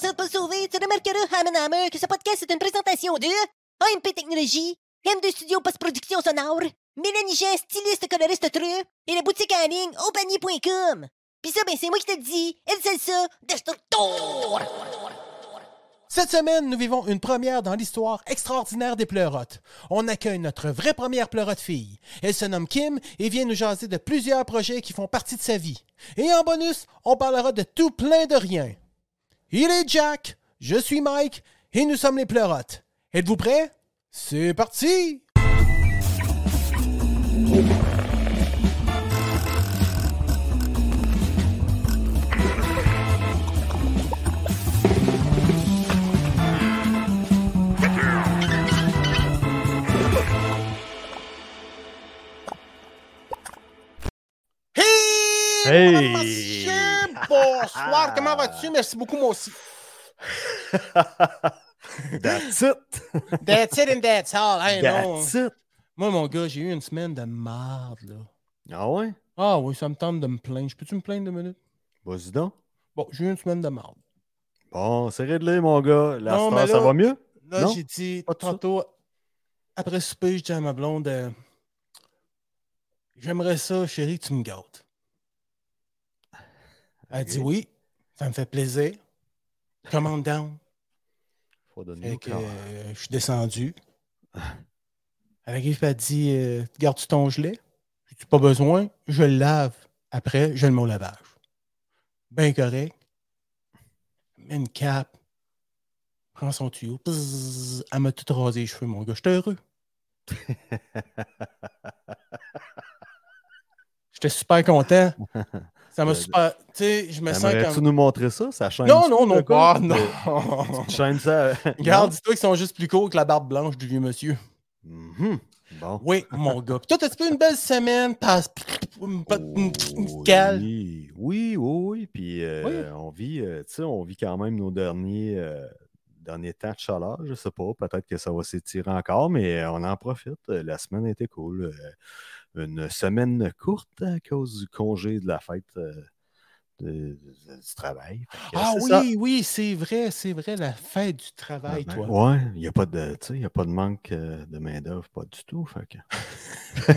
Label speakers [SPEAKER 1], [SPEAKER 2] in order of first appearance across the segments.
[SPEAKER 1] t'as pas sauvé, tu remarqueras, Hammer que ce podcast est une présentation de AMP Technologies, M2 Studio Post-Production Sonore, Mélanie Jean, styliste coloriste tru, et la boutique en ligne panier.com. Pis ça, ben, c'est moi qui te le dis, elle c'est ça, d'Ashton
[SPEAKER 2] Cette semaine, nous vivons une première dans l'histoire extraordinaire des pleurotes. On accueille notre vraie première pleurote fille. Elle se nomme Kim et vient nous jaser de plusieurs projets qui font partie de sa vie. Et en bonus, on parlera de tout plein de rien. Il est Jack, je suis Mike et nous sommes les pleurotes. Êtes-vous prêts? C'est parti! Hey!
[SPEAKER 3] Hey!
[SPEAKER 2] madame, monsieur, Bonsoir, comment vas-tu? Merci beaucoup, moi aussi.
[SPEAKER 3] That's it.
[SPEAKER 2] That's it and that's all. Hey, Eh non.
[SPEAKER 3] That's it.
[SPEAKER 2] Moi, mon gars, j'ai eu une semaine de marde, là.
[SPEAKER 3] Ah ouais?
[SPEAKER 2] Ah oui, ça me tente de me plaindre. Je Peux-tu me plaindre deux minutes?
[SPEAKER 3] Vas-y Bah, donc.
[SPEAKER 2] Bon, j'ai eu une semaine de marde.
[SPEAKER 3] Bon, c'est réglé, mon gars. La
[SPEAKER 2] Non,
[SPEAKER 3] star,
[SPEAKER 2] mais là-
[SPEAKER 3] ça va mieux?
[SPEAKER 2] Là,
[SPEAKER 3] Non?
[SPEAKER 2] j'ai dit,
[SPEAKER 3] Pas de ça?
[SPEAKER 2] tantôt, après souper, j'ai dit à ma blonde, euh, j'aimerais ça, chérie, que tu me gâtes. Elle
[SPEAKER 3] Ok.
[SPEAKER 2] dit oui, ça me fait plaisir. Commande down.
[SPEAKER 3] Faut
[SPEAKER 2] Fait
[SPEAKER 3] donner
[SPEAKER 2] que
[SPEAKER 3] au corps.
[SPEAKER 2] euh, je suis descendu. Elle arrive et elle dit euh, Gardes-tu ton gelé J'ai dit Pas besoin, je le lave. Après, je le mets au lavage. Bien correct. Elle met une cape. Prends son tuyau. Pzzz, elle m'a tout rasé les cheveux, mon gars. J'étais heureux. J'étais super content. Ça m'a
[SPEAKER 3] Euh,
[SPEAKER 2] super. Tu sais, je me sens
[SPEAKER 3] T'aimerais-tu
[SPEAKER 2] comme.
[SPEAKER 3] nous montrer ça? Ça chaîne.
[SPEAKER 2] Non, non, non,
[SPEAKER 3] quoi?
[SPEAKER 2] pas. Non.
[SPEAKER 3] Tu chaînes ça.
[SPEAKER 2] Regarde, dis-toi qu'ils sont juste plus courts que la barbe blanche du vieux monsieur.
[SPEAKER 3] Non? Mhm. Bon.
[SPEAKER 2] Oui, mon gars. Puis Toi, t'as-tu eu une belle semaine? Passe. Une bonne- une petite cale.
[SPEAKER 3] Oh, oui, oui, oui, oui. Puis euh, on vit, euh, tu sais, on vit quand même nos derniers, euh, derniers temps de chaleur. Je sais pas, peut-être que ça va s'étirer encore, mais euh, on en profite. Euh, La semaine était cool. Euh, une semaine courte à cause du congé de la fête euh, de- de- du travail. Fait que
[SPEAKER 2] Ah
[SPEAKER 3] c'est
[SPEAKER 2] oui,
[SPEAKER 3] ça.
[SPEAKER 2] oui, c'est vrai, c'est vrai, la fête du travail,
[SPEAKER 3] Ouais,
[SPEAKER 2] toi.
[SPEAKER 3] Ouais, il n'y a pas de, tu sais, il y a pas de manque euh, de main d'œuvre, pas du tout. Fait que-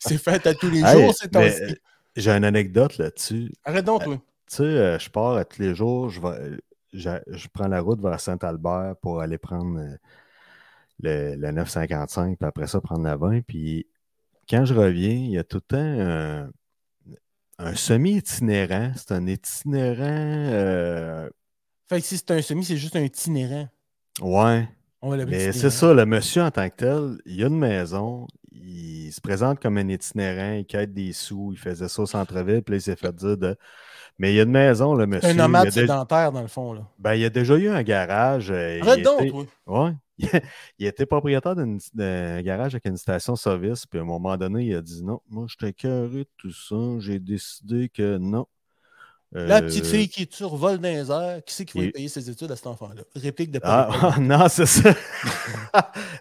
[SPEAKER 2] C'est fête à tous les
[SPEAKER 3] Hey,
[SPEAKER 2] jours, c'est
[SPEAKER 3] mais,
[SPEAKER 2] temps-ci.
[SPEAKER 3] euh, J'ai une anecdote là-dessus.
[SPEAKER 2] Arrête donc, toi.
[SPEAKER 3] Tu sais, euh, je pars à tous les jours, je, vais- euh, j'a- je prends la route vers Saint-Albert pour aller prendre euh, le, le 955, puis après ça, prendre la 20. Puis quand je reviens, il y a tout le temps un, un semi-itinérant. C'est un itinérant. euh,
[SPEAKER 2] Fait que si c'est un semi, c'est juste un itinérant.
[SPEAKER 3] ouais.
[SPEAKER 2] On va l'appeler
[SPEAKER 3] Mais
[SPEAKER 2] itinérant.
[SPEAKER 3] c'est ça, le monsieur en tant que tel, il a une maison, il se présente comme un itinérant, il quête des sous, il faisait ça au centre-ville, puis là, il s'est fait dire de. Mais il a une maison, le monsieur.
[SPEAKER 2] Un
[SPEAKER 3] il,
[SPEAKER 2] nomade
[SPEAKER 3] a dé-
[SPEAKER 2] sédentaire, dans le fond, là.
[SPEAKER 3] ben, il a déjà eu un garage. euh, il
[SPEAKER 2] Arrête donc,
[SPEAKER 3] était-
[SPEAKER 2] toi.
[SPEAKER 3] Ouais. il était propriétaire d'une- d'un garage avec une station-service, puis à un moment donné, il a dit non, moi, je t'écœuré de tout ça, j'ai décidé que non.
[SPEAKER 2] La
[SPEAKER 3] Euh,
[SPEAKER 2] petite fille qui survole dans les airs, qui c'est qui va
[SPEAKER 3] il-
[SPEAKER 2] lui payer ses études à cet enfant-là? Réplique de
[SPEAKER 3] Ah,
[SPEAKER 2] Paul
[SPEAKER 3] ah, non, c'est ça.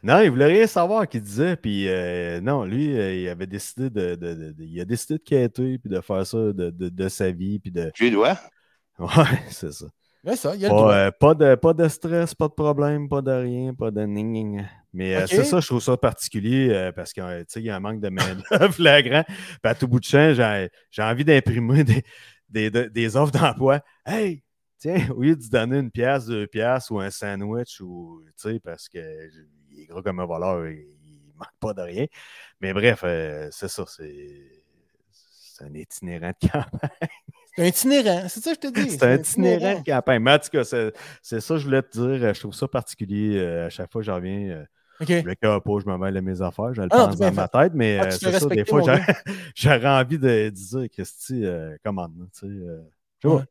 [SPEAKER 3] non, il voulait rien savoir qu'il disait. Puis euh, non, lui, euh, il avait décidé de, de- de- de- Il a décidé de quêter puis de faire ça de, de- de sa vie. Puis de.
[SPEAKER 4] J'ai le doigt.
[SPEAKER 3] Ouais, c'est ça.
[SPEAKER 2] Mais Ben ça, il y a le droit.
[SPEAKER 3] Pas, euh, pas de, pas de stress, pas de problème, pas de rien, pas de ning, ning, ning. Mais euh,
[SPEAKER 2] Ok.
[SPEAKER 3] c'est ça, je trouve ça particulier euh, parce qu'il y a un manque de main-d'œuvre flagrant. Puis à tout bout de champ, j'ai j'ai envie d'imprimer des, des, de- des offres d'emploi. Hey, tiens, au lieu de se donner une pièce, deux pièces ou un sandwich ou, tu sais, parce que je- il est gros comme un voleur, il, il manque pas de rien. Mais bref, euh, c'est ça, c'est. C'est un itinérant de campagne.
[SPEAKER 2] C'est un itinérant, c'est ça que je te dis.
[SPEAKER 3] C'est un itinérant de campagne. Mais en tout cas, c'est c'est ça que je voulais te dire. euh, Je trouve ça particulier. euh, à chaque fois que j'en reviens, euh,
[SPEAKER 2] OK.
[SPEAKER 3] je le cœur pas, je me mêle de mes affaires, je le
[SPEAKER 2] Ah non,
[SPEAKER 3] pense
[SPEAKER 2] t'as bien
[SPEAKER 3] dans ma tête, mais
[SPEAKER 2] Ah,
[SPEAKER 3] euh,
[SPEAKER 2] tu te
[SPEAKER 3] c'est ça, des
[SPEAKER 2] respecter,
[SPEAKER 3] fois,
[SPEAKER 2] mon
[SPEAKER 3] j'aurais- j'aurais envie de dire, Christy, euh, commande, là, tu sais. euh, je sais
[SPEAKER 2] Ouais.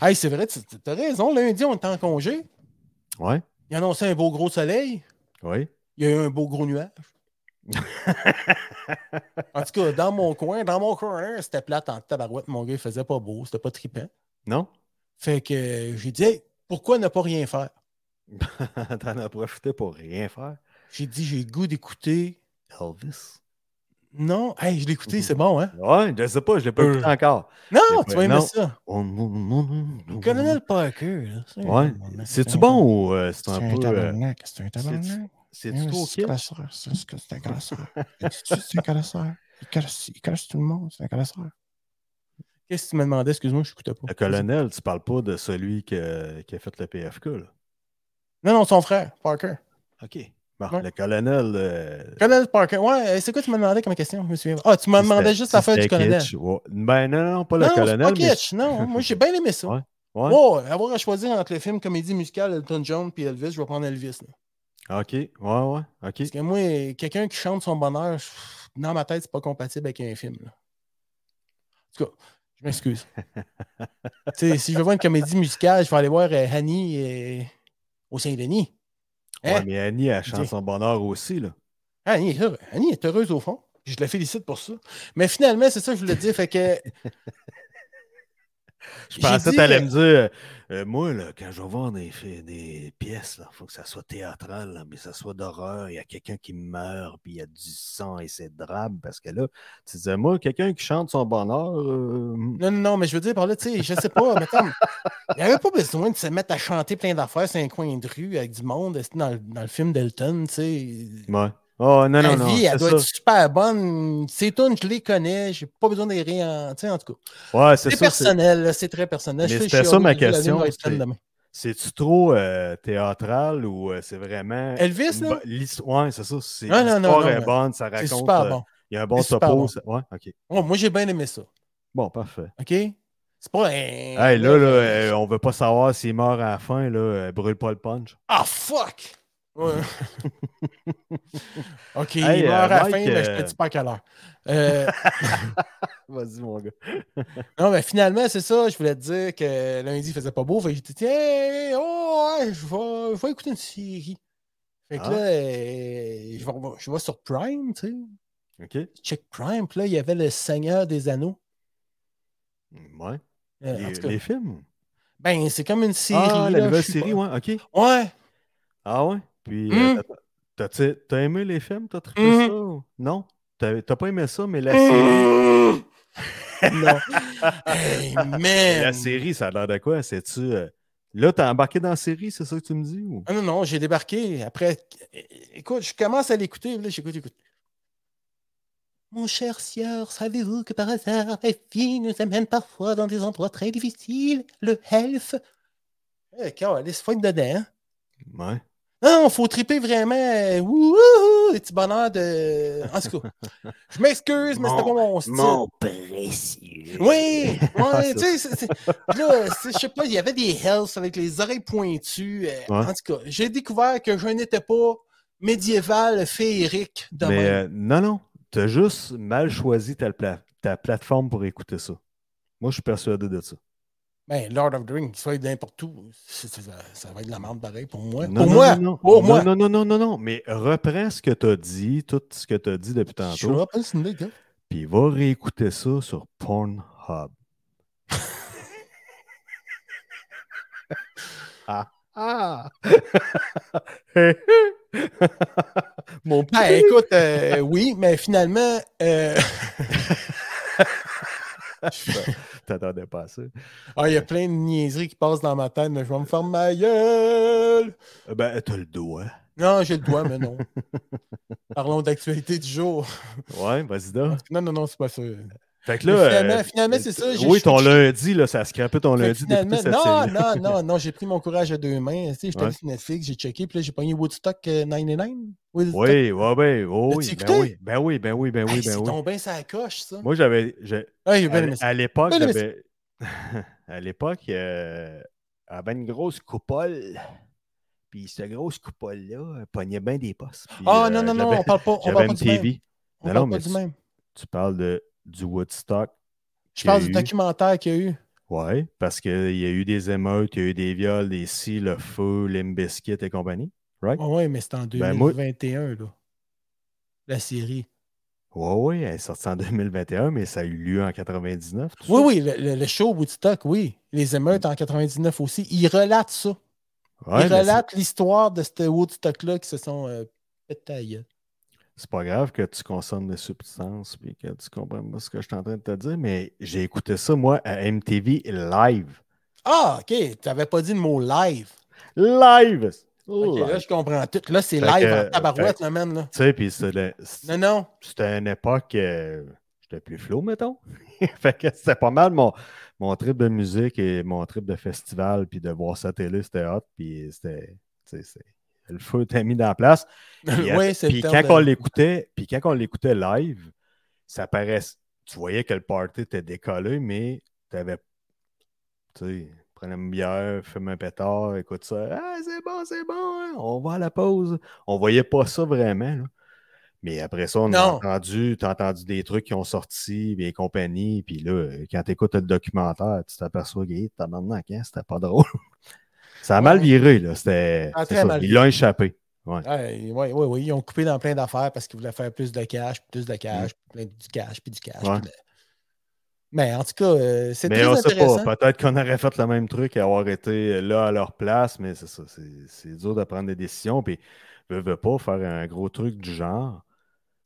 [SPEAKER 2] Hey, c'est vrai, tu tu- t'as raison. Lundi, on était en congé.
[SPEAKER 3] pas. ouais,
[SPEAKER 2] Il annonçait un beau gros soleil.
[SPEAKER 3] oui.
[SPEAKER 2] Il y a eu un beau gros nuage. en tout cas, dans mon coin, dans mon coin, c'était plate en tabarouette. Mon gars, il faisait pas beau, c'était pas trippant.
[SPEAKER 3] Non?
[SPEAKER 2] Fait que euh, j'ai dit, Hey, pourquoi ne pas rien faire?
[SPEAKER 3] T'en as profité pour rien faire.
[SPEAKER 2] J'ai dit, j'ai le goût d'écouter.
[SPEAKER 3] Elvis.
[SPEAKER 2] Non, hey, je l'ai écouté, c'est bon, hein?
[SPEAKER 3] Ouais, je sais pas, je l'ai pas
[SPEAKER 2] Euh.
[SPEAKER 3] écouté encore.
[SPEAKER 2] Non,
[SPEAKER 3] Mais
[SPEAKER 2] tu vas aimer
[SPEAKER 3] non.
[SPEAKER 2] ça. Colonel Parker, là. c'est-
[SPEAKER 3] Ouais. C'est-tu bon ou euh, c'est
[SPEAKER 4] C'est
[SPEAKER 3] un
[SPEAKER 4] un
[SPEAKER 3] peu. euh,
[SPEAKER 4] tabarnak, c'est un tabarnak.
[SPEAKER 3] C'est-tu trop
[SPEAKER 4] C'est un
[SPEAKER 3] kill?
[SPEAKER 4] colosseur, c'est ce que- c'est un colosseur. C'est c'est un colosseur. Il colosse, il colosse tout le monde, c'est un colosseur.
[SPEAKER 2] Qu'est-ce que tu me demandais? Excuse-moi, je n'écoutais pas.
[SPEAKER 3] Le colonel, tu parles pas de celui que- qui a fait le PFK, là.
[SPEAKER 2] Non, non, son frère, Parker.
[SPEAKER 3] OK. Bon,
[SPEAKER 2] Ouais.
[SPEAKER 3] le colonel. euh,
[SPEAKER 2] Colonel Parker. Ouais, euh, c'est quoi tu me demandais comme question? Je me souviens. Ah, tu me demandais
[SPEAKER 3] c'était-
[SPEAKER 2] juste l'affaire du
[SPEAKER 3] c'était
[SPEAKER 2] colonel.
[SPEAKER 3] kitsch, ouais. Ben non, non, pas le
[SPEAKER 2] non, c'est
[SPEAKER 3] colonel.
[SPEAKER 2] pas
[SPEAKER 3] mais-
[SPEAKER 2] kitsch. Non, moi, j'ai bien aimé ça.
[SPEAKER 3] Ouais.
[SPEAKER 2] Ouais.
[SPEAKER 3] Ouais.
[SPEAKER 2] avoir à choisir entre le film comédie musicale Elton John puis Elvis, je vais prendre Elvis. là.
[SPEAKER 3] OK. Ouais, ouais. OK.
[SPEAKER 2] Parce que moi, quelqu'un qui chante son bonheur, je- dans ma tête, c'est pas compatible avec un film. là. En tout cas, je m'excuse. Tu sais, si je veux voir une comédie musicale, je vais aller voir euh, Annie euh, au Saint-Denis.
[SPEAKER 3] Ouais,
[SPEAKER 2] Hein?
[SPEAKER 3] mais Annie, elle chante
[SPEAKER 2] Dis.
[SPEAKER 3] son bonheur aussi, là.
[SPEAKER 2] Ah, Annie est heureuse. Annie est heureuse au fond. Puis Je la félicite pour ça. Mais finalement, c'est ça que je voulais dire. Fait que
[SPEAKER 3] Je
[SPEAKER 2] J'ai
[SPEAKER 3] pensais que
[SPEAKER 2] dit
[SPEAKER 3] tu allais
[SPEAKER 2] que-
[SPEAKER 3] me dire, euh, euh, moi, là, quand je vais voir des, fi- des pièces, il faut que ça soit théâtral, là, mais ça soit d'horreur. Il y a quelqu'un qui meurt, puis il y a du sang et c'est drabe. Parce que là, tu disais, moi, quelqu'un qui chante son bonheur. euh,
[SPEAKER 2] Non, non, non, mais je veux dire par là, tu sais, je sais pas, mais comme, il n'y avait pas besoin de se mettre à chanter plein d'affaires sur un coin de rue avec du monde c'est dans, le- dans le film d'Elton, tu sais.
[SPEAKER 3] Ouais. Oh, non,
[SPEAKER 2] La
[SPEAKER 3] non, non.
[SPEAKER 2] vie, elle
[SPEAKER 3] C'est
[SPEAKER 2] doit
[SPEAKER 3] ça.
[SPEAKER 2] être super bonne. Ces tunes, je les connais, j'ai pas besoin de les réen... Tu sais, en tout cas.
[SPEAKER 3] Ouais, c'est
[SPEAKER 2] C'est
[SPEAKER 3] ça. c'est-
[SPEAKER 2] personnel, là, c'est très personnel.
[SPEAKER 3] Mais
[SPEAKER 2] Je sais,
[SPEAKER 3] c'était
[SPEAKER 2] je suis
[SPEAKER 3] ça, ma
[SPEAKER 2] obligé d'aller
[SPEAKER 3] question,
[SPEAKER 2] voir Elton
[SPEAKER 3] c'est-
[SPEAKER 2] demain.
[SPEAKER 3] C'est-tu trop euh, théâtral ou euh, c'est vraiment.
[SPEAKER 2] Elvis, là,
[SPEAKER 3] L'histoire, c'est ça. c'est-
[SPEAKER 2] Non, non, non,
[SPEAKER 3] L'histoire
[SPEAKER 2] non,
[SPEAKER 3] est
[SPEAKER 2] mais
[SPEAKER 3] bonne, ça
[SPEAKER 2] c'est
[SPEAKER 3] Bah, raconte.
[SPEAKER 2] super
[SPEAKER 3] euh,
[SPEAKER 2] bon.
[SPEAKER 3] Il y a un bon
[SPEAKER 2] C'est super
[SPEAKER 3] topo.
[SPEAKER 2] bon.
[SPEAKER 3] ça- Ouais, OK.
[SPEAKER 2] Oh, moi, j'ai bien aimé ça,
[SPEAKER 3] Bon, parfait.
[SPEAKER 2] OK? C'est pas... un-
[SPEAKER 3] Hey, là, là, euh, on veut pas savoir s'il meurt à la fin, là. euh, brûle pas le punch.
[SPEAKER 2] Ah, fuck! Ouais. OK,
[SPEAKER 3] Hey,
[SPEAKER 2] il meurt
[SPEAKER 3] euh,
[SPEAKER 2] à la
[SPEAKER 3] Mike,
[SPEAKER 2] fin, mais je te
[SPEAKER 3] euh,
[SPEAKER 2] dis pas à quelle heure. Euh...
[SPEAKER 3] Vas-y, mon gars.
[SPEAKER 2] Non, mais finalement, c'est ça. Je voulais te dire que lundi, il faisait pas beau. Fait que j'ai dit, tiens, oh, ouais, je vais, je vais écouter une série. Fait que
[SPEAKER 3] Ah.
[SPEAKER 2] là, euh, je vais, je vais sur Prime, tu sais.
[SPEAKER 3] OK.
[SPEAKER 2] Check Prime. Puis là, il y avait Le Seigneur des Anneaux.
[SPEAKER 3] Ouais.
[SPEAKER 2] Euh, en
[SPEAKER 3] les,
[SPEAKER 2] tout cas,
[SPEAKER 3] les films.
[SPEAKER 2] Ben, c'est comme une série.
[SPEAKER 3] ah, la
[SPEAKER 2] là,
[SPEAKER 3] nouvelle
[SPEAKER 2] je sais
[SPEAKER 3] série,
[SPEAKER 2] pas.
[SPEAKER 3] ouais. OK.
[SPEAKER 2] Ouais.
[SPEAKER 3] Ah, ouais. Puis,
[SPEAKER 2] Hmm.
[SPEAKER 3] euh, t'as- t'as- t'as aimé les films? T'as trippé
[SPEAKER 2] Hmm.
[SPEAKER 3] ça? ou- Non? T'as t'as pas aimé ça, mais la
[SPEAKER 2] Mm.
[SPEAKER 3] série.
[SPEAKER 2] non. hey, man.
[SPEAKER 3] La série, ça a l'air de quoi? C'est-tu. euh, Là, t'as embarqué dans la série, c'est ça que tu me dis? Ou...
[SPEAKER 2] Ah non, non, j'ai débarqué. Après, é- é- écoute, je commence à l'écouter. Là, j'écoute, j'écoute. Mon cher sieur, savez-vous que par hasard, la vie nous amène parfois dans des endroits très difficiles? Le health. Eh, Carlis, faut être dedans. hein.
[SPEAKER 3] Ouais.
[SPEAKER 2] Non, faut triper vraiment. euh, Wouhou! Les petits bonheurs de. En tout cas, je m'excuse, mais c'était pas mon style.
[SPEAKER 1] précieux.
[SPEAKER 2] Oui,
[SPEAKER 3] Ah,
[SPEAKER 2] ouais, tu sais, c'est- c'est- puis là, c'est- je sais pas, il y avait des health avec les oreilles pointues. euh, En tout cas, j'ai découvert que je n'étais pas médiéval, féerique de
[SPEAKER 3] Mais
[SPEAKER 2] même.
[SPEAKER 3] euh, non, non. T'as juste mal choisi ta, pla- ta plateforme pour écouter ça. Moi, je suis persuadé de ça.
[SPEAKER 2] Ben, Lord of the Rings, qu'il soit n'importe où, c'est- c'est- ça va être de la merde pareil pour moi.
[SPEAKER 3] Non,
[SPEAKER 2] pour
[SPEAKER 3] non,
[SPEAKER 2] moi,
[SPEAKER 3] non, non.
[SPEAKER 2] pour
[SPEAKER 3] Non,
[SPEAKER 2] moi.
[SPEAKER 3] Non, non, non, non, non. Mais reprends ce que t'as dit, tout ce que t'as dit depuis
[SPEAKER 2] Je
[SPEAKER 3] tantôt,
[SPEAKER 2] rappelle, c'est une blague, hein.
[SPEAKER 3] puis va réécouter ça sur Pornhub. ah, ah. Mon
[SPEAKER 2] Ben, écoute, euh, oui, mais finalement, euh,
[SPEAKER 3] T'attendais pas à ça.
[SPEAKER 2] ah, il y a plein de niaiseries qui passent dans ma tête, mais je vais me faire ma gueule.
[SPEAKER 3] Euh, Ben, t'as le doigt.
[SPEAKER 2] Non, j'ai le doigt, mais non. Parlons d'actualité du jour.
[SPEAKER 3] Ouais, vas-y donc.
[SPEAKER 2] Non, non, non, c'est pas ça.
[SPEAKER 3] Fait que
[SPEAKER 2] Mais
[SPEAKER 3] là.
[SPEAKER 2] finalement,
[SPEAKER 3] euh,
[SPEAKER 2] finalement, c'est ça, j'ai-
[SPEAKER 3] Oui, ton
[SPEAKER 2] j'ai-
[SPEAKER 3] lundi, là, ça a scrappé ton
[SPEAKER 2] Fait que
[SPEAKER 3] lundi d'écouter
[SPEAKER 2] finalement,
[SPEAKER 3] cette
[SPEAKER 2] non,
[SPEAKER 3] série.
[SPEAKER 2] non, non, non, j'ai pris mon courage à deux mains. Tu sais, j'étais
[SPEAKER 3] Ouais.
[SPEAKER 2] allé sur Netflix, j'ai checké, puis là, j'ai pogné Woodstock euh, 99. Woodstock.
[SPEAKER 3] Oui, ouais, ben, oh
[SPEAKER 2] L'as-tu
[SPEAKER 3] oui, ben
[SPEAKER 2] écouté?
[SPEAKER 3] oui, ben oui, ben oui, ben
[SPEAKER 2] Hey,
[SPEAKER 3] oui, ben
[SPEAKER 2] c'est
[SPEAKER 3] oui.
[SPEAKER 2] tombé ça coche, ça.
[SPEAKER 3] Moi, j'avais. j'ai-
[SPEAKER 2] Ah, il est bien aimé
[SPEAKER 3] À,
[SPEAKER 2] ça.
[SPEAKER 3] à l'époque,
[SPEAKER 2] Ben, mais
[SPEAKER 3] j'avais- à l'époque, euh, elle avait une grosse coupole. Puis cette grosse coupole-là, elle pognait bien des postes. Puis,
[SPEAKER 2] Ah,
[SPEAKER 3] euh,
[SPEAKER 2] non, non, non,
[SPEAKER 3] j'avais-
[SPEAKER 2] on parle pas, on
[SPEAKER 3] J'avais
[SPEAKER 2] parle pas
[SPEAKER 3] une
[SPEAKER 2] du même.
[SPEAKER 3] TV.
[SPEAKER 2] On
[SPEAKER 3] Non,
[SPEAKER 2] parle
[SPEAKER 3] non,
[SPEAKER 2] pas
[SPEAKER 3] mais
[SPEAKER 2] du même.
[SPEAKER 3] Tu parles de, du Woodstock.
[SPEAKER 2] Je
[SPEAKER 3] qu'il y a
[SPEAKER 2] parle du
[SPEAKER 3] eu. Ben,
[SPEAKER 2] documentaire qu'il y a eu.
[SPEAKER 3] Oui, parce qu'il y a eu des émeutes, il y a eu des viols, des scies, le feu, l'imbiskit et compagnie. Right?
[SPEAKER 2] Oui, ouais, mais c'était en
[SPEAKER 3] Ben, moi-
[SPEAKER 2] 2021, là. La série.
[SPEAKER 3] Oui, oui, elle est sortie en 2021, mais ça a eu lieu en 99. tout
[SPEAKER 2] Oui,
[SPEAKER 3] ça.
[SPEAKER 2] oui, le, le- le show Woodstock, oui. Les émeutes en 99 aussi. Ils relatent ça.
[SPEAKER 3] Ouais,
[SPEAKER 2] Ils
[SPEAKER 3] mais c'est-
[SPEAKER 2] relatent l'histoire de ce Woodstock-là qui se sont euh, pété à la gueule.
[SPEAKER 3] c'est pas grave que tu consommes des substances puis que tu comprennes pas ce que je suis en train de te dire, mais j'ai écouté ça, moi, à MTV Live.
[SPEAKER 2] Ah, OK. T'avais pas dit le mot live.
[SPEAKER 3] Live!
[SPEAKER 2] OK, là,
[SPEAKER 3] Live!
[SPEAKER 2] je comprends tout. Là, c'est
[SPEAKER 3] Fait
[SPEAKER 2] live
[SPEAKER 3] que-
[SPEAKER 2] en tabarouette, le man, là.
[SPEAKER 3] Tu sais, puis c'est le- c'est-
[SPEAKER 2] Non, non.
[SPEAKER 3] c'était une époque, euh, j'étais plus flou, mettons. fait que c'était pas mal mon, mon trip de musique et mon trip de festival, puis de voir sa télé, c'était hot, puis c'était, tu sais, c'est- le feu était mis dans la place. Puis, euh,
[SPEAKER 2] oui, c'est le
[SPEAKER 3] puis
[SPEAKER 2] temps
[SPEAKER 3] quand
[SPEAKER 2] de-
[SPEAKER 3] on l'écoutait, puis quand on l'écoutait live, ça paraissait. Tu voyais que le party était décollé, mais tu avais. Tu sais, prenais une bière, fume un pétard, écoute ça. Ah, c'est bon, c'est bon, hein, on va à la pause. On voyait pas ça vraiment. là. Mais après ça, on a
[SPEAKER 2] Non.
[SPEAKER 3] entendu, t'as entendu des trucs qui ont sorti, des compagnies. Puis là, euh, quand tu écoutes le documentaire, tu t'aperçois que t'as maintenant quand c'était pas drôle. ça a mal
[SPEAKER 2] Ouais.
[SPEAKER 3] viré, là. C'était.
[SPEAKER 2] Ça a
[SPEAKER 3] c'est
[SPEAKER 2] très
[SPEAKER 3] ça,
[SPEAKER 2] mal
[SPEAKER 3] Ils l'ont échappé. Ouais.
[SPEAKER 2] Ouais, oui, oui, oui. Ils ont coupé dans plein d'affaires parce qu'ils voulaient faire plus de cash, puis plus de cash, puis plein du cash, puis du cash.
[SPEAKER 3] Mm. Ouais.
[SPEAKER 2] puis de- Mais en tout cas, euh, c'est
[SPEAKER 3] Mais
[SPEAKER 2] très
[SPEAKER 3] on sait
[SPEAKER 2] intéressant.
[SPEAKER 3] pas. Peut-être qu'on aurait fait le même truc et avoir été là à leur place, mais c'est ça. c'est- C'est dur de prendre des décisions. Puis, ne veut pas faire un gros truc du genre.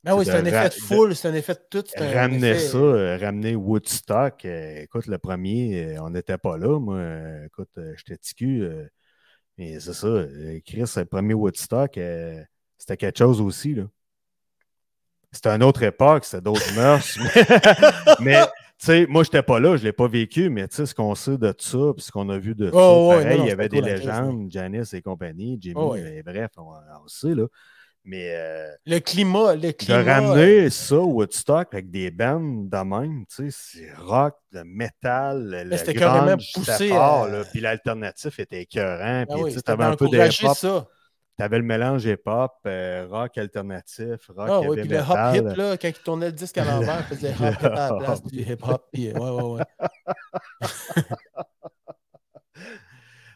[SPEAKER 2] Mais Ben oui,
[SPEAKER 3] c'est
[SPEAKER 2] c'est un
[SPEAKER 3] de
[SPEAKER 2] effet
[SPEAKER 3] ra-
[SPEAKER 2] de foule, c'est un effet de tout. c'est un
[SPEAKER 3] Ramener
[SPEAKER 2] effet-
[SPEAKER 3] ça, euh, ramener Woodstock. euh, écoute, le premier, euh, on n'était pas là. Moi, euh, écoute, euh, j'étais ticu. euh, mais c'est ça. euh, Chris, le premier Woodstock, euh, c'était quelque chose aussi. là. C'était une autre époque, c'était d'autres mœurs. mais- mais tu sais, moi, j'étais pas là, je l'ai pas vécu, mais tu sais, ce qu'on sait de ça, puis ce qu'on a vu de
[SPEAKER 2] Oh,
[SPEAKER 3] ça,
[SPEAKER 2] ouais,
[SPEAKER 3] pareil,
[SPEAKER 2] non, non,
[SPEAKER 3] il y avait
[SPEAKER 2] c'était
[SPEAKER 3] des
[SPEAKER 2] cool, la crise,
[SPEAKER 3] légendes, Janice et compagnie, Jimmy,
[SPEAKER 2] Oh, ouais.
[SPEAKER 3] et bref, on, on sait, là. Mais euh,
[SPEAKER 2] Le climat, le
[SPEAKER 3] de
[SPEAKER 2] climat. euh,
[SPEAKER 3] ramener ça au Woodstock avec des bands de même, tu sais, c'est rock, le métal, le le
[SPEAKER 2] c'était
[SPEAKER 3] grunge,
[SPEAKER 2] carrément
[SPEAKER 3] c'était
[SPEAKER 2] poussé
[SPEAKER 3] fort,
[SPEAKER 2] à-
[SPEAKER 3] là, puis l'alternatif était écœurant,
[SPEAKER 2] Ah
[SPEAKER 3] puis
[SPEAKER 2] oui,
[SPEAKER 3] tu sais,
[SPEAKER 2] c'était
[SPEAKER 3] t'avais un peu de
[SPEAKER 2] d'encourager
[SPEAKER 3] hip-hop,
[SPEAKER 2] ça.
[SPEAKER 3] t'avais le mélange hip-hop, euh, rock alternatif, rock
[SPEAKER 2] Ah oui,
[SPEAKER 3] heavy
[SPEAKER 2] puis le hop
[SPEAKER 3] metal.
[SPEAKER 2] hip, là, quand il tournait le disque à l'envers, il faisait hop hip à la place du hip hop. Puis, ouais, ouais, ouais.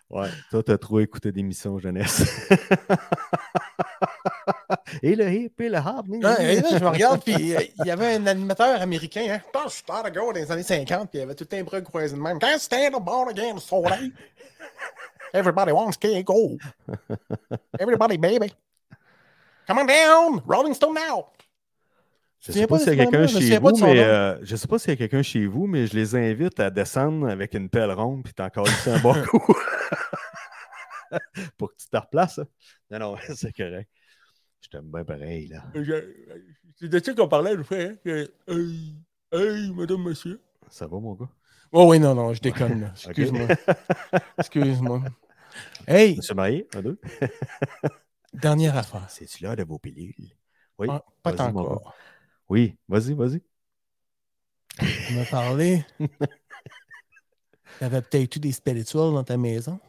[SPEAKER 3] Ouais, toi, t'as trop écouté d'émissions jeunesse. et le hip et le hop.
[SPEAKER 2] Non, Ah, et là, je me regarde, puis euh, il y avait un animateur américain, hein, je pense, super de gars dans les années 50, puis il avait tout un bras croisé de même. Can't stand a born again soda. Everybody wants to go. Everybody, baby. Come on down, Rolling Stone now.
[SPEAKER 3] Je
[SPEAKER 2] souviens
[SPEAKER 3] sais
[SPEAKER 2] pas de
[SPEAKER 3] pas s'il y
[SPEAKER 2] ce
[SPEAKER 3] a quelqu'un
[SPEAKER 2] moment-là, je me
[SPEAKER 3] chez
[SPEAKER 2] souviens pas de
[SPEAKER 3] vous,
[SPEAKER 2] son
[SPEAKER 3] mais
[SPEAKER 2] nom.
[SPEAKER 3] euh, je sais pas s'il y a quelqu'un chez vous, mais je les invite à descendre avec une pelle ronde puis t'en calisser un bon coup. Pour que tu te replaces. hein. Non, non, c'est correct. Je t'aime bien pareil, là.
[SPEAKER 2] Euh, C'est de ça qu'on parlait, je fais. Hey, hey, madame, monsieur.
[SPEAKER 3] Ça va, mon gars?
[SPEAKER 2] Oh oui, non, non, je déconne. là.
[SPEAKER 3] Ok.
[SPEAKER 2] Excuse-moi. Excuse-moi. Hey,
[SPEAKER 3] Monsieur marié, un, deux?
[SPEAKER 2] dernière affaire.
[SPEAKER 3] C'est-tu l'heure de vos pilules? Oui,
[SPEAKER 2] Ah, Pas
[SPEAKER 3] Vas-y,
[SPEAKER 2] tant
[SPEAKER 3] mon gars.
[SPEAKER 2] encore.
[SPEAKER 3] oui, vas-y, vas-y.
[SPEAKER 2] Tu m'as parlé. T'avais peut-être eu des spirituels dans ta maison?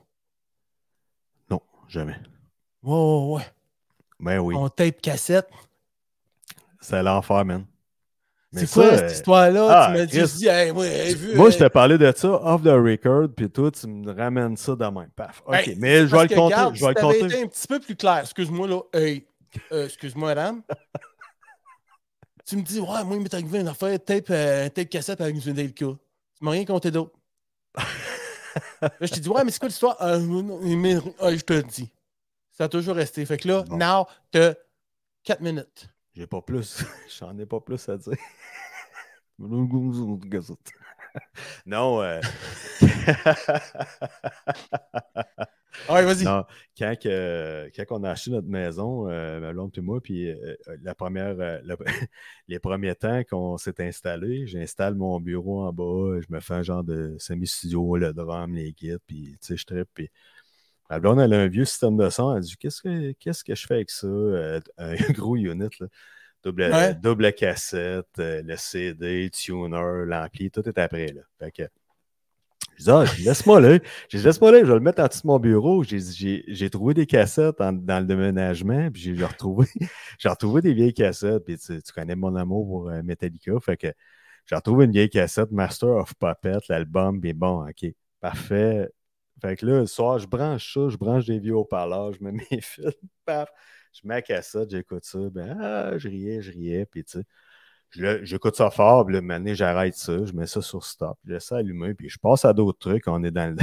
[SPEAKER 3] Non, jamais.
[SPEAKER 2] Ouais, ouais, ouais.
[SPEAKER 3] Ben oui,
[SPEAKER 2] On tape cassette.
[SPEAKER 3] c'est l'enfer, man. Mais
[SPEAKER 2] C'est quoi
[SPEAKER 3] ça,
[SPEAKER 2] cette
[SPEAKER 3] euh,
[SPEAKER 2] histoire-là?
[SPEAKER 3] ah,
[SPEAKER 2] tu m'as dit,
[SPEAKER 3] Chris.
[SPEAKER 2] je dis, hey, moi, j'ai vu,
[SPEAKER 3] Moi,
[SPEAKER 2] euh,
[SPEAKER 3] je t'ai parlé de ça off the record, puis toi, tu me ramènes ça dans même. Paf. OK,
[SPEAKER 2] Ben,
[SPEAKER 3] mais je vais
[SPEAKER 2] parce
[SPEAKER 3] le
[SPEAKER 2] que,
[SPEAKER 3] compter.
[SPEAKER 2] regarde,
[SPEAKER 3] je vais
[SPEAKER 2] si
[SPEAKER 3] le
[SPEAKER 2] t'avais
[SPEAKER 3] compter.
[SPEAKER 2] été un petit peu plus clair. Excuse-moi, là. Hey, euh, excuse-moi, madame. tu me dis, ouais, moi, il m'est arrivé une affaire, tape, euh, tape cassette avec une Delca. Tu m'as rien compté d'autre. là, je te dis, ouais, mais c'est quoi l'histoire? Euh, non, mais- ah, je te le dis. Ça a toujours resté. Fait que là,
[SPEAKER 3] Bon.
[SPEAKER 2] now, t'as 4 minutes.
[SPEAKER 3] J'ai pas plus. J'en ai pas plus à dire. non, euh,
[SPEAKER 2] Ah, ouais, vas-y.
[SPEAKER 3] non, quand, que- quand on a acheté notre maison, euh, ma blonde et moi, puis euh, la première, euh, la- les premiers temps qu'on s'est installé, j'installe mon bureau en bas, je me fais un genre de semi-studio, le drum, les guides, puis tu sais, je trippe, puis Ma blonde, elle a un vieux système de son. Elle dit Qu'est-ce que, qu'est-ce que je fais avec ça Euh, Un gros unit, là. Double, euh,
[SPEAKER 2] Ouais.
[SPEAKER 3] double cassette, euh, le CD, le tuner, l'ampli, tout est après. Là. Fait que, je dis Ah, laisse-moi là. J'ai dit Laisse-moi là, je vais le mettre en dessous de mon bureau. J'ai, dit, j'ai, j'ai trouvé des cassettes en- dans le déménagement, puis j'ai, j'ai retrouvé, j'ai retrouvé des vieilles cassettes. Puis tu, tu connais mon amour pour euh, Metallica. Fait que j'ai retrouvé une vieille cassette, Master of Puppet, l'album, mais bon, OK, parfait. Fait que là, le soir, je branche ça, je branche des vieux haut-parleurs, je mets mes fils, paf, je mets la cassette, j'écoute ça, ben, ah, je riais, je riais, puis tu sais, je le- j'écoute ça fort, puis le moment donné, j'arrête ça, je mets ça sur stop, je laisse ça allumer, puis je passe à d'autres trucs, on est dans le,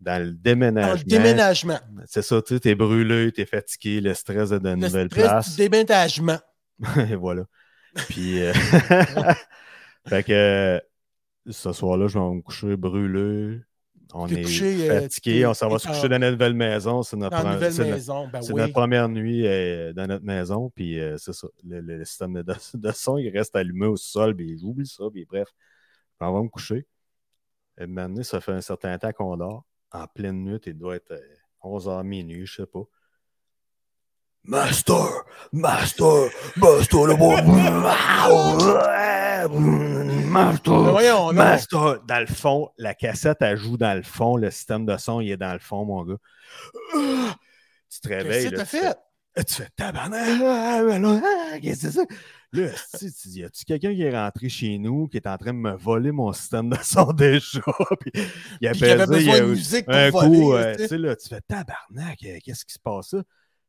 [SPEAKER 3] dans le
[SPEAKER 2] Dans
[SPEAKER 3] déménagement.
[SPEAKER 2] le déménagement.
[SPEAKER 3] C'est ça, tu sais, t'es brûlé, t'es fatigué, le stress de la
[SPEAKER 2] Le
[SPEAKER 3] nouvelle
[SPEAKER 2] stress
[SPEAKER 3] place.
[SPEAKER 2] du déménagement.
[SPEAKER 3] Et voilà. Puis, euh, fait que euh, ce soir-là, je vais me coucher brûlé. On
[SPEAKER 2] T'es
[SPEAKER 3] est
[SPEAKER 2] couché, euh,
[SPEAKER 3] fatigué.
[SPEAKER 2] t'es-
[SPEAKER 3] On s'en va
[SPEAKER 2] t'es
[SPEAKER 3] se coucher
[SPEAKER 2] en-
[SPEAKER 3] dans la nouvelle maison. C'est notre,
[SPEAKER 2] Dans la
[SPEAKER 3] pre-
[SPEAKER 2] nouvelle
[SPEAKER 3] c'est no-
[SPEAKER 2] maison, ben
[SPEAKER 3] c'est
[SPEAKER 2] oui.
[SPEAKER 3] notre première nuit euh, dans notre maison. Puis, euh, c'est ça. Le, le- le système de, de- de son, il reste allumé au sol. Puis, j'oublie ça. Puis, bref, on va me coucher. Et maintenant, ça fait un certain temps qu'on dort. En pleine nuit, il doit être 11h minuit, je sais pas.
[SPEAKER 5] Master, master, master, le bon.
[SPEAKER 2] Mais
[SPEAKER 5] Master,
[SPEAKER 2] Ben
[SPEAKER 3] Oh,
[SPEAKER 2] voyons, Oh, non.
[SPEAKER 3] Master, dans le fond, la cassette, elle joue dans le fond, le système de son, il est dans le fond, mon gars. Ah! Tu te
[SPEAKER 2] Qu'est-ce
[SPEAKER 3] réveilles.
[SPEAKER 2] que
[SPEAKER 3] là,
[SPEAKER 2] t'as
[SPEAKER 3] tu
[SPEAKER 2] fait?
[SPEAKER 3] fais- Tu fais tabarnak, ah, ah, ah, ah, qu'est-ce que c'est ça? Là, si, tu dis, y a-tu quelqu'un qui est rentré chez nous, qui est en train de me voler mon système de son déjà? Puis, il a
[SPEAKER 2] Puis qu'il avait
[SPEAKER 3] baisé, il
[SPEAKER 2] besoin
[SPEAKER 3] a-
[SPEAKER 2] de musique pour
[SPEAKER 3] un
[SPEAKER 2] voler.
[SPEAKER 3] coup, euh,
[SPEAKER 2] tu
[SPEAKER 3] tu
[SPEAKER 2] sais.
[SPEAKER 3] sais, là, tu fais tabarnak, euh, qu'est-ce qui se passe là?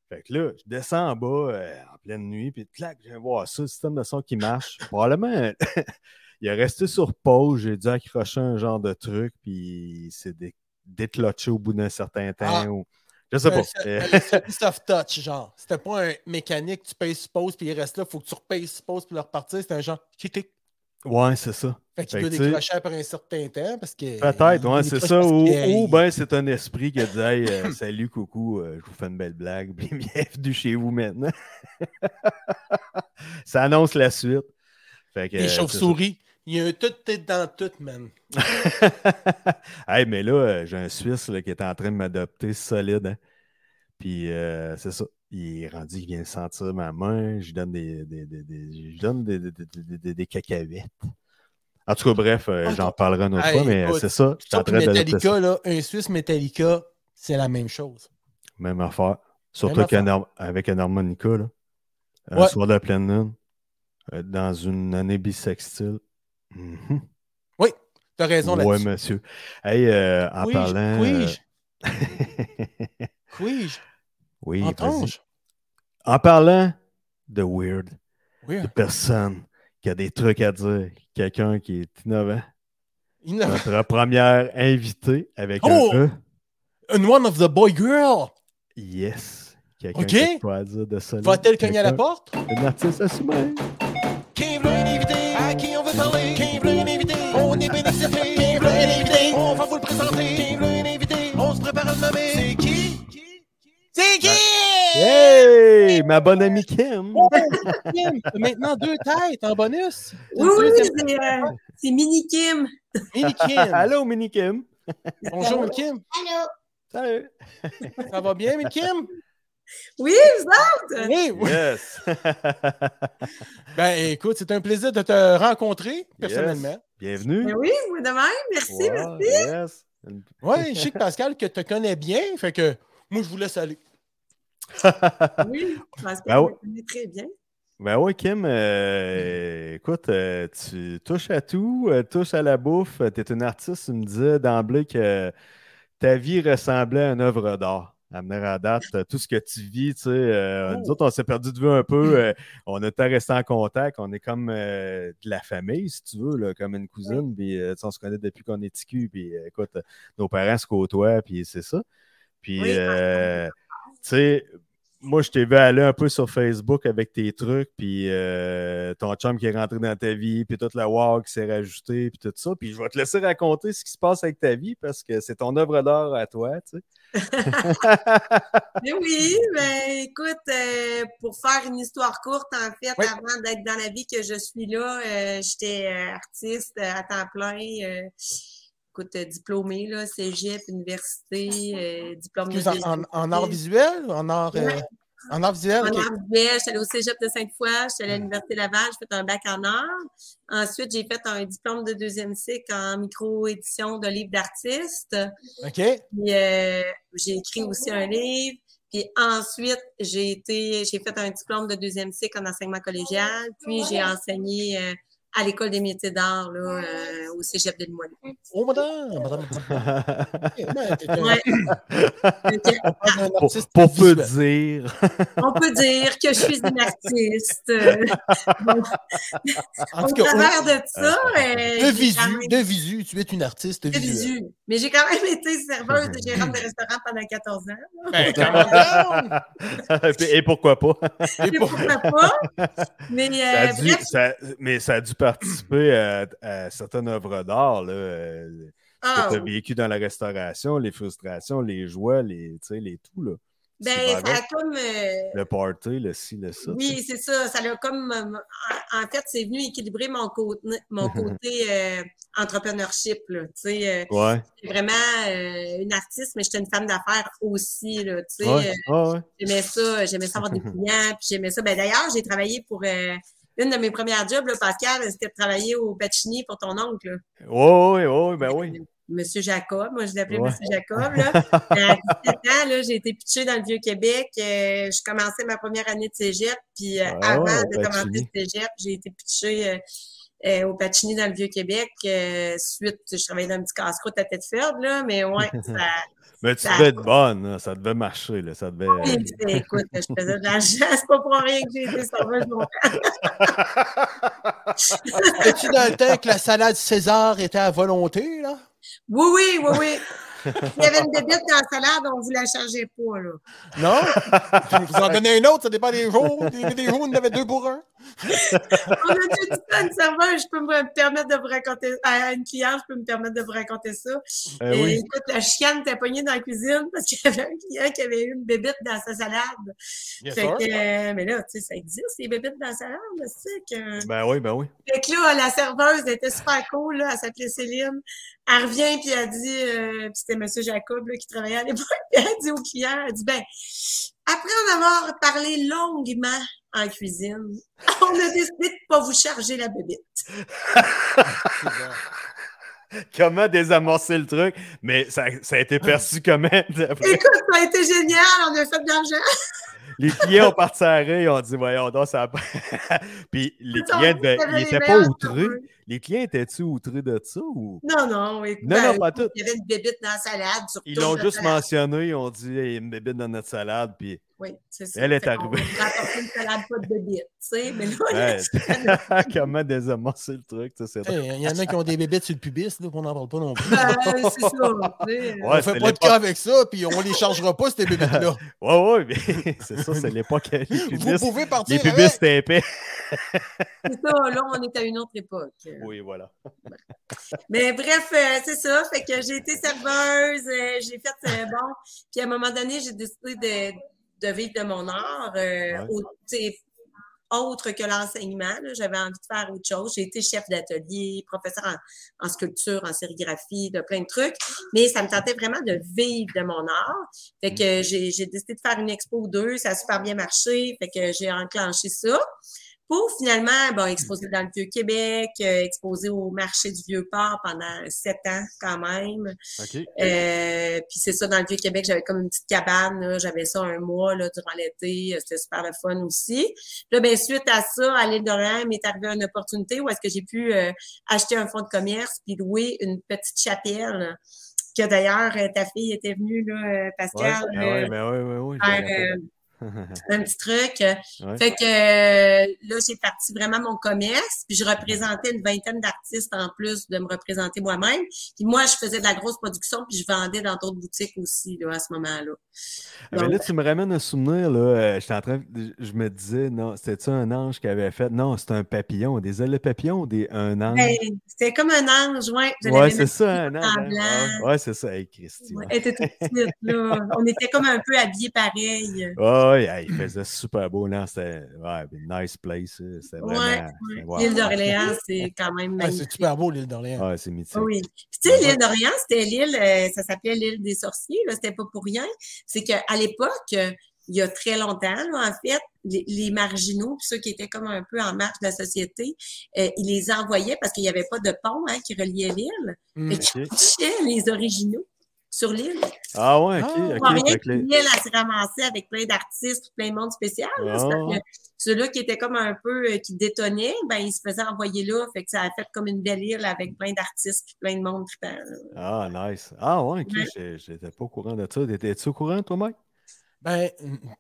[SPEAKER 3] Fait que là, je descends en bas euh, en pleine nuit, puis clac, je viens voir ça, le système de son qui marche. Probablement, euh, il est resté sur pause, j'ai dû accrocher un genre de truc, puis il s'est dé- déclotché au bout d'un certain temps.
[SPEAKER 2] Ah.
[SPEAKER 3] ou- Je sais
[SPEAKER 2] Un
[SPEAKER 3] pas.
[SPEAKER 2] soft-
[SPEAKER 3] Euh,
[SPEAKER 2] un soft- soft touch, genre. C'était pas un mécanique, tu payes pause, puis il reste là, faut que tu repayes pause pour le repartir. C'était un genre. Tic, tic.
[SPEAKER 3] ouais, c'est ça.
[SPEAKER 2] Fait qu'il
[SPEAKER 3] Fait
[SPEAKER 2] peut
[SPEAKER 3] que tu sais-
[SPEAKER 2] décrocher après un certain temps parce que.
[SPEAKER 3] Peut-être,
[SPEAKER 2] il-
[SPEAKER 3] ouais,
[SPEAKER 2] il
[SPEAKER 3] c'est
[SPEAKER 2] décroche
[SPEAKER 3] ça.
[SPEAKER 2] parce
[SPEAKER 3] Ou,
[SPEAKER 2] qu'il-
[SPEAKER 3] ou ben c'est un esprit qui a dit Hey, euh, salut, coucou, euh, je vous fais une belle blague, puis bienvenue chez vous maintenant. ça annonce la suite. Fait que,
[SPEAKER 2] Les
[SPEAKER 3] euh, c'est ça.
[SPEAKER 2] chauves-souris. Il y a un tout tête dans tout, man.
[SPEAKER 3] hey, mais là, euh, j'ai un Suisse là, qui est en train de m'adopter solide. hein. Puis euh, c'est ça. Il est rendu, il vient sentir ma main. Je lui donne des, des, des, des- je lui donne des, des, des, des- des- des cacahuètes. En tout cas, bref, euh,
[SPEAKER 2] Ah,
[SPEAKER 3] j'en parlerai une autre
[SPEAKER 2] Hey,
[SPEAKER 3] fois, mais euh,
[SPEAKER 2] écoute,
[SPEAKER 3] c'est ça. Je suis en
[SPEAKER 2] Ça, puis
[SPEAKER 3] train d'adopter ça.
[SPEAKER 2] Metallica, là, un Suisse Metallica, c'est la même chose.
[SPEAKER 3] Même affaire. Surtout
[SPEAKER 2] Même
[SPEAKER 3] qu'un har- avec un harmonica, là. Un
[SPEAKER 2] Ouais.
[SPEAKER 3] soir de pleine lune. euh, dans une année bisextile. Mhm.
[SPEAKER 2] T'as raison
[SPEAKER 3] ouais,
[SPEAKER 2] là-dessus.
[SPEAKER 3] monsieur. Hey, euh, en
[SPEAKER 2] Oui,
[SPEAKER 3] parlant.
[SPEAKER 2] oui,
[SPEAKER 3] euh,
[SPEAKER 2] oui,
[SPEAKER 3] oui,
[SPEAKER 2] en
[SPEAKER 3] vas-y.
[SPEAKER 2] tange.
[SPEAKER 3] En parlant de weird,
[SPEAKER 2] Oui.
[SPEAKER 3] de personne qui a des trucs à dire, quelqu'un qui est innovant,
[SPEAKER 2] Il n'a-
[SPEAKER 3] notre première invitée avec
[SPEAKER 2] Oh!
[SPEAKER 3] un E,
[SPEAKER 2] And one of the boy girl.
[SPEAKER 3] yes. Quelqu'un
[SPEAKER 2] Ok.
[SPEAKER 3] qui a quoi à dire de ça.
[SPEAKER 2] Va-t-elle cogner à la porte?
[SPEAKER 3] Un artiste assumé.
[SPEAKER 2] Qui veut un invité? À qui on veut parler? Qui veut un invité? On est bien excités. Qui veut un invité? On va vous le présenter. Qui veut un invité? On se prépare à le nommer. C'est qui? C'est qui?
[SPEAKER 3] Hey! Ma bonne amie Kim!
[SPEAKER 2] Oh! Kim, t'as maintenant deux têtes en bonus. T'as
[SPEAKER 6] Oui,
[SPEAKER 2] une
[SPEAKER 6] oui,
[SPEAKER 2] deuxième-
[SPEAKER 6] c'est, euh, c'est Mini Kim.
[SPEAKER 2] Mini Kim.
[SPEAKER 3] Allô, Mini Kim!
[SPEAKER 2] Bonjour, Mini Kim.
[SPEAKER 3] Salut!
[SPEAKER 2] Ça va bien, Mini Kim?
[SPEAKER 6] Oui, vous autres?
[SPEAKER 2] Oui, oui.
[SPEAKER 3] Yes!
[SPEAKER 2] Ben écoute, c'est un plaisir de te rencontrer personnellement.
[SPEAKER 3] Bienvenue!
[SPEAKER 6] Ben oui, moi de même. Merci, merci.
[SPEAKER 3] Wow, yes.
[SPEAKER 2] Ouais, je sais que Pascal, que te connais bien, fait que moi, je vous laisse aller.
[SPEAKER 6] Oui, je pense que
[SPEAKER 3] Ben
[SPEAKER 6] vous
[SPEAKER 3] ouais.
[SPEAKER 6] me connaissez très bien.
[SPEAKER 3] Ben ouais, Kim, euh, écoute, euh, tu touches à tout, euh, touches à la bouffe. tu es une artiste, tu me disais d'emblée que ta vie ressemblait à une œuvre d'art. À venir à date, euh, tout ce que tu vis, tu sais, euh,
[SPEAKER 2] Oh.
[SPEAKER 3] nous autres, on s'est perdu de vue un peu. euh, on a tant resté en contact. On est comme euh, de la famille, si tu veux, là, comme une cousine. Puis, euh, tu sais, on se connaît depuis qu'on est ticu. Puis, euh, écoute, euh, nos parents se côtoient, puis c'est ça. Puis,
[SPEAKER 6] Oui.
[SPEAKER 3] euh, tu sais, moi, je t'ai vu aller un peu sur Facebook avec tes trucs, puis euh, ton chum qui est rentré dans ta vie, puis toute la war qui s'est rajoutée, puis tout ça. Puis je vais te laisser raconter ce qui se passe avec ta vie parce que c'est ton œuvre d'art à toi, tu sais.
[SPEAKER 6] Ben oui, ben écoute, euh, pour faire une histoire courte, en fait,
[SPEAKER 2] Oui.
[SPEAKER 6] avant d'être dans la vie que je suis là, euh, j'étais euh, artiste euh, à temps plein. euh, écoute, euh, diplômée, là, cégep, université, euh, diplôme de
[SPEAKER 2] Excuse, en, en- en art visuel? En art, euh,
[SPEAKER 6] Ouais.
[SPEAKER 2] en art visuel?
[SPEAKER 6] En
[SPEAKER 2] ok. Mm.
[SPEAKER 6] art visuel, j'étais allée au Cégep de Sainte-Foy, j'étais allée à l'Université Laval, j'ai fait un bac en art. Ensuite, j'ai fait un diplôme de deuxième cycle en micro-édition de livres d'artistes.
[SPEAKER 2] OK.
[SPEAKER 6] Puis, euh, j'ai écrit aussi un livre. Puis ensuite, j'ai été, j'ai fait un diplôme de deuxième cycle en enseignement collégial. Puis j'ai enseigné euh, à l'école des métiers d'art, là, euh, au cégep de Limoilou.
[SPEAKER 2] Oh, madame! madame. Eh,
[SPEAKER 4] Ouais, t'es un-
[SPEAKER 6] Ouais. Donc, euh,
[SPEAKER 4] t'es un
[SPEAKER 3] pour,
[SPEAKER 4] artiste
[SPEAKER 3] pour peu
[SPEAKER 4] visuel.
[SPEAKER 3] dire.
[SPEAKER 6] on peut dire que je suis une artiste. Euh,
[SPEAKER 2] En
[SPEAKER 6] au
[SPEAKER 2] tout cas,
[SPEAKER 6] travers de ça, euh,
[SPEAKER 2] de
[SPEAKER 6] j'ai quand
[SPEAKER 2] visu,
[SPEAKER 6] même-
[SPEAKER 2] de visu, tu es une artiste
[SPEAKER 6] de
[SPEAKER 2] visuelle.
[SPEAKER 6] visu. Mais j'ai quand même été serveuse et gérante de restaurant pendant 14 ans.
[SPEAKER 2] Ben, come on!
[SPEAKER 3] Et pourquoi pas?
[SPEAKER 6] Euh, Et pourquoi pas? Mais
[SPEAKER 3] Ça a
[SPEAKER 6] euh,
[SPEAKER 3] dû-
[SPEAKER 6] bref,
[SPEAKER 3] ça- mais ça a dû participer à, à certaines œuvres d'art là, euh,
[SPEAKER 6] ah,
[SPEAKER 3] que tu as vécu dans la restauration, les frustrations, les joies, les, tu sais, les tout. Là.
[SPEAKER 6] ben,
[SPEAKER 3] c'est
[SPEAKER 6] ça a
[SPEAKER 3] vrai.
[SPEAKER 6] comme. euh,
[SPEAKER 3] Le party, le ci, le ça. tu sais.
[SPEAKER 6] Oui, c'est ça. Ça l'a comme. euh, En en fait, c'est venu équilibrer mon côté, mon côté euh, entrepreneurship. Là, tu sais, euh,
[SPEAKER 3] Ouais.
[SPEAKER 6] j'étais vraiment euh, une artiste, mais j'étais une femme d'affaires aussi. Là, tu sais,
[SPEAKER 3] Ouais.
[SPEAKER 6] euh,
[SPEAKER 3] Ah ouais.
[SPEAKER 6] j'aimais ça. J'aimais ça avoir des clients. Puis j'aimais ça. Ben, D'ailleurs, j'ai travaillé pour euh, une de mes premières jobs, là, Pascal, c'était de travailler au Bacchini pour ton oncle. là.
[SPEAKER 3] Ouais, ouais, ouais, ben oui.
[SPEAKER 6] Monsieur Jacob, moi je l'appelais
[SPEAKER 3] Ouais.
[SPEAKER 6] Monsieur Jacob. Là. à 17 ans, là, j'ai été pitchée dans le Vieux-Québec. Euh, je commençais ma première année de cégep. Puis euh,
[SPEAKER 3] Ah,
[SPEAKER 6] avant
[SPEAKER 3] au
[SPEAKER 6] de commencer
[SPEAKER 3] Pacini.
[SPEAKER 6] le cégep, j'ai été pitchée euh, euh, au Pacini dans le Vieux-Québec. Euh, suite, je travaillais dans un petit casse-croûte à tête ferme, là, mais ouais, ça,
[SPEAKER 3] Mais tu
[SPEAKER 6] Ça-
[SPEAKER 3] devais être bonne, là, ça devait marcher, là, ça devait. euh,
[SPEAKER 6] écoute, je faisais de l'argent. C'est pas pour rien que j'ai été sauveuse. mon
[SPEAKER 2] Es-tu dans le temps que la salade César était à volonté, là?
[SPEAKER 6] Oui, oui, oui, oui. Il y avait une débite dans la salade, on ne vous la chargeait pas. Là.
[SPEAKER 2] Non? Je vais vous en donner un autre, ça dépend des jours. Des, des jours, on en avait deux pour un.
[SPEAKER 6] On a tout dit ça à une serveuse, je peux me permettre de vous raconter, à une cliente, je peux me permettre de vous raconter ça.
[SPEAKER 3] Eh
[SPEAKER 6] Et
[SPEAKER 3] oui.
[SPEAKER 6] écoute, la chicane était pognée dans la cuisine parce qu'il y avait un client qui avait eu une bébite dans sa salade.
[SPEAKER 2] Yes,
[SPEAKER 6] fait
[SPEAKER 2] sir.
[SPEAKER 6] que, euh, mais là, tu sais, ça existe, les bébites dans la salade, c'est que...
[SPEAKER 3] Ben oui, ben oui.
[SPEAKER 6] Fait que là, la serveuse elle était super cool, là, elle s'appelait Céline. Elle revient puis elle dit, euh, puis c'était Monsieur Jacob là, qui travaillait à l'époque, puis elle dit au client, elle dit ben après en avoir parlé longuement en cuisine, on a décidé de pas vous charger la bébite.
[SPEAKER 3] Comment désamorcer le truc? Mais ça, ça a été perçu comment? Après,
[SPEAKER 6] Écoute, ça a été génial, on a fait de l'argent.
[SPEAKER 3] les clients ont parti à rire, ils ont dit, voyons, donc, ça a pas- Puis les clients, devaient- ils n'étaient pas outrés. Les clients étaient-tu outrés de ça ou.
[SPEAKER 6] Non, non, écoute.
[SPEAKER 3] Non, non, pas tout.
[SPEAKER 6] Il y avait une bébite dans la salade. tu
[SPEAKER 3] Ils
[SPEAKER 6] retournes
[SPEAKER 3] l'ont
[SPEAKER 6] la
[SPEAKER 3] juste
[SPEAKER 6] salade.
[SPEAKER 3] mentionné, ils ont dit, il y a une bébite dans notre salade, puis.
[SPEAKER 6] Oui, c'est ça.
[SPEAKER 3] Elle est
[SPEAKER 6] Fait qu'on
[SPEAKER 3] arrivée.
[SPEAKER 6] a apporté une salade, pas de bébite, tu sais. Mais là, ben,
[SPEAKER 3] Ouais. Comment désamorcer le truc, ça, c'est
[SPEAKER 2] Hey, Eh, Il y en a qui ont des bébêtes sur le pubis, là, on n'en parle pas non plus.
[SPEAKER 6] ben, c'est ça. tu sais.
[SPEAKER 3] Ouais,
[SPEAKER 2] on fait
[SPEAKER 3] c'est
[SPEAKER 2] pas de
[SPEAKER 3] l'époque.
[SPEAKER 2] cas avec ça, puis on les chargera pas, ces bébêtes-là.
[SPEAKER 3] Ouais, ouais, mais c'est ça, c'est l'époque. Les
[SPEAKER 2] Vous
[SPEAKER 3] pubis,
[SPEAKER 2] pouvez
[SPEAKER 3] les
[SPEAKER 2] partir
[SPEAKER 3] pubis,
[SPEAKER 2] avec.
[SPEAKER 3] c'était épais.
[SPEAKER 6] C'est ça, là, on est à une autre époque.
[SPEAKER 3] Oui, voilà.
[SPEAKER 6] Mais bref, euh, c'est ça. Fait que j'ai été serveuse, euh, j'ai fait euh, bon. Puis à un moment donné, j'ai décidé de, de vivre de mon art, euh, au- tu sais, autre que l'enseignement. là. J'avais envie de faire autre chose. J'ai été chef d'atelier, professeur en, en sculpture, en sérigraphie, de plein de trucs. Mais ça me tentait vraiment de vivre de mon art. Fait que j'ai j'ai décidé de faire une expo ou deux. Ça a super bien marché. Fait que j'ai enclenché ça pour finalement bon, exposer dans le Vieux-Québec, euh, exposer au marché du Vieux-Port pendant sept ans quand même.
[SPEAKER 3] OK.
[SPEAKER 6] Euh, puis c'est ça, dans le Vieux-Québec, j'avais comme une petite cabane, là. j'avais ça un mois là, durant l'été, Euh, c'était super le fun aussi. Puis Là, ben, suite à ça, à l'île d'Orléans, m'est arrivée une opportunité où est-ce que j'ai pu euh, acheter un fonds de commerce puis louer une petite chapelle que d'ailleurs, euh, ta fille était venue, là, euh,
[SPEAKER 3] Ouais,
[SPEAKER 6] Pascal,
[SPEAKER 3] ben
[SPEAKER 6] euh,
[SPEAKER 3] ouais, ben ouais, ouais, ouais, je
[SPEAKER 6] faire,
[SPEAKER 3] me rappelle.
[SPEAKER 6] un petit truc. euh,
[SPEAKER 3] Ouais.
[SPEAKER 6] Fait que euh, là, j'ai parti vraiment mon commerce, puis je représentais une vingtaine d'artistes en plus de me représenter moi-même. Puis moi, je faisais de la grosse production, puis je vendais dans d'autres boutiques aussi là, à ce moment-là.
[SPEAKER 3] Ah, mais là, tu me ramènes un souvenir, là. euh, j'étais en train, de- je me disais, non, c'était-tu un ange qui avait fait? Non, c'était un papillon. Des ailes de papillon ou des, un ange?
[SPEAKER 6] Ben, C'était comme un ange, ouais. Je
[SPEAKER 3] Mm. ouais,
[SPEAKER 6] l'avais
[SPEAKER 3] c'est
[SPEAKER 6] même-
[SPEAKER 3] ça, un ange.
[SPEAKER 6] en
[SPEAKER 3] hein,
[SPEAKER 6] blanc.
[SPEAKER 3] Ouais, ouais, c'est ça. Hey, Christy. Ouais,
[SPEAKER 6] Ouais, elle était toute petite, là. On était comme un peu habillés pareil.
[SPEAKER 3] Ouais, Ah, ouais, hey, il faisait super beau. Non, c'était ouais, nice place. euh, C'était
[SPEAKER 6] Ouais,
[SPEAKER 3] vraiment. wow.
[SPEAKER 6] L'île d'Orléans, c'est quand même
[SPEAKER 2] Ah,
[SPEAKER 6] magnifique.
[SPEAKER 2] c'est super beau, l'île d'Orléans.
[SPEAKER 3] Ouais, c'est mythique.
[SPEAKER 6] Ah Oui. Puis tu sais, l'île d'Orient, c'était l'île, euh, ça s'appelait l'île des sorciers, là, c'était pas pour rien. C'est qu'à l'époque, euh, il y a très longtemps, là, en fait, les, les marginaux, puis ceux qui étaient comme un peu en marge de la société, euh, ils les envoyaient parce qu'il n'y avait pas de pont hein, qui reliait l'île.
[SPEAKER 2] Mm.
[SPEAKER 6] Ils cherchaient les originaux. sur l'île.
[SPEAKER 3] Ah ouais, ok.
[SPEAKER 2] Ah,
[SPEAKER 3] ok,
[SPEAKER 6] Pour rien
[SPEAKER 3] fait
[SPEAKER 6] que
[SPEAKER 3] que les-
[SPEAKER 6] l'île, elle se ramassait avec plein d'artistes, plein de monde spécial. là.
[SPEAKER 3] ah,
[SPEAKER 6] C'est parce que Ceux-là qui étaient comme un peu, euh, qui détonnaient, ben, ils se faisaient envoyer là. Fait que ça a fait comme une belle île avec plein d'artistes puis plein de monde trippant, là.
[SPEAKER 3] Ah, nice. Ah ouais, ok.
[SPEAKER 6] Ouais.
[SPEAKER 3] j'ai- J'étais pas au courant de ça. T'étais-tu au courant, toi, Mike?
[SPEAKER 2] Ben,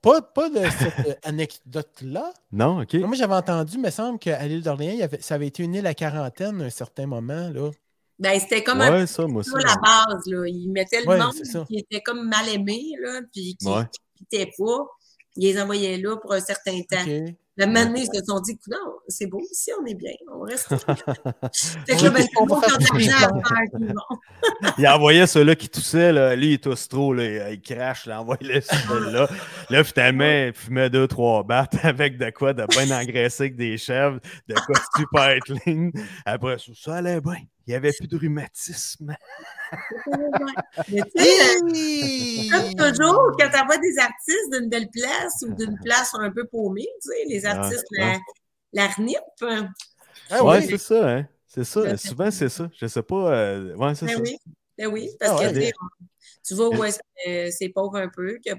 [SPEAKER 2] pas, pas de cette euh, anecdote-là.
[SPEAKER 3] Non, ok.
[SPEAKER 2] Moi, j'avais entendu, il me semble qu'à l'île d'Orléans, il y avait- ça avait été une île à quarantaine à un certain moment. Là.
[SPEAKER 6] Ben, c'était comme un
[SPEAKER 3] Ouais, ça, moi aussi.
[SPEAKER 6] peu la base, là. Ils mettaient le
[SPEAKER 2] Ouais, c'est ça.
[SPEAKER 6] monde qui était comme mal aimé, là, puis qui
[SPEAKER 3] Ouais.
[SPEAKER 6] quittait pas. Ils les envoyaient là pour un certain temps.
[SPEAKER 2] OK.
[SPEAKER 6] Le moment donné, ils se sont dit, non, c'est beau ici, on est bien, on reste. fait
[SPEAKER 2] Oui,
[SPEAKER 6] que là, ben,
[SPEAKER 2] qu'est-ce qu'on
[SPEAKER 6] c'est
[SPEAKER 2] va
[SPEAKER 6] bon,
[SPEAKER 2] faire
[SPEAKER 6] t'as
[SPEAKER 2] plus
[SPEAKER 6] rien à
[SPEAKER 2] tard?
[SPEAKER 6] faire, tout le monde.
[SPEAKER 3] Il envoyait ceux-là qui toussaient, là. lui, il tousse trop, là, il crache, là, envoyait celui-là. Là, finalement, il fumait deux, trois battes avec de quoi de bien engraissé que des chèvres, de quoi super clean. Après ça, ça allait bien. Il n'y avait plus de rhumatisme.
[SPEAKER 6] Mais tu sais, euh, Comme
[SPEAKER 2] Hi!
[SPEAKER 6] toujours, quand tu vois des artistes d'une belle place ou d'une place un peu paumée, tu sais, les artistes,
[SPEAKER 3] Ouais, ouais.
[SPEAKER 6] la, la RNIP, hein.
[SPEAKER 2] Ah
[SPEAKER 3] ouais,
[SPEAKER 2] oui.
[SPEAKER 3] c'est ça, hein. C'est ça.
[SPEAKER 6] Ouais.
[SPEAKER 3] Souvent, c'est ça. Je sais pas. euh, Ouais, c'est
[SPEAKER 6] ben
[SPEAKER 3] ça.
[SPEAKER 6] oui, ben oui, parce
[SPEAKER 2] Ah ouais.
[SPEAKER 6] que tu sais, on- tu vas où est-ce que, euh, c'est pauvre un peu, que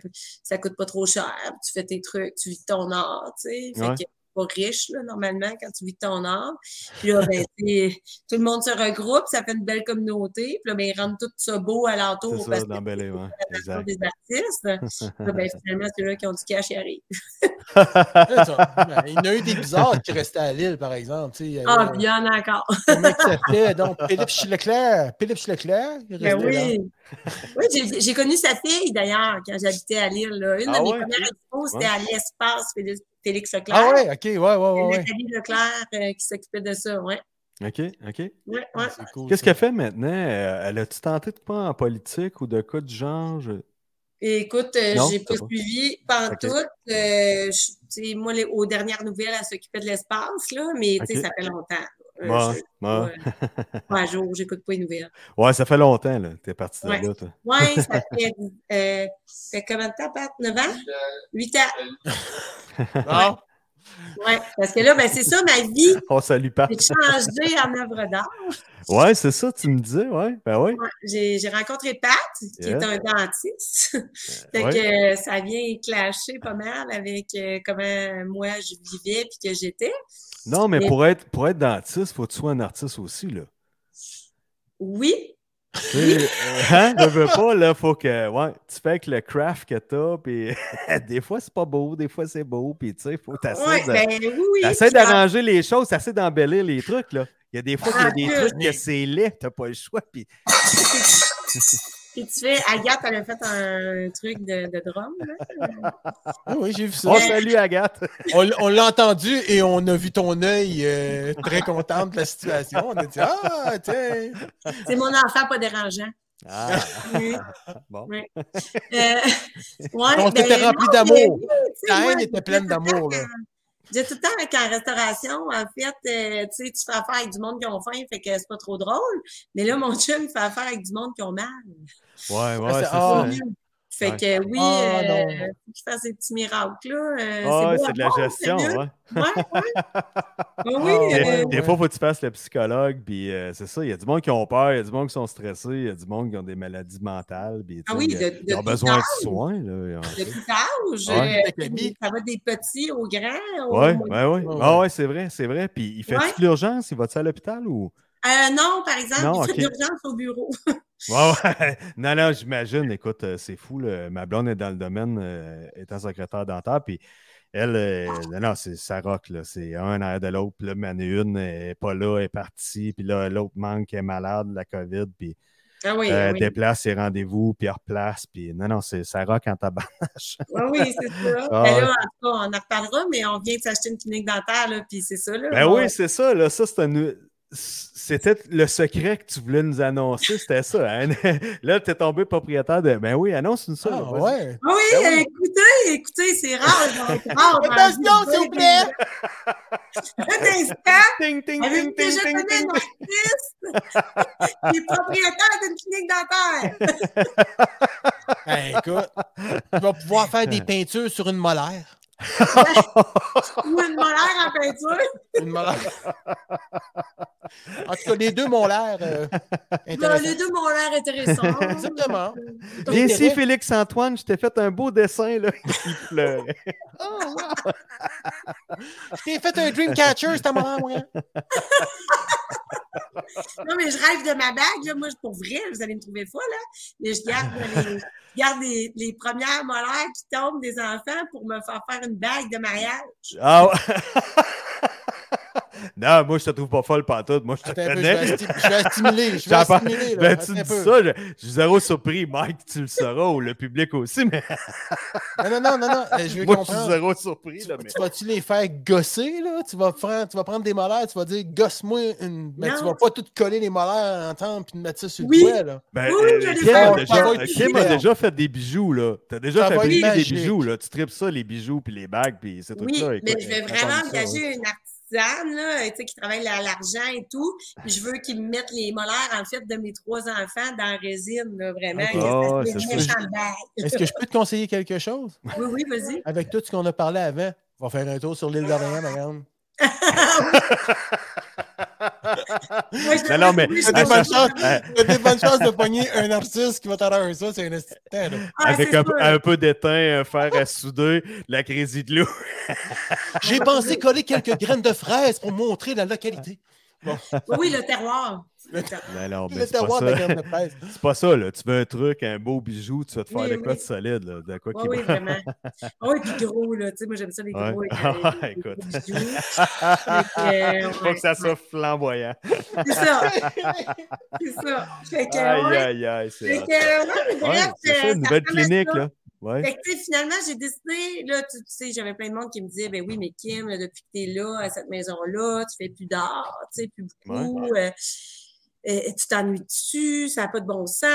[SPEAKER 6] ça coûte pas trop cher, puis tu fais tes trucs, tu vis de ton art, tu sais, fait
[SPEAKER 3] Ouais.
[SPEAKER 6] que t'es pas riche, là, normalement, quand tu vis de ton art. Puis là, ben, tu sais, tout le monde se regroupe, ça fait une belle communauté, puis là, ben, ils rendent tout ça beau
[SPEAKER 3] C'est
[SPEAKER 6] alentour
[SPEAKER 3] ça,
[SPEAKER 6] parce que
[SPEAKER 3] dans Bel Air, ouais,
[SPEAKER 6] Oh, ben c'est
[SPEAKER 3] Exact.
[SPEAKER 6] des artistes. Là, ben, finalement, ceux-là qui ont du cash, ils arrivent.
[SPEAKER 2] Là, ça- ben, Il y en a eu des bizarres qui restaient à l'île, par exemple. tu sais, euh, il y avait-
[SPEAKER 6] Ah, puis il y en a encore.
[SPEAKER 2] Comment que ça fait? Donc, Philippe Leclerc. Philippe Leclerc, il
[SPEAKER 6] Ben
[SPEAKER 2] restait là.
[SPEAKER 6] oui. Oui, j'ai- j'ai connu sa fille d'ailleurs quand j'habitais à Lille. là. Une
[SPEAKER 3] Ah
[SPEAKER 6] de mes
[SPEAKER 3] ouais,
[SPEAKER 6] premières expos, c'était
[SPEAKER 3] Ouais.
[SPEAKER 6] à l'espace Félix, Félix Leclerc.
[SPEAKER 2] Ah ouais, ok, ouais, ouais, ouais. ouais.
[SPEAKER 6] Nathalie Leclerc euh, qui s'occupait de ça, ouais.
[SPEAKER 3] OK, OK.
[SPEAKER 6] Ouais, ouais.
[SPEAKER 2] Ah, C'est cool,
[SPEAKER 3] Qu'est-ce
[SPEAKER 2] ça.
[SPEAKER 3] qu'elle fait maintenant? Euh, Elle a-tu tenté de pas en politique ou de quoi du genre?
[SPEAKER 6] Euh,
[SPEAKER 3] Je-
[SPEAKER 6] Et écoute, euh,
[SPEAKER 3] Non,
[SPEAKER 6] j'ai
[SPEAKER 3] c'est
[SPEAKER 6] pas
[SPEAKER 3] pas.
[SPEAKER 6] suivi pantoute. Euh, je- tu sais, moi, les- aux dernières nouvelles, elle s'occupait de l'espace, là, mais tu sais,
[SPEAKER 3] Ok.
[SPEAKER 6] ça fait longtemps. là. Euh,
[SPEAKER 3] Ouais,
[SPEAKER 6] je-
[SPEAKER 3] ouais.
[SPEAKER 6] ouais. Pas à jour, j'écoute pas les nouvelles.
[SPEAKER 3] Ouais, ça fait longtemps, là. T'es parti de
[SPEAKER 6] Ouais.
[SPEAKER 3] là, toi.
[SPEAKER 6] Ouais, ça fait, euh, ça fait combien de temps, Pat? 9 ans? 8 ans.
[SPEAKER 2] Ah,
[SPEAKER 6] Ouais, parce que là, ben, c'est ça, ma vie.
[SPEAKER 3] On salue pas.
[SPEAKER 6] J'ai changé en œuvre d'art.
[SPEAKER 3] Ouais, c'est ça, tu me disais, ouais. Ben ouais.
[SPEAKER 6] Ouais, J'ai j'ai rencontré Pat, qui
[SPEAKER 3] Yeah.
[SPEAKER 6] est un dentiste. fait
[SPEAKER 3] Ouais.
[SPEAKER 6] que euh, ça vient clasher pas mal avec euh, comment moi je vivais puis que j'étais.
[SPEAKER 3] Non, mais
[SPEAKER 6] Mais-
[SPEAKER 3] pour être, pour être dentiste, faut que tu sois un artiste aussi, là.
[SPEAKER 6] Oui,
[SPEAKER 3] Tu sais, euh, hein? Je veux pas, là, faut que, ouais, tu fais avec le craft que t'as, puis des fois, c'est pas beau, des fois, c'est beau, puis tu sais, faut t'asseoir.
[SPEAKER 6] ouais, ben oui, oui.
[SPEAKER 3] T'essaies
[SPEAKER 6] Puis dans-
[SPEAKER 3] d'arranger les choses, t'essaies d'embellir les trucs, là. Il y a des fois qu'il y a
[SPEAKER 6] Ah,
[SPEAKER 3] des
[SPEAKER 6] que-
[SPEAKER 3] trucs que c'est laid, t'as pas le choix. Puis...
[SPEAKER 6] Puis tu fais, Agathe, elle a fait un truc de, de drum. là.
[SPEAKER 2] ah oui, j'ai vu ça.
[SPEAKER 3] On salue Agathe!
[SPEAKER 2] On, l- on l'a entendu et on a vu ton œil euh, très content de la situation. On a dit Ah, tiens.
[SPEAKER 6] C'est mon enfant pas dérangeant.
[SPEAKER 3] Ah,
[SPEAKER 6] Oui.
[SPEAKER 3] bon.
[SPEAKER 6] Ouais. Euh, ouais,
[SPEAKER 2] On
[SPEAKER 6] ben,
[SPEAKER 2] s'était rempli
[SPEAKER 6] non,
[SPEAKER 2] d'amour.
[SPEAKER 6] mais oui, tu sais,
[SPEAKER 2] Ta
[SPEAKER 6] moi,
[SPEAKER 2] haine était pleine d'amour. là.
[SPEAKER 6] J'ai tout le temps avec en restauration, en fait, euh, tu sais, tu fais affaire avec du monde qui ont faim, fait que c'est pas trop drôle. Mais là, mon chum, il fait affaire avec du monde qui ont mal.
[SPEAKER 3] Ouais, ouais,
[SPEAKER 2] c'est-
[SPEAKER 3] c'est
[SPEAKER 2] ah,
[SPEAKER 3] ça. hein.
[SPEAKER 6] Fait
[SPEAKER 3] Ouais.
[SPEAKER 6] que oui,
[SPEAKER 2] Ah,
[SPEAKER 6] euh,
[SPEAKER 2] non.
[SPEAKER 6] faut qu'il fasse des petits miracles, là. Euh,
[SPEAKER 3] Ah,
[SPEAKER 6] beau
[SPEAKER 3] c'est
[SPEAKER 6] à
[SPEAKER 3] de la
[SPEAKER 6] voir,
[SPEAKER 3] gestion,
[SPEAKER 6] c'est mieux.
[SPEAKER 3] ouais.
[SPEAKER 6] Ouais, ouais. Ben
[SPEAKER 2] Ah,
[SPEAKER 6] oui, euh,
[SPEAKER 3] Des,
[SPEAKER 2] ouais.
[SPEAKER 3] des fois, il faut que tu fasses le psychologue, puis euh, c'est ça, il y a du monde qui ont peur, il y a du monde qui sont stressés, il y a du monde qui ont des maladies mentales, puis tu
[SPEAKER 6] Ah
[SPEAKER 3] sais,
[SPEAKER 6] oui,
[SPEAKER 3] ils-
[SPEAKER 6] de- de
[SPEAKER 3] ils ont
[SPEAKER 6] tout
[SPEAKER 3] besoin de
[SPEAKER 6] âge.
[SPEAKER 3] soins. Là, ils ont-
[SPEAKER 6] de tout âge,
[SPEAKER 3] Ouais.
[SPEAKER 6] euh, ça va des petits aux grands. aux-
[SPEAKER 3] Ouais, ouais, ouais.
[SPEAKER 2] Ouais,
[SPEAKER 3] Ah
[SPEAKER 2] ouais.
[SPEAKER 3] ouais, c'est vrai, c'est vrai. Puis il fait
[SPEAKER 6] Ouais.
[SPEAKER 3] de l'urgence, il va-tu à l'hôpital ou.
[SPEAKER 6] Euh, non, par exemple,
[SPEAKER 3] Non,
[SPEAKER 6] il fait
[SPEAKER 3] ok.
[SPEAKER 6] de l'urgence au bureau.
[SPEAKER 3] Ouais, ouais. Non, non, j'imagine. Écoute, euh, c'est fou. là. Ma blonde est dans le domaine, euh, étant secrétaire dentaire. Puis elle, euh, non, non, c'est, ça rock. Là. C'est un arrière de l'autre. Puis là, man, une elle est pas là, elle est partie. Puis là, l'autre manque, elle est malade, la COVID. Puis
[SPEAKER 6] Ah oui,
[SPEAKER 3] euh,
[SPEAKER 6] oui.
[SPEAKER 3] déplace ses rendez-vous, puis elle replace. Puis non, non, c'est, ça rock en tabac.
[SPEAKER 6] Ah oui, c'est ça.
[SPEAKER 3] Ah
[SPEAKER 6] ben
[SPEAKER 3] ouais.
[SPEAKER 6] là, en tout cas, on en reparlera, mais on vient de s'acheter une clinique dentaire, là, puis c'est ça, là.
[SPEAKER 3] Ben
[SPEAKER 6] On-
[SPEAKER 3] oui, c'est ça. Là, ça, c'est un- C'était le secret que tu voulais nous annoncer, c'était ça. hein. Là, tu es tombé propriétaire de. Ben oui, annonce-nous ça. là,
[SPEAKER 2] Ah,
[SPEAKER 3] vas-y.
[SPEAKER 2] ouais.
[SPEAKER 6] Ah oui,
[SPEAKER 3] Ben oui.
[SPEAKER 6] écoutez, écoutez, c'est rare, genre, hein, c'est rare. dans la vie.
[SPEAKER 2] Attention, s'il vous plaît.
[SPEAKER 6] Un instant,
[SPEAKER 3] Ting, ting,
[SPEAKER 6] avez-vous
[SPEAKER 3] ting, ting,
[SPEAKER 6] déjà
[SPEAKER 3] ting,
[SPEAKER 6] connu
[SPEAKER 3] ting.
[SPEAKER 6] un artiste qui est propriétaire d'une clinique dentaire?
[SPEAKER 2] Ben, écoute, tu vas pouvoir faire des peintures sur une molaire.
[SPEAKER 6] Ou une molaire en peinture.
[SPEAKER 2] Une molaire. en tout cas, les deux m'ont l'air euh,
[SPEAKER 6] Non,
[SPEAKER 2] intéressants.
[SPEAKER 6] les deux m'ont l'air intéressants.
[SPEAKER 2] Exactement.
[SPEAKER 3] Viens ici,
[SPEAKER 2] Intérêt.
[SPEAKER 3] Félix-Antoine, je t'ai fait un beau dessin, là. Il pleurait.
[SPEAKER 2] Je t'ai fait un Dreamcatcher, c'est à moi, hein. ouais.
[SPEAKER 6] Non, mais je rêve de ma bague. Là. Moi, je- pour vrai, vous allez me trouver folle. Là. Mais je garde, les, je garde les, les premières molaires qui tombent des enfants pour me faire faire une bague de mariage.
[SPEAKER 3] Ah ouais. Non, moi, je te trouve pas folle, pantoute. Moi, je te
[SPEAKER 2] Attends un peu, je vais,
[SPEAKER 3] connais.
[SPEAKER 2] asti- je vais assimiler. Je vais
[SPEAKER 3] J'en parle-
[SPEAKER 2] assimiler. là.
[SPEAKER 3] Ben,
[SPEAKER 2] Attends
[SPEAKER 3] tu
[SPEAKER 2] un
[SPEAKER 3] dis
[SPEAKER 2] peu.
[SPEAKER 3] ça, je, je suis zéro surpris. Mike, tu le sauras, ou le public aussi, mais
[SPEAKER 2] Non, non, non, non, non. euh, Je veux
[SPEAKER 3] moi, je suis
[SPEAKER 2] comprendre.
[SPEAKER 3] zéro surpris. Là, mais...
[SPEAKER 2] Tu vas-tu les faire gosser, là? Tu vas, prendre, tu vas prendre des molaires, tu vas dire gosse-moi une. Mais
[SPEAKER 6] Non.
[SPEAKER 2] tu vas pas tout coller les molaires ensemble puis te mettre ça sur le
[SPEAKER 6] Oui.
[SPEAKER 2] doigt, là.
[SPEAKER 3] Ben,
[SPEAKER 6] Oui,
[SPEAKER 3] euh,
[SPEAKER 6] je l'ai
[SPEAKER 3] Kim,
[SPEAKER 2] fait.
[SPEAKER 3] a
[SPEAKER 2] Ça
[SPEAKER 3] déjà,
[SPEAKER 2] va être
[SPEAKER 3] Kim a
[SPEAKER 2] super.
[SPEAKER 3] déjà fait des bijoux, là. T'as déjà
[SPEAKER 2] Ça va être
[SPEAKER 3] fabriqué des
[SPEAKER 2] magique.
[SPEAKER 3] bijoux, là. Tu tripes ça, les bijoux, puis les bagues, puis ces
[SPEAKER 6] Oui,
[SPEAKER 3] trucs-là.
[SPEAKER 6] mais
[SPEAKER 3] écoute,
[SPEAKER 6] je vais
[SPEAKER 3] euh,
[SPEAKER 6] vraiment
[SPEAKER 3] attends ça, ouais.
[SPEAKER 6] engager une artisane là, euh, tu sais, qui travaille la- l'argent et tout. Puis Je veux qu'ils me mettent les molaires en fait de mes trois enfants dans la résine, là, vraiment.
[SPEAKER 2] Ok.
[SPEAKER 6] que ça
[SPEAKER 3] Ah,
[SPEAKER 6] se
[SPEAKER 3] c'est
[SPEAKER 6] mette
[SPEAKER 2] ça.
[SPEAKER 6] en bague.
[SPEAKER 2] Est-ce que je peux te conseiller quelque chose?
[SPEAKER 6] Oui, oui, vas-y.
[SPEAKER 2] Avec tout ce qu'on a parlé avant, on va faire un tour sur l'île d'Orléans, ma grande.
[SPEAKER 6] Ah Moi, je-
[SPEAKER 3] Non, non, mais
[SPEAKER 6] oui, je-
[SPEAKER 2] T'as des bonnes
[SPEAKER 6] je-
[SPEAKER 2] chances- t'as des bonnes chances de pogner un artiste qui va t'arranger ça, c'est un assistant, là.
[SPEAKER 6] Ah,
[SPEAKER 3] Avec
[SPEAKER 6] c'est
[SPEAKER 3] un,
[SPEAKER 6] sûr.
[SPEAKER 3] un peu d'étain, euh, fer à souder, la crésie de l'eau.
[SPEAKER 2] J'ai pensé coller quelques graines de fraises pour montrer la localité.
[SPEAKER 6] Oui, oui, le terroir.
[SPEAKER 3] Non, Ben non, mais
[SPEAKER 2] le
[SPEAKER 3] Ah, c'est
[SPEAKER 2] terroir de
[SPEAKER 3] pas,
[SPEAKER 2] la
[SPEAKER 3] ça.
[SPEAKER 2] graine de fraise.
[SPEAKER 3] C'est pas ça, là. Tu veux un truc, un beau bijou, tu vas te faire
[SPEAKER 6] Oui,
[SPEAKER 3] de quoi
[SPEAKER 6] oui.
[SPEAKER 3] de solide, là. De quoi
[SPEAKER 6] Oui,
[SPEAKER 3] qui
[SPEAKER 6] oui,
[SPEAKER 3] va-
[SPEAKER 6] vraiment. Ah oui, puis gros, là. Tu sais, moi, j'aime ça, les
[SPEAKER 3] Ouais.
[SPEAKER 6] gros.
[SPEAKER 3] Ah, ouais, écoute. Faut que ça soit flamboyant.
[SPEAKER 6] euh, C'est ça. C'est ça. Fait que,
[SPEAKER 3] Aïe,
[SPEAKER 6] ouais.
[SPEAKER 3] aïe, aïe. C'est
[SPEAKER 6] Fait que, ouais, mais
[SPEAKER 3] Ouais,
[SPEAKER 6] bref,
[SPEAKER 3] c'est ça,
[SPEAKER 6] euh,
[SPEAKER 3] une nouvelle
[SPEAKER 6] ressemble à
[SPEAKER 3] clinique,
[SPEAKER 6] ça.
[SPEAKER 3] là. Ouais.
[SPEAKER 6] Fait que, tu sais, finalement, j'ai décidé, là, tu, tu sais, j'avais plein de monde qui me disait, ben oui, mais Kim, depuis que t'es là, à cette maison-là, tu fais plus d'art, tu sais, plus beaucoup. euh, euh, tu t'ennuies-tu? Ça n'a pas de bon sens.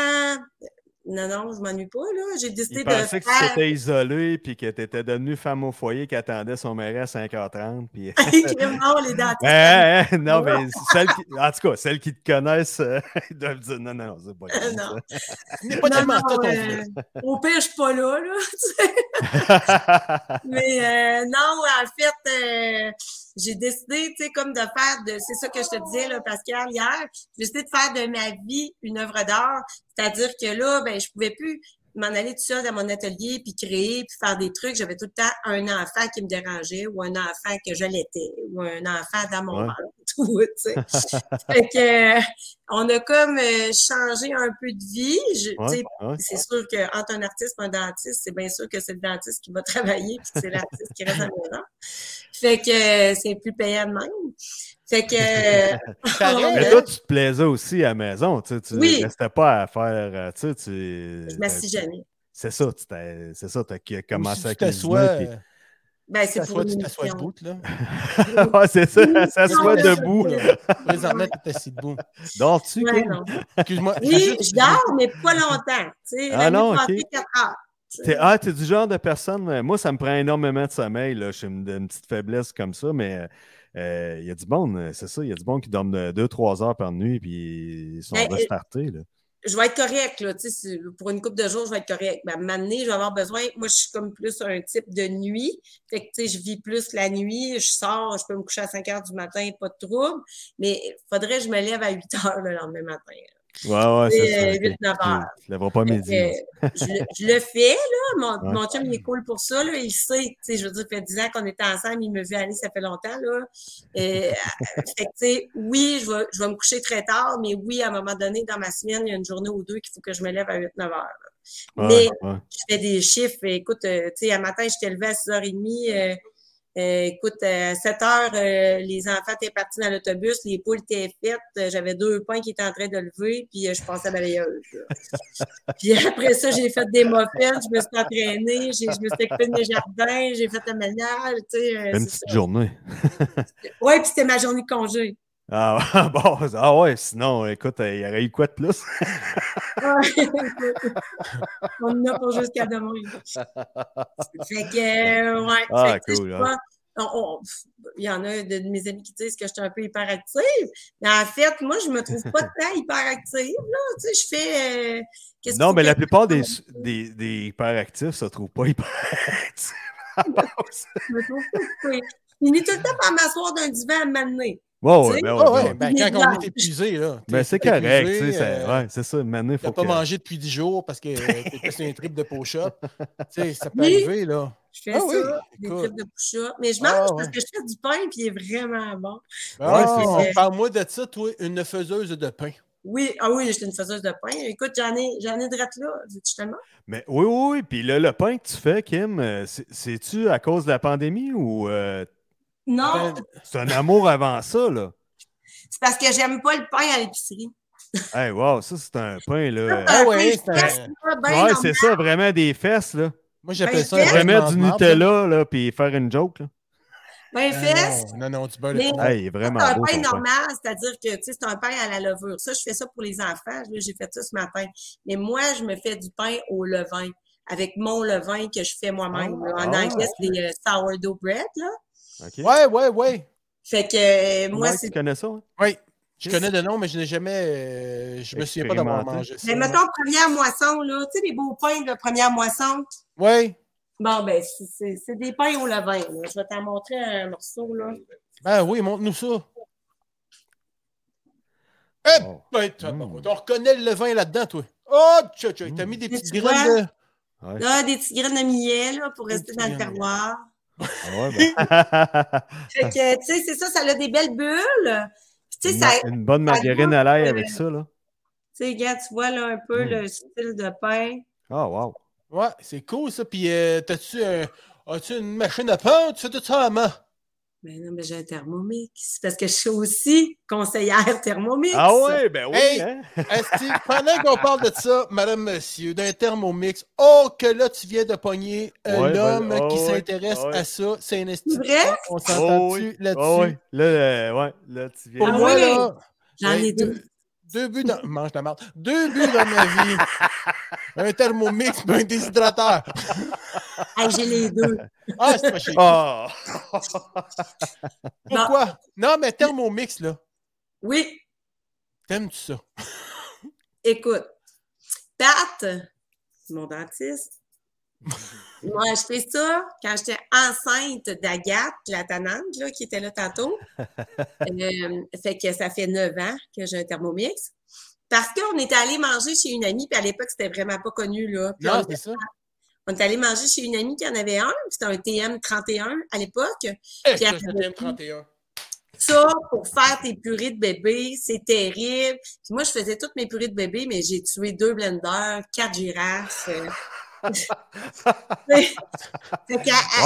[SPEAKER 6] Non, non, je m'ennuie pas, là. J'ai décidé
[SPEAKER 3] Il
[SPEAKER 6] de
[SPEAKER 3] pensait que tu
[SPEAKER 6] faire-
[SPEAKER 3] t'étais isolé puis que tu étais devenue femme au foyer qui attendait son mari à 5h30. Puis...
[SPEAKER 6] Kim, non, les dentistes.
[SPEAKER 3] Hein, hein, non, mais celles qui... en tout cas, celles qui te connaissent, euh, ils doivent dire non, non, non, c'est pas
[SPEAKER 6] Euh,
[SPEAKER 3] comme
[SPEAKER 6] non.
[SPEAKER 2] Ce n'est pas
[SPEAKER 6] Non,
[SPEAKER 2] tellement
[SPEAKER 6] non,
[SPEAKER 2] ça ton
[SPEAKER 6] euh,
[SPEAKER 2] frère.
[SPEAKER 6] Au pire, je suis pas là, là.
[SPEAKER 3] ça.
[SPEAKER 6] Mais euh, non, en fait, euh, j'ai décidé, tu sais, comme de faire de. C'est ça que je te disais, là, Pascal, hier. J'ai décidé de faire de ma vie une œuvre d'art. C'est-à-dire que là, ben, je pouvais plus m'en aller tout seul dans mon atelier, puis créer, puis faire des trucs. J'avais tout le temps un enfant qui me dérangeait, ou un enfant que je l'était, ou un enfant dans mon
[SPEAKER 3] Ouais.
[SPEAKER 6] ventre, ou, tu sais. fait que, euh, on a comme euh, changé un peu de vie. Je, tu sais,
[SPEAKER 3] Ouais, ouais.
[SPEAKER 6] c'est sûr qu'entre un artiste et un dentiste, c'est bien sûr que c'est le dentiste qui va travailler puis que c'est l'artiste qui reste à la maison. Fait que euh, c'est plus payant de même. Fait que. euh,
[SPEAKER 2] Pareil,
[SPEAKER 3] Mais
[SPEAKER 2] hein?
[SPEAKER 3] toi, tu te plaisais aussi à la maison. Tu, sais, tu
[SPEAKER 6] Oui.
[SPEAKER 3] restais pas à faire. euh, Tu sais, tu...
[SPEAKER 6] je m'assigeonnais.
[SPEAKER 3] C'est ça, tu t'es- c'est ça, tu as commencé
[SPEAKER 2] Ou si
[SPEAKER 3] à
[SPEAKER 2] tu t'assois,
[SPEAKER 3] cuisiner.
[SPEAKER 6] Ben,
[SPEAKER 2] tu
[SPEAKER 6] c'est pour
[SPEAKER 2] t'assois, tu
[SPEAKER 6] une
[SPEAKER 2] t'assois
[SPEAKER 6] émission.
[SPEAKER 2] debout, là.
[SPEAKER 3] puis-
[SPEAKER 6] euh,
[SPEAKER 3] ouais, c'est ça, ça se voit
[SPEAKER 6] Non,
[SPEAKER 3] debout.
[SPEAKER 2] là. Présentement, tu es assis debout.
[SPEAKER 3] Dors-tu?
[SPEAKER 6] Ouais,
[SPEAKER 3] Kim?
[SPEAKER 6] non.
[SPEAKER 2] Excuse-moi.
[SPEAKER 6] Oui,
[SPEAKER 2] juste-
[SPEAKER 6] je dors, mais pas longtemps. Tu sais,
[SPEAKER 3] Ah
[SPEAKER 6] la nuit
[SPEAKER 3] non,
[SPEAKER 6] passée,
[SPEAKER 3] ok.
[SPEAKER 6] quatre heures. tu sais.
[SPEAKER 3] T'es, ah, t'es du genre de personne. euh, Moi, ça me prend énormément de sommeil. Là. J'ai une, une petite faiblesse comme ça, mais il y a du monde, euh, c'est ça. Il y a du monde qui dorment 2-3 heures par nuit puis ils sont
[SPEAKER 6] Ben, euh,
[SPEAKER 3] restartés. Là.
[SPEAKER 6] je vais être correct, là, tu sais, c'est- pour une couple de jours, je vais être correct. Ben, m'amener, je vais avoir besoin. Moi, je suis comme plus un type de nuit. Fait que, tu sais, je vis plus la nuit, je sors, je peux me coucher à 5 heures du matin, pas de trouble. Mais faudrait que je me lève à 8 heures le lendemain matin.
[SPEAKER 3] Ouais, ouais,
[SPEAKER 6] euh,
[SPEAKER 3] c'est
[SPEAKER 6] huit,
[SPEAKER 3] ça.
[SPEAKER 6] neuf
[SPEAKER 3] ok.
[SPEAKER 6] heures.
[SPEAKER 3] Tu, tu lèveras pas midi. hein.
[SPEAKER 6] Euh, je, le- je le fais, là. Mon,
[SPEAKER 3] Ouais.
[SPEAKER 6] mon chum, il est cool pour ça, là. Il sait, tu sais, je veux dire, ça fait 10 ans qu'on était ensemble, il me vu aller, ça fait longtemps, là. Euh, fait que, tu sais, oui, je vais, je vais me coucher très tard, mais oui, à un moment donné, dans ma semaine, il y a une journée ou deux qu'il faut que je me lève à 8-9 heures. là.
[SPEAKER 3] Ouais,
[SPEAKER 6] Mais euh,
[SPEAKER 3] ouais.
[SPEAKER 6] je fais des chiffres. Écoute, euh, tu sais, un matin, je t'ai levé à 6h30. euh, euh, écoute, à 7 heures, euh, les enfants étaient partis dans l'autobus, les poules étaient faites, euh, j'avais deux pains qui étaient en train de lever, puis euh, je passais à balayeuse. là. puis après ça, j'ai fait des muffins, je me suis entraînée, j'ai- je me suis occupée de mes jardins, j'ai fait la manière, tu sais. euh,
[SPEAKER 3] Une
[SPEAKER 6] c'est
[SPEAKER 3] petite
[SPEAKER 6] ça.
[SPEAKER 3] journée.
[SPEAKER 6] Ouais, puis c'était ma journée de congé.
[SPEAKER 3] Ah, ouais, bon, ah ouais, sinon, écoute, euh, il y aurait eu quoi de plus?
[SPEAKER 6] Ouais. On en a pour jusqu'à demain. Fait que, euh, ouais.
[SPEAKER 3] Ah,
[SPEAKER 6] Fait que, tu sais,
[SPEAKER 3] cool,
[SPEAKER 6] je
[SPEAKER 3] hein.
[SPEAKER 6] sais pas, on- on- pff, Il y en a de, de mes amis qui disent que je suis un peu hyperactive, mais en fait, moi, je me trouve pas tant hyperactive, là. Tu sais, je fais. euh, qu'est-ce
[SPEAKER 3] Non,
[SPEAKER 6] que-
[SPEAKER 3] mais la plupart des, des, des hyperactifs se trouvent pas hyperactifs.
[SPEAKER 6] Je me trouve coupée. Je finis tout le temps par m'asseoir d'un divan à m'amener.
[SPEAKER 3] Wow, ouais,
[SPEAKER 6] Tu sais?
[SPEAKER 3] ben ouais,
[SPEAKER 2] Ah
[SPEAKER 3] ben
[SPEAKER 2] ouais,
[SPEAKER 3] ouais.
[SPEAKER 2] ben, quand on est épuisé, là.
[SPEAKER 3] Ben, c'est
[SPEAKER 2] t'es
[SPEAKER 3] correct, tu
[SPEAKER 2] épuisé,
[SPEAKER 3] sais, c'est
[SPEAKER 2] euh,
[SPEAKER 3] ouais, c'est ça, maintenant,
[SPEAKER 2] T'as
[SPEAKER 3] faut
[SPEAKER 2] pas
[SPEAKER 3] que...
[SPEAKER 2] mangé depuis 10 jours parce que euh, t'étais sur un trip de pochop. Tu sais, ça peut
[SPEAKER 6] Oui.
[SPEAKER 2] arriver, là.
[SPEAKER 6] Je fais
[SPEAKER 2] Ah
[SPEAKER 6] ça,
[SPEAKER 2] oui,
[SPEAKER 6] des
[SPEAKER 2] écoute.
[SPEAKER 6] tripes de push-up. Mais je mange
[SPEAKER 2] Ah,
[SPEAKER 6] parce
[SPEAKER 2] ouais.
[SPEAKER 6] que je fais du pain puis il est vraiment bon.
[SPEAKER 2] Ah,
[SPEAKER 6] c'est ça.
[SPEAKER 2] Parle-moi de ça, toi, une faiseuse de pain.
[SPEAKER 6] Oui, ah oui, j'étais une faiseuse de pain. Écoute, j'en ai, j'en ai de là. Veux-tu tellement?
[SPEAKER 3] Mais oui, oui, oui. Puis là, le pain que tu fais, Kim, euh, c'est- c'est-tu à cause de la pandémie ou euh,
[SPEAKER 6] Non,
[SPEAKER 2] Ben,
[SPEAKER 3] c'est un amour avant ça, là?
[SPEAKER 6] c'est parce que j'aime pas le pain à l'épicerie.
[SPEAKER 3] Hey, wow, ça, c'est un pain, là.
[SPEAKER 2] Ah
[SPEAKER 3] euh,
[SPEAKER 6] Un
[SPEAKER 2] ouais,
[SPEAKER 6] pain
[SPEAKER 2] c'est un-
[SPEAKER 6] frais, c'est pas bien
[SPEAKER 3] ouais,
[SPEAKER 6] normal.
[SPEAKER 3] c'est ça, vraiment des fesses, là.
[SPEAKER 2] Moi, j'appelle
[SPEAKER 6] Ben,
[SPEAKER 2] ça
[SPEAKER 6] je
[SPEAKER 2] un
[SPEAKER 6] fais-
[SPEAKER 3] Vraiment du
[SPEAKER 2] mangeable.
[SPEAKER 3] Nutella, là, puis faire une joke, là.
[SPEAKER 6] Ben,
[SPEAKER 2] Ah,
[SPEAKER 6] fesses,
[SPEAKER 2] Non, non, non, du beurre. de
[SPEAKER 6] Mais-
[SPEAKER 2] pinot.
[SPEAKER 3] Hey, il est
[SPEAKER 6] c'est
[SPEAKER 3] vraiment
[SPEAKER 6] un
[SPEAKER 3] beau,
[SPEAKER 6] pain
[SPEAKER 3] ton pain.
[SPEAKER 6] normal, c'est-à-dire que tu sais, c'est un pain à la levure. Ça, je fais ça pour les enfants. Là, j'ai fait ça ce matin. Mais moi, je me fais du pain au levain, avec mon levain que je fais moi-même. là. en
[SPEAKER 3] ah,
[SPEAKER 6] anglais, c'est des euh, sourdough bread. Là.
[SPEAKER 3] Ok.
[SPEAKER 2] Ouais, ouais, ouais.
[SPEAKER 6] Fait que euh, moi,
[SPEAKER 3] Ouais,
[SPEAKER 6] c'est
[SPEAKER 3] tu connais ça, hein?
[SPEAKER 2] Oui. Je connais le nom, mais je n'ai jamais. euh, je me souviens pas d'avoir
[SPEAKER 3] Expérimenté.
[SPEAKER 2] mangé ça.
[SPEAKER 6] Mais ben, mettons, première moisson, là, tu sais, les beaux pains de première moisson.
[SPEAKER 2] Oui.
[SPEAKER 6] Bon, ben, c'est- c'est c'est des pains au levain. là. Je vais t'en montrer un morceau, là.
[SPEAKER 2] Ben oui, montre-nous ça. Eh
[SPEAKER 3] Oh.
[SPEAKER 2] ben, t'as-
[SPEAKER 3] Mm.
[SPEAKER 2] on reconnaît le levain là-dedans, toi. Oh, tcha, tcha, t'as
[SPEAKER 3] Mm.
[SPEAKER 2] mis des
[SPEAKER 6] Mais
[SPEAKER 2] petites
[SPEAKER 6] tu
[SPEAKER 2] graines de.
[SPEAKER 3] Ouais.
[SPEAKER 6] Là, Ah, des petites graines de millet, là, pour rester
[SPEAKER 2] petites
[SPEAKER 6] dans le
[SPEAKER 2] graines de
[SPEAKER 6] terroir.
[SPEAKER 3] Ah ouais, ben.
[SPEAKER 6] Fait que, tu sais, c'est ça, ça a des belles bulles. Puis, tu sais, ça, tu
[SPEAKER 3] Une- Une bonne
[SPEAKER 6] ça
[SPEAKER 3] margarine à l'ail avec ça, là.
[SPEAKER 6] sais, regarde, tu vois, là, un peu
[SPEAKER 3] Mm.
[SPEAKER 6] le style de pain.
[SPEAKER 3] Ah, wow.
[SPEAKER 6] euh,
[SPEAKER 2] Ouais, c'est cool ça. Puis, euh, t'as-tu un- as-tu une machine à pain? Tu fais tout ça à main.
[SPEAKER 6] Mais Ben non, mais j'ai un thermomix. C'est parce que je suis aussi conseillère thermomix.
[SPEAKER 3] Ah ouais, ben oui,
[SPEAKER 2] Hey!
[SPEAKER 3] hein?
[SPEAKER 2] Esti, pendant qu'on parle de ça, madame, monsieur, d'un thermomix, oh que là tu viens de pogner euh,
[SPEAKER 3] Ouais,
[SPEAKER 2] l'homme
[SPEAKER 3] ben, oh,
[SPEAKER 2] qui
[SPEAKER 3] ouais,
[SPEAKER 2] s'intéresse
[SPEAKER 3] ouais. Oh,
[SPEAKER 2] à ça, c'est un esti.
[SPEAKER 6] C'est vrai?
[SPEAKER 2] On s'entend-tu
[SPEAKER 3] oui.
[SPEAKER 2] là-dessus?
[SPEAKER 3] Ah ouais. Là, euh, ouais, là, tu viens.
[SPEAKER 2] Pour
[SPEAKER 6] Ah
[SPEAKER 2] moi,
[SPEAKER 6] oui.
[SPEAKER 2] là,
[SPEAKER 6] J'en
[SPEAKER 2] hey,
[SPEAKER 6] ai deux.
[SPEAKER 2] Deux buts dans... Mange la marde. Deux buts dans ma vie. un thermomix puis un déshydrateur.
[SPEAKER 6] Ah, j'ai les deux.
[SPEAKER 2] Ah, c'est pas chier.
[SPEAKER 3] Ah!
[SPEAKER 2] Pourquoi? Non, mais thermomix, là,
[SPEAKER 6] Oui,
[SPEAKER 2] t'aimes-tu ça?
[SPEAKER 6] Écoute, Pat, mon dentiste, il m'a acheté ça quand j'étais enceinte d'Agathe, la tanante, là, qui était là tantôt. Euh, fait que ça fait neuf ans que j'ai un Thermomix. Parce qu'on était allé manger chez une amie, puis à l'époque, c'était vraiment pas connu, là. Puis
[SPEAKER 2] Non,
[SPEAKER 6] on-
[SPEAKER 2] c'est ça.
[SPEAKER 6] on est allé manger chez une amie qui en avait un, puis c'était un TM31 à l'époque.
[SPEAKER 2] Hey,
[SPEAKER 6] Pierre-
[SPEAKER 2] Eh, ça, je t'aime 31.
[SPEAKER 6] Ça, pour faire tes purées de bébé, c'est terrible. Puis moi, je faisais toutes mes purées de bébé, mais j'ai tué deux blenders, quatre girafes. euh. Fait que,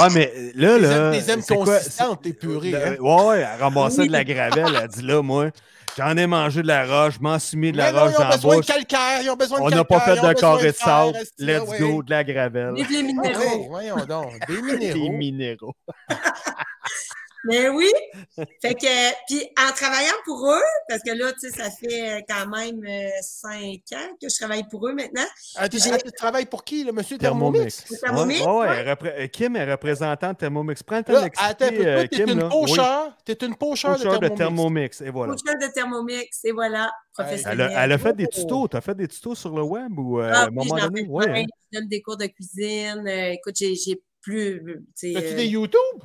[SPEAKER 3] Ouais, mais là,
[SPEAKER 2] Tes
[SPEAKER 3] là.
[SPEAKER 2] aimes- tes aimes
[SPEAKER 3] c'est quoi?
[SPEAKER 2] consistantes, tes purées, hein?
[SPEAKER 3] Euh, Ouais, ouais, elle ramassait de la gravelle. Elle a dit là, moi, j'en ai mangé de la roche, je m'en suis mis de
[SPEAKER 2] Mais
[SPEAKER 3] la
[SPEAKER 2] non,
[SPEAKER 3] roche
[SPEAKER 2] ils ont
[SPEAKER 3] dans la
[SPEAKER 2] besoin
[SPEAKER 3] bouche.
[SPEAKER 2] de calcaire, ils ont besoin de
[SPEAKER 3] On n'a
[SPEAKER 2] calcaire,
[SPEAKER 3] pas fait
[SPEAKER 2] ils ont
[SPEAKER 3] de
[SPEAKER 2] besoin
[SPEAKER 3] carré de
[SPEAKER 2] fer,
[SPEAKER 3] sable.
[SPEAKER 2] esti,
[SPEAKER 3] Let's
[SPEAKER 2] ouais.
[SPEAKER 3] go, de la gravelle.
[SPEAKER 6] vive les
[SPEAKER 2] Ah,
[SPEAKER 6] minéraux.
[SPEAKER 2] ouais, voyons donc, des
[SPEAKER 3] Des
[SPEAKER 2] minéraux.
[SPEAKER 3] minéraux.
[SPEAKER 6] Mais Ben oui. Fait que, puis en travaillant pour eux, parce que là, tu sais, ça fait quand même euh, cinq ans que je travaille pour eux maintenant.
[SPEAKER 2] Attends,
[SPEAKER 6] J'ai-
[SPEAKER 2] attends, Ah, tu travailles pour qui, le monsieur Thermomix?
[SPEAKER 3] Thermomix.
[SPEAKER 6] Le Thermomix,
[SPEAKER 3] Ouais, ouais,
[SPEAKER 6] ouais.
[SPEAKER 3] elle repré- euh, Kim est représentante Thermomix. Prends le temps
[SPEAKER 2] Là, attends, un peu,
[SPEAKER 3] d'expliquer, euh,
[SPEAKER 2] toi, t'es
[SPEAKER 3] Kim.
[SPEAKER 2] une
[SPEAKER 3] là. Oui,
[SPEAKER 2] pocheur, t'es une pocheur de
[SPEAKER 3] coacheur de
[SPEAKER 2] Thermomix.
[SPEAKER 3] Thermomix. Et voilà.
[SPEAKER 6] Coach de Thermomix, et voilà,
[SPEAKER 3] Elle
[SPEAKER 6] professionnel.
[SPEAKER 3] a, elle a fait des
[SPEAKER 2] Oh.
[SPEAKER 3] tutos. Tu as fait des tutos sur le web ou euh,
[SPEAKER 6] Ah,
[SPEAKER 3] à un
[SPEAKER 6] oui,
[SPEAKER 3] moment
[SPEAKER 6] je leur
[SPEAKER 3] donné?
[SPEAKER 6] fais
[SPEAKER 3] Ouais,
[SPEAKER 6] plein.
[SPEAKER 3] hein.
[SPEAKER 6] Je donne des cours de cuisine. Euh, écoute, j'ai, j'ai plus. euh, tu sais,
[SPEAKER 2] T'as-tu
[SPEAKER 6] euh,
[SPEAKER 2] des YouTube?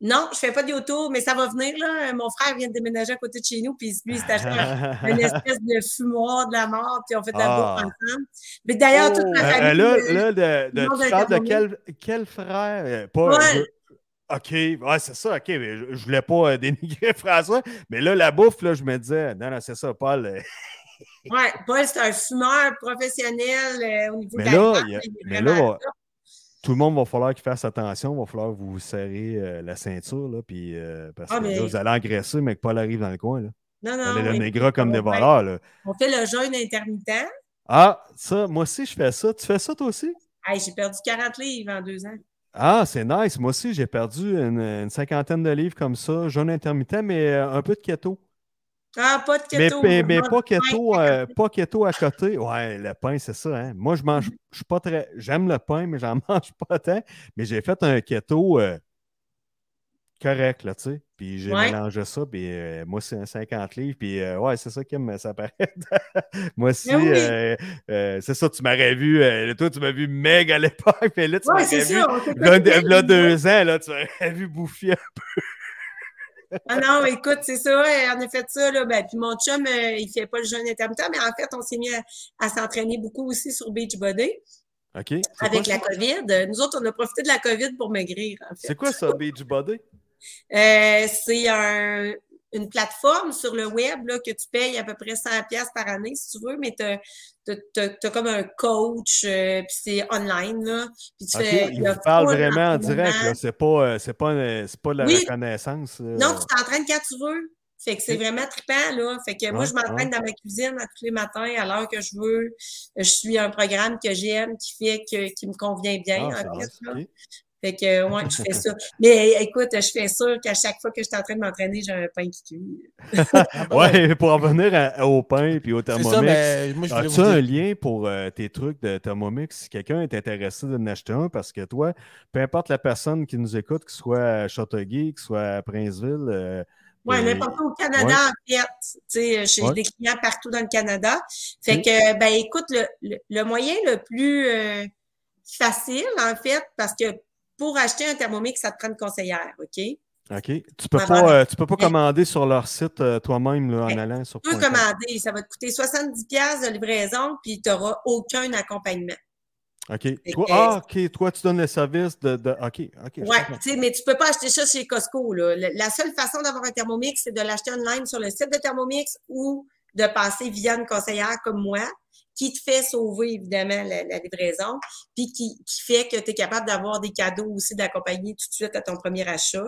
[SPEAKER 6] Non, je fais pas de yoto, mais ça va venir. Là. Mon frère vient de déménager à côté de chez nous, puis lui, il s'est acheté un-
[SPEAKER 3] Euh,
[SPEAKER 6] une espèce de fumoir de la mort, puis on fait de la
[SPEAKER 3] Ah.
[SPEAKER 6] bouffe ensemble. Mais d'ailleurs, toute ma
[SPEAKER 3] Euh,
[SPEAKER 6] famille.
[SPEAKER 3] euh, là, là, de, de-
[SPEAKER 6] le nom
[SPEAKER 3] tu
[SPEAKER 6] d'un
[SPEAKER 3] parles de
[SPEAKER 6] Thermomix.
[SPEAKER 3] quel, quel frère? euh, Pas,
[SPEAKER 6] Paul,
[SPEAKER 3] je- OK, ouais, c'est ça, OK. mais je, je voulais pas euh, dénigrer François, mais là, la bouffe, là, je me disais, non, non, c'est ça, Paul. euh,
[SPEAKER 6] ouais, Paul, c'est un fumeur professionnel euh, au niveau
[SPEAKER 3] Mais
[SPEAKER 6] de la
[SPEAKER 3] là,
[SPEAKER 6] viande,
[SPEAKER 3] il y a-
[SPEAKER 6] il est
[SPEAKER 3] mais
[SPEAKER 6] vraiment
[SPEAKER 3] là, tout le monde va falloir qu'il fasse attention, va falloir vous serrer euh, la ceinture, là, puis, euh, parce
[SPEAKER 6] Ah,
[SPEAKER 3] que
[SPEAKER 6] mais-
[SPEAKER 3] là, vous allez engraisser, mais que Paul arrive dans le coin. Là.
[SPEAKER 6] Non,
[SPEAKER 3] Vous
[SPEAKER 6] non,
[SPEAKER 3] allez
[SPEAKER 6] oui. Ah,
[SPEAKER 3] devenir gras comme des
[SPEAKER 6] Ouais.
[SPEAKER 3] voleurs. Là.
[SPEAKER 6] on fait le jeûne intermittent.
[SPEAKER 3] Ah, ça, moi aussi, je fais ça. Tu fais ça, toi aussi?
[SPEAKER 6] Hey, j'ai perdu 40 livres en deux ans.
[SPEAKER 3] Ah, c'est nice. Moi aussi, j'ai perdu une, une cinquantaine de livres comme ça, jeûne intermittent, mais euh, un peu de keto.
[SPEAKER 6] Ah, pas de
[SPEAKER 3] Mais,
[SPEAKER 6] keto.
[SPEAKER 3] mais- mais
[SPEAKER 6] je
[SPEAKER 3] pas
[SPEAKER 6] mange du
[SPEAKER 3] keto,
[SPEAKER 6] pain.
[SPEAKER 3] euh, pas keto à côté. Ouais, le pain, c'est ça. hein. Moi, je mange,
[SPEAKER 6] Mm-hmm.
[SPEAKER 3] je suis pas très. J'aime le pain, mais j'en mange pas tant. Mais j'ai fait un keto euh, correct, là, tu sais. Puis j'ai
[SPEAKER 6] Ouais.
[SPEAKER 3] mélangé ça, puis euh, moi, c'est un 50 livres. Puis euh, ouais, c'est ça, Kim, ça paraît. moi aussi,
[SPEAKER 6] Ben oui.
[SPEAKER 3] euh, euh, c'est ça, tu m'aurais vu. euh, toi, tu m'as vu méga à l'époque, mais là, tu
[SPEAKER 6] Ouais,
[SPEAKER 3] m'aurais
[SPEAKER 6] c'est
[SPEAKER 3] vu.
[SPEAKER 6] ça. on s'est
[SPEAKER 3] Là,
[SPEAKER 6] fait-
[SPEAKER 3] de- là, deux ans, là, tu m'aurais vu bouffier.
[SPEAKER 6] Ah non, écoute, c'est ça, euh, on a fait ça, là, ben, puis mon chum, euh, il fait pas le jeûne intermittent, mais en fait, on s'est mis à, à s'entraîner beaucoup aussi sur Beachbody
[SPEAKER 3] OK. C'est
[SPEAKER 6] avec
[SPEAKER 3] quoi
[SPEAKER 6] la
[SPEAKER 3] ça?
[SPEAKER 6] COVID. Euh, Nous autres, on a profité de la COVID pour maigrir, en fait.
[SPEAKER 3] C'est quoi ça, Beachbody?
[SPEAKER 6] Euh, c'est un- une plateforme sur le web là, que tu payes à peu près 100 pièces par année si tu veux, mais tu as, comme un coach, euh, puis c'est online. Là, puis tu
[SPEAKER 3] OK,
[SPEAKER 6] fais,
[SPEAKER 3] il
[SPEAKER 6] le
[SPEAKER 3] vous parle
[SPEAKER 6] full
[SPEAKER 3] vraiment en
[SPEAKER 6] entraînement.
[SPEAKER 3] direct. là. C'est pas, euh, c'est pas, euh, c'est pas la
[SPEAKER 6] Oui.
[SPEAKER 3] reconnaissance. euh,
[SPEAKER 6] Non, tu t'entraînes quand tu veux. Fait que c'est vraiment trippant, là. Fait que moi,
[SPEAKER 3] Ouais,
[SPEAKER 6] je m'entraîne dans ma cuisine à tous les matins à l'heure que je veux. Je suis un programme que j'aime, qui fait que, qui me convient bien,
[SPEAKER 3] ah,
[SPEAKER 6] en
[SPEAKER 3] c'est
[SPEAKER 6] fait,
[SPEAKER 3] nice,
[SPEAKER 6] là.
[SPEAKER 3] OK.
[SPEAKER 6] Fait que, euh, ouais, je fais ça. Mais euh, écoute, je fais sûr qu'à chaque fois que je suis en train de m'entraîner, j'ai un pain qui cuit. Ah, bah
[SPEAKER 3] Ouais, pour en venir à- au pain puis au
[SPEAKER 2] C'est
[SPEAKER 3] thermomix.
[SPEAKER 2] ça, mais moi, je voulais
[SPEAKER 3] As-tu
[SPEAKER 2] vous
[SPEAKER 3] un
[SPEAKER 2] dire.
[SPEAKER 3] lien pour euh, tes trucs de Thermomix si quelqu'un est intéressé d'en acheter un? Parce que toi, peu importe la personne qui nous écoute, que ce soit à Châteauguay, que ce soit à Princeville, euh,
[SPEAKER 6] Ouais,
[SPEAKER 3] euh,
[SPEAKER 6] n'importe où au Canada,
[SPEAKER 3] ouais.
[SPEAKER 6] en fait. Tu sais, euh, j'ai
[SPEAKER 3] Ouais.
[SPEAKER 6] des clients partout dans le Canada. Fait que, ben, écoute, le, le, le moyen le plus euh, facile, en fait, parce que pour acheter un thermomix, ça te prend une conseillère, OK?
[SPEAKER 3] OK. Tu peux
[SPEAKER 6] Ah,
[SPEAKER 3] pas,
[SPEAKER 6] ben,
[SPEAKER 3] euh, tu peux pas
[SPEAKER 6] ben,
[SPEAKER 3] commander sur leur site euh, toi-même là, en
[SPEAKER 6] ben,
[SPEAKER 3] allant sur
[SPEAKER 6] Tu peux
[SPEAKER 3] point com.
[SPEAKER 6] commander, ça va te coûter 70$ de livraison, puis tu n'auras aucun accompagnement.
[SPEAKER 3] OK. Toi,
[SPEAKER 6] que-
[SPEAKER 3] ah, OK. Toi, tu donnes le service de. de- OK. OK. je
[SPEAKER 6] Ouais,
[SPEAKER 3] comprends.
[SPEAKER 6] tu sais, mais tu peux pas acheter ça chez Costco. Là. Le- La seule façon d'avoir un Thermomix, c'est de l'acheter online sur le site de Thermomix ou de passer via une conseillère comme moi, qui te fait sauver, évidemment, la, la livraison, puis qui, qui fait que tu es capable d'avoir des cadeaux aussi de la compagnie tout de suite à ton premier achat.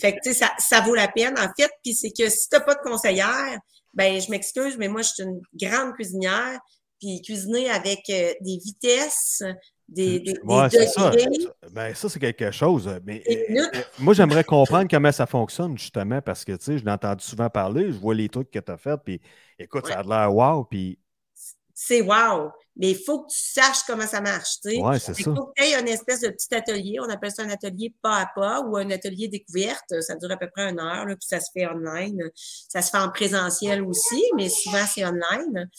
[SPEAKER 6] Fait que, tu sais, ça, ça vaut la peine, en fait. Puis c'est que si t'as pas de conseillère, ben, je m'excuse, mais moi, je suis une grande cuisinière. Puis cuisiner avec euh, des vitesses, des, des, des
[SPEAKER 3] Euh, Ouais, c'est ça.
[SPEAKER 6] degrés,
[SPEAKER 3] Ben, ça, c'est quelque chose. Mais
[SPEAKER 6] des minutes.
[SPEAKER 3] euh, moi, j'aimerais comprendre comment ça fonctionne, justement, parce que, tu sais, je l'ai entendu souvent parler, je vois les trucs que tu as fait, puis écoute, ça a l'air wow, puis
[SPEAKER 6] c'est wow. Mais il faut que tu saches comment ça marche. tu sais.
[SPEAKER 3] ouais, c'est
[SPEAKER 6] Il
[SPEAKER 3] ça.
[SPEAKER 6] faut que tu aies une espèce de petit atelier. On appelle ça un atelier pas à pas ou un atelier découverte. Ça dure à peu près une heure, là, puis ça se fait online. Ça se fait en présentiel aussi, mais souvent c'est online.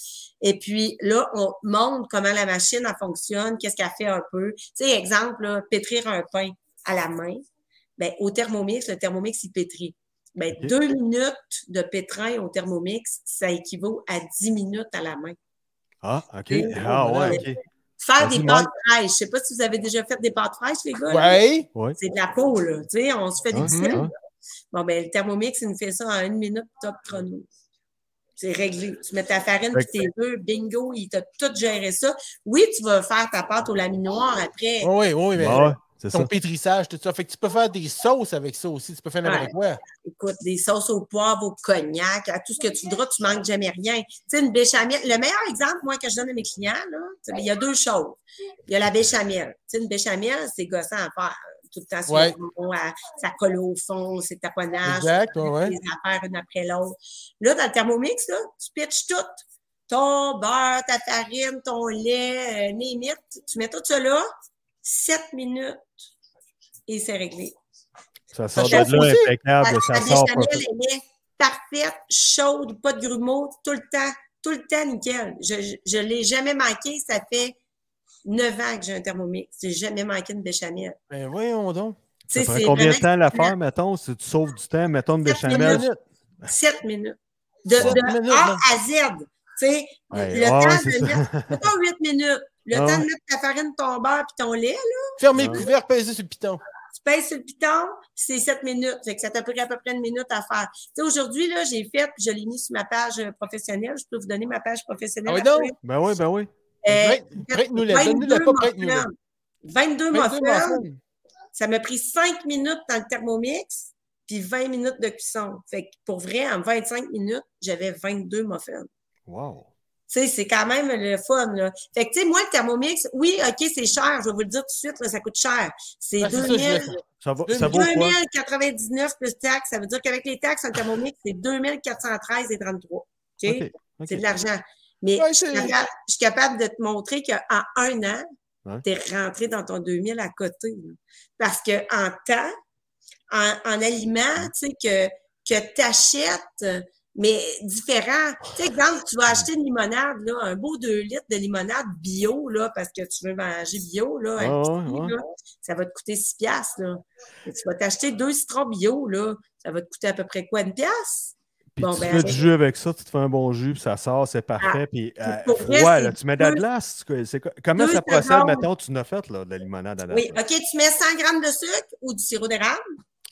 [SPEAKER 6] Et puis là, on montre comment la machine elle fonctionne, qu'est-ce qu'elle fait un peu. Tu sais, exemple, là, pétrir un pain à la main. Ben, au thermomix, le thermomix, il pétrit. Ben,
[SPEAKER 3] Ok.
[SPEAKER 6] Deux minutes de pétrin au thermomix, ça équivaut à dix minutes à la main.
[SPEAKER 3] Ah, OK.
[SPEAKER 6] Et-
[SPEAKER 3] Ah,
[SPEAKER 6] voilà.
[SPEAKER 3] ouais, OK.
[SPEAKER 6] Faire
[SPEAKER 3] Vas-y,
[SPEAKER 6] des
[SPEAKER 3] Mike.
[SPEAKER 6] pâtes fraîches. Je sais pas si vous avez déjà fait des pâtes fraîches, les gars. là.
[SPEAKER 2] Ouais.
[SPEAKER 6] C'est de la peau, là. Tu sais, on se fait des
[SPEAKER 3] Ah,
[SPEAKER 6] biscuits.
[SPEAKER 3] ah.
[SPEAKER 6] Bon, ben, le thermomix, il nous fait ça en une minute, top chrono. C'est réglé. Tu mets ta farine
[SPEAKER 3] Fait
[SPEAKER 6] puis tes œufs, bingo, il t'a tout géré ça. Oui, tu vas faire ta pâte au laminoir après.
[SPEAKER 2] Oui, oui, mais
[SPEAKER 3] Ah, ouais, c'est
[SPEAKER 2] ton
[SPEAKER 3] ça.
[SPEAKER 2] pétrissage, tout ça. Fait que tu peux faire des sauces avec ça aussi. Tu peux faire n'importe quoi.
[SPEAKER 6] Écoute, des sauces au poivre, au cognac, à tout ce que tu voudras, tu manques jamais rien. Tu sais, une béchamel. Le meilleur exemple, moi, que je donne à mes clients, là, tu sais, il y a deux choses. Il y a la béchamel. Tu sais, une béchamel, c'est gossant à faire. hein, Tout le temps, sur
[SPEAKER 2] Ouais.
[SPEAKER 6] le fond, à- ça colle au fond, c'est taponnage.
[SPEAKER 2] Exact, ouais, ouais.
[SPEAKER 6] les affaires une après l'autre. Là, dans le Thermomix, là, tu pitches tout. Ton beurre, ta farine, ton lait, euh, name it. Tu mets tout ça là, 7 minutes, et c'est réglé.
[SPEAKER 3] Ça sort
[SPEAKER 2] chauffe
[SPEAKER 3] de là
[SPEAKER 2] aussi.
[SPEAKER 3] impeccable,
[SPEAKER 6] la
[SPEAKER 3] Ah, ben, ça
[SPEAKER 6] la
[SPEAKER 3] sort pas.
[SPEAKER 6] béchamel, elle est parfaite, chaude, pas de grumeaux, tout le temps, tout le temps nickel. Je ne l'ai jamais manqué, ça fait 9 ans que j'ai un Thermomix. J'ai jamais manqué une béchamel.
[SPEAKER 2] Ben voyons donc.
[SPEAKER 6] Tu sais,
[SPEAKER 3] Ça prend
[SPEAKER 6] c'est
[SPEAKER 3] combien de
[SPEAKER 6] vraiment
[SPEAKER 3] temps à la faire, mettons, si tu sauves du temps, mettons, de
[SPEAKER 6] Sept
[SPEAKER 3] béchamel?
[SPEAKER 6] minutes. 7 minutes. De,
[SPEAKER 2] Sept
[SPEAKER 6] de
[SPEAKER 2] minutes,
[SPEAKER 6] A
[SPEAKER 2] là.
[SPEAKER 6] à Z. Tu sais,
[SPEAKER 3] Ouais,
[SPEAKER 6] le
[SPEAKER 3] ouais,
[SPEAKER 6] temps
[SPEAKER 3] ouais,
[SPEAKER 6] de
[SPEAKER 3] c'est ça.
[SPEAKER 6] mettre, mettons 8 minutes. Le
[SPEAKER 3] Ah
[SPEAKER 6] temps
[SPEAKER 3] ouais.
[SPEAKER 6] de mettre ta farine, ton beurre puis ton lait, là,
[SPEAKER 2] Fermez
[SPEAKER 3] Ouais.
[SPEAKER 2] le couvert, pesez sur le piton.
[SPEAKER 6] tu pèses sur le piton, puis c'est 7 minutes. Fait que ça t'a pris à peu près une minute à faire. Tu sais, aujourd'hui, là, j'ai fait, puis je l'ai mis sur ma page euh, professionnelle. Je peux vous donner ma page professionnelle.
[SPEAKER 2] Ah oui, donc?
[SPEAKER 6] après.
[SPEAKER 3] Ben oui, ben oui.
[SPEAKER 6] Euh,
[SPEAKER 2] Prête- Prête-nous-le. Donne-nous-le pas, prête-nous-le. Prête-nous-le,
[SPEAKER 6] 22 muffins.
[SPEAKER 2] Marcel.
[SPEAKER 6] Ça m'a pris 5 minutes dans le thermomix, puis 20 minutes de cuisson. Fait que pour vrai, en 25 minutes, j'avais 22 muffins.
[SPEAKER 3] Wow.
[SPEAKER 6] Tu sais, c'est quand même le fun, là. Fait que, tu sais, moi, le Thermomix, oui, OK, c'est cher, je vais vous le dire tout de suite, là, ça coûte cher. C'est
[SPEAKER 2] Ah, c'est ça, je l'ai
[SPEAKER 6] 2000
[SPEAKER 2] fait.
[SPEAKER 3] Ça, va,
[SPEAKER 2] Deux
[SPEAKER 3] ça vaut quoi?
[SPEAKER 6] 2099 plus taxes. Ça veut dire qu'avec les taxes, un Thermomix, c'est 2413 et 33. OK?
[SPEAKER 3] OK, OK.
[SPEAKER 6] C'est de l'argent. Mais
[SPEAKER 2] Ouais,
[SPEAKER 6] je, suis
[SPEAKER 2] c'est-
[SPEAKER 6] capable, je suis capable de te montrer qu'en un an,
[SPEAKER 3] Ouais.
[SPEAKER 6] tu es rentré dans ton 2000 à côté. là. Parce que en temps, en, en aliments, tu sais, que, que tu achètes, mais différents. Tu sais, exemple, tu vas acheter une limonade, là, un beau 2 litres de limonade bio, là, parce que tu veux manger bio, là, un
[SPEAKER 3] Ouais,
[SPEAKER 6] petit
[SPEAKER 3] ouais, ouais.
[SPEAKER 6] peu, là, ça va te coûter 6 piastres, là. Et tu vas t'acheter deux citrons bio, là, ça va te coûter à peu près quoi, une piastre?
[SPEAKER 3] Puis
[SPEAKER 6] Bon,
[SPEAKER 3] tu
[SPEAKER 6] ben,
[SPEAKER 3] fais
[SPEAKER 6] avec-
[SPEAKER 3] du jus avec ça, tu te fais un bon jus, puis ça sort, c'est parfait. puis euh,
[SPEAKER 6] pour vrai,
[SPEAKER 3] froid,
[SPEAKER 6] c'est
[SPEAKER 3] là, tu mets de la
[SPEAKER 6] deux-
[SPEAKER 3] glace. tu- c'est quoi- Comment
[SPEAKER 6] deux
[SPEAKER 3] ça procède,
[SPEAKER 6] secondes.
[SPEAKER 3] mettons, tu n'as fait là, de la limonade à la
[SPEAKER 6] Oui, OK, tu mets 100 grammes de sucre ou du sirop d'érable,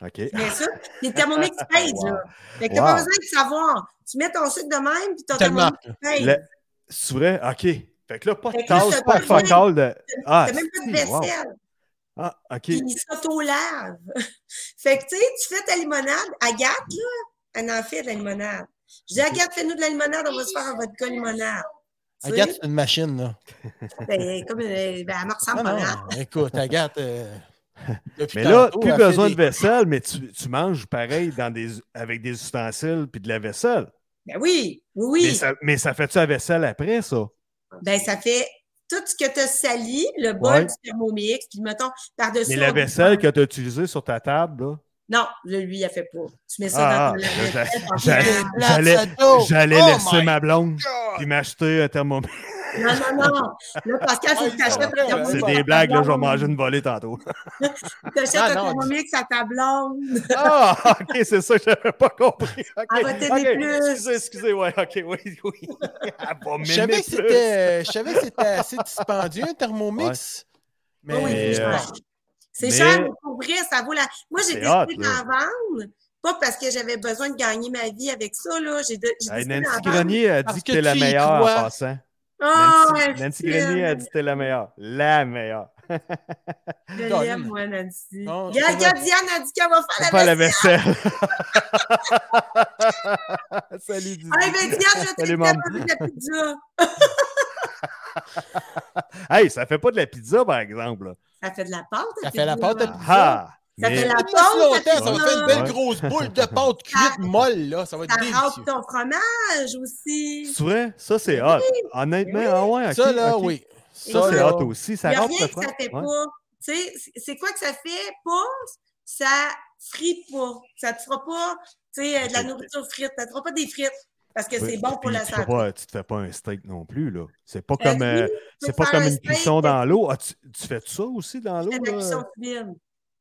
[SPEAKER 3] OK.
[SPEAKER 6] tu mets ça, puis le thermomix pèse,
[SPEAKER 3] Wow.
[SPEAKER 6] là. Fait que t'as pas
[SPEAKER 3] Wow.
[SPEAKER 6] besoin de savoir. Tu mets ton sucre de même, puis ton
[SPEAKER 2] Tellement.
[SPEAKER 6] thermomix pèse.
[SPEAKER 3] Le- C'est vrai? OK. Fait que là, pas
[SPEAKER 6] Fait
[SPEAKER 3] de
[SPEAKER 6] que là,
[SPEAKER 3] tasse,
[SPEAKER 6] c'est
[SPEAKER 3] pas de
[SPEAKER 6] pas
[SPEAKER 3] focale de. Ah,
[SPEAKER 6] T'as même pas de
[SPEAKER 3] si, wow.
[SPEAKER 6] vaisselle.
[SPEAKER 3] Ah, OK.
[SPEAKER 6] puis il s'auto-lave. fait que, tu sais, tu fais ta limonade. Agathe, là, elle en fait de la limonade. Je dis, Agathe, fais-nous de la limonade, on va se faire un vodka limonade. Tu
[SPEAKER 2] Agathe,
[SPEAKER 6] sais,
[SPEAKER 2] c'est une machine, là.
[SPEAKER 6] ben, comme, euh, ben, elle me ressemble
[SPEAKER 2] Non,
[SPEAKER 3] Ah,
[SPEAKER 6] pas
[SPEAKER 2] non,
[SPEAKER 6] mal.
[SPEAKER 2] écoute, Agathe. euh, depuis
[SPEAKER 3] Mais là,
[SPEAKER 2] tantôt,
[SPEAKER 3] plus
[SPEAKER 2] elle fait
[SPEAKER 3] besoin
[SPEAKER 2] des-
[SPEAKER 3] de vaisselle, mais tu, tu manges pareil dans des, avec des ustensiles puis de la vaisselle.
[SPEAKER 6] Ben oui, oui,
[SPEAKER 3] Mais
[SPEAKER 6] oui.
[SPEAKER 3] ça, mais ça fait-tu la vaisselle après, ça?
[SPEAKER 6] Ben, ça fait tout ce que tu as sali, le bol
[SPEAKER 3] Ouais.
[SPEAKER 6] du thermomix, puis mettons,
[SPEAKER 3] Mais
[SPEAKER 6] par-dessus.
[SPEAKER 3] la
[SPEAKER 6] on-
[SPEAKER 3] vaisselle que tu as utilisée sur ta table, là?
[SPEAKER 6] Non, là, lui, il a fait pas. Tu mets ça
[SPEAKER 3] Ah,
[SPEAKER 6] dans ton
[SPEAKER 3] ah,
[SPEAKER 6] lave-vaisselle,
[SPEAKER 3] j'a-
[SPEAKER 6] t'en
[SPEAKER 3] j'a-
[SPEAKER 6] fais un.
[SPEAKER 3] J'allais
[SPEAKER 2] Place à dos.
[SPEAKER 3] j'allais
[SPEAKER 2] Oh
[SPEAKER 3] laisser
[SPEAKER 2] my
[SPEAKER 3] ma blonde puis m'acheter un thermomètre.
[SPEAKER 6] Non, non, non. Là, Pascal, faut que
[SPEAKER 2] Ah,
[SPEAKER 6] t'achètes
[SPEAKER 2] c'est
[SPEAKER 6] un thermomix.
[SPEAKER 3] C'est
[SPEAKER 2] bon.
[SPEAKER 6] à
[SPEAKER 3] des
[SPEAKER 6] ta
[SPEAKER 3] blagues, là, je vais
[SPEAKER 6] blonde.
[SPEAKER 3] manger une volée tantôt.
[SPEAKER 6] T'achètes un
[SPEAKER 2] Ah, Non, non,
[SPEAKER 6] thermomix à ta blonde.
[SPEAKER 3] Ah, OK, c'est ça, je n'avais pas compris. OK,
[SPEAKER 6] Elle va t'aimer
[SPEAKER 3] OK,
[SPEAKER 6] plus.
[SPEAKER 3] Excusez, excusez, ouais, OK, oui, oui. Elle va
[SPEAKER 2] Je savais
[SPEAKER 3] m'aimer
[SPEAKER 2] que
[SPEAKER 3] plus.
[SPEAKER 2] c'était- euh, je savais que c'était assez dispendieux, un Thermomix. Mais
[SPEAKER 6] Oui, oui, c'est
[SPEAKER 3] euh,
[SPEAKER 6] cher. C'est
[SPEAKER 3] mais-
[SPEAKER 6] cher, mais pour vrai, ça vaut la. Moi, j'ai
[SPEAKER 3] C'est
[SPEAKER 6] décidé
[SPEAKER 3] hot, là.
[SPEAKER 6] d'en vendre, pas parce que j'avais besoin de gagner ma vie avec ça, là. J'ai de- j'ai
[SPEAKER 3] Hey,
[SPEAKER 6] décidé
[SPEAKER 3] Nancy
[SPEAKER 6] d'en vendre.
[SPEAKER 3] Grenier a
[SPEAKER 2] Parce
[SPEAKER 3] dit
[SPEAKER 2] que
[SPEAKER 3] que t'es la
[SPEAKER 2] tu y
[SPEAKER 3] meilleure en
[SPEAKER 2] crois. Ah,
[SPEAKER 3] passant.
[SPEAKER 6] Oh,
[SPEAKER 3] Nancy, Nancy Grenier a dit que t'es la meilleure. La meilleure.
[SPEAKER 6] Je l'aime, moi, Nancy.
[SPEAKER 2] Non, c'est
[SPEAKER 6] Regarde,
[SPEAKER 2] vrai.
[SPEAKER 6] regarde, Diane a dit qu'elle va faire
[SPEAKER 3] Pas
[SPEAKER 6] la
[SPEAKER 3] la
[SPEAKER 6] vaisselle.
[SPEAKER 3] vaisselle. Salut, Didi.
[SPEAKER 6] Ah, ben, Diane, je
[SPEAKER 3] Salut,
[SPEAKER 6] t'ai
[SPEAKER 3] maman.
[SPEAKER 6] tellement de la pizza.
[SPEAKER 3] Hey, ça fait pas de la pizza, par exemple. là.
[SPEAKER 6] Ça fait de la pâte,
[SPEAKER 2] Ça fait la pâte à
[SPEAKER 6] pizza.
[SPEAKER 3] Ah!
[SPEAKER 6] Ça fait
[SPEAKER 3] mais-
[SPEAKER 6] la
[SPEAKER 2] Ça
[SPEAKER 6] pâte.
[SPEAKER 2] te passe longtemps, ça va
[SPEAKER 3] Ouais.
[SPEAKER 2] te faire une belle
[SPEAKER 3] Ouais.
[SPEAKER 2] grosse boule de pâte cuite molle, là. Ça va être
[SPEAKER 6] Ça râpe
[SPEAKER 2] délicieux.
[SPEAKER 6] ton fromage aussi.
[SPEAKER 3] C'est vrai? Ça, c'est hot. Honnêtement, ah ouais, ok,
[SPEAKER 2] Ça, là,
[SPEAKER 3] ok.
[SPEAKER 2] oui.
[SPEAKER 3] Ça,
[SPEAKER 2] Ça,
[SPEAKER 3] c'est
[SPEAKER 2] là,
[SPEAKER 3] hot aussi.
[SPEAKER 6] Il
[SPEAKER 3] Ça
[SPEAKER 6] n'y a
[SPEAKER 3] rentre
[SPEAKER 6] rien
[SPEAKER 3] le
[SPEAKER 6] que ça
[SPEAKER 3] frère.
[SPEAKER 6] fait
[SPEAKER 3] Ouais.
[SPEAKER 6] pas. Tu sais, c'est- c'est quoi que ça fait pas? Ça frit pas. Ça te fera pas, tu sais, euh, de la
[SPEAKER 3] Ok.
[SPEAKER 6] nourriture frite. Ça te fera pas des frites parce que
[SPEAKER 3] Oui,
[SPEAKER 6] c'est bon pour
[SPEAKER 3] puis
[SPEAKER 6] la
[SPEAKER 3] tu fais
[SPEAKER 6] santé.
[SPEAKER 3] pas- Tu te fais pas un steak non plus, là. C'est pas
[SPEAKER 6] Euh,
[SPEAKER 3] comme,
[SPEAKER 6] oui,
[SPEAKER 3] euh,
[SPEAKER 6] tu peux
[SPEAKER 3] c'est
[SPEAKER 6] te
[SPEAKER 3] pas
[SPEAKER 6] faire
[SPEAKER 3] comme
[SPEAKER 6] un
[SPEAKER 3] une
[SPEAKER 6] steak,
[SPEAKER 3] cuisson
[SPEAKER 6] tu
[SPEAKER 3] dans l'eau. Ah, tu, tu fais ça aussi dans l'eau? euh.
[SPEAKER 6] fais de la
[SPEAKER 3] là?
[SPEAKER 6] cuisson fine.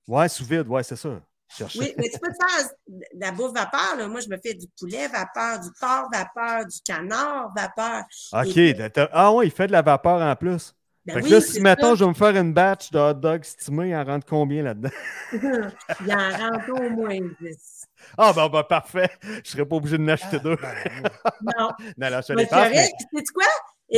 [SPEAKER 3] Ouais, sous vide, ouais, c'est ça. Chercher.
[SPEAKER 6] Oui, mais tu peux te faire de la bouffe vapeur. Là. Moi, je me fais du poulet vapeur, du porc vapeur, du canard vapeur.
[SPEAKER 3] OK. là, t'as- Ah ouais, il fait de la vapeur en plus.
[SPEAKER 6] Ben
[SPEAKER 3] fait que
[SPEAKER 6] oui,
[SPEAKER 3] là,
[SPEAKER 6] c'est
[SPEAKER 3] si
[SPEAKER 6] ça.
[SPEAKER 3] mettons, je vais me faire une batch de hot dog stimé, il en rentre combien là-dedans?
[SPEAKER 6] Il en rentre au moins 10.
[SPEAKER 3] Ah ben, ben, parfait. Je serais pas obligé de n'acheter
[SPEAKER 6] Ah.
[SPEAKER 3] deux.
[SPEAKER 6] Non,
[SPEAKER 3] Non, là, je te
[SPEAKER 6] Mais
[SPEAKER 3] les passe, mais-
[SPEAKER 6] sais quoi?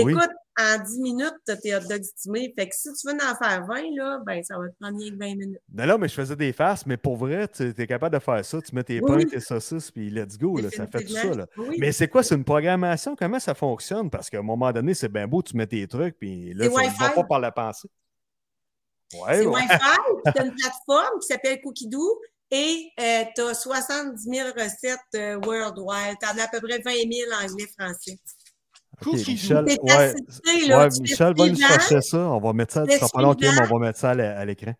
[SPEAKER 3] Oui.
[SPEAKER 6] Écoute, en 10 minutes, tu as tes hot dogs estimés. Fait que si tu veux en faire 20, là, ben, ça va te prendre rien que 20 minutes.
[SPEAKER 3] Non, non, mais je faisais des farces, mais pour vrai, tu es capable de faire ça. Tu mets tes
[SPEAKER 6] Oui,
[SPEAKER 3] pains,
[SPEAKER 6] oui.
[SPEAKER 3] tes saucisses, puis let's go, là, ça fait tout ça.
[SPEAKER 6] Définitivement.
[SPEAKER 3] Là.
[SPEAKER 6] Oui.
[SPEAKER 3] Mais c'est quoi? C'est une programmation? Comment ça fonctionne? Parce qu'à un moment donné, c'est bien beau, tu mets tes trucs, puis là,
[SPEAKER 6] C'est
[SPEAKER 3] ça ne
[SPEAKER 6] Wi-Fi.
[SPEAKER 3] va pas par la pensée. Ouais, ouais.
[SPEAKER 6] c'est Wi-Fi, puis tu as une plateforme qui s'appelle Cookidoo et euh, tu as 70 000 recettes euh, worldwide. Tu en as à peu près 20 000 anglais-français.
[SPEAKER 3] OK,
[SPEAKER 2] Cookie
[SPEAKER 3] Michel,
[SPEAKER 6] C'est
[SPEAKER 3] ouais,
[SPEAKER 6] facilité, là.
[SPEAKER 3] ouais,
[SPEAKER 6] tu fais
[SPEAKER 3] Michel va nous
[SPEAKER 6] suivant.
[SPEAKER 3] chercher ça. On va mettre ça,
[SPEAKER 6] Tu fais
[SPEAKER 3] ça sera pas long, Kim,
[SPEAKER 6] suivant.
[SPEAKER 3] on va mettre ça à l'é- à l'écran.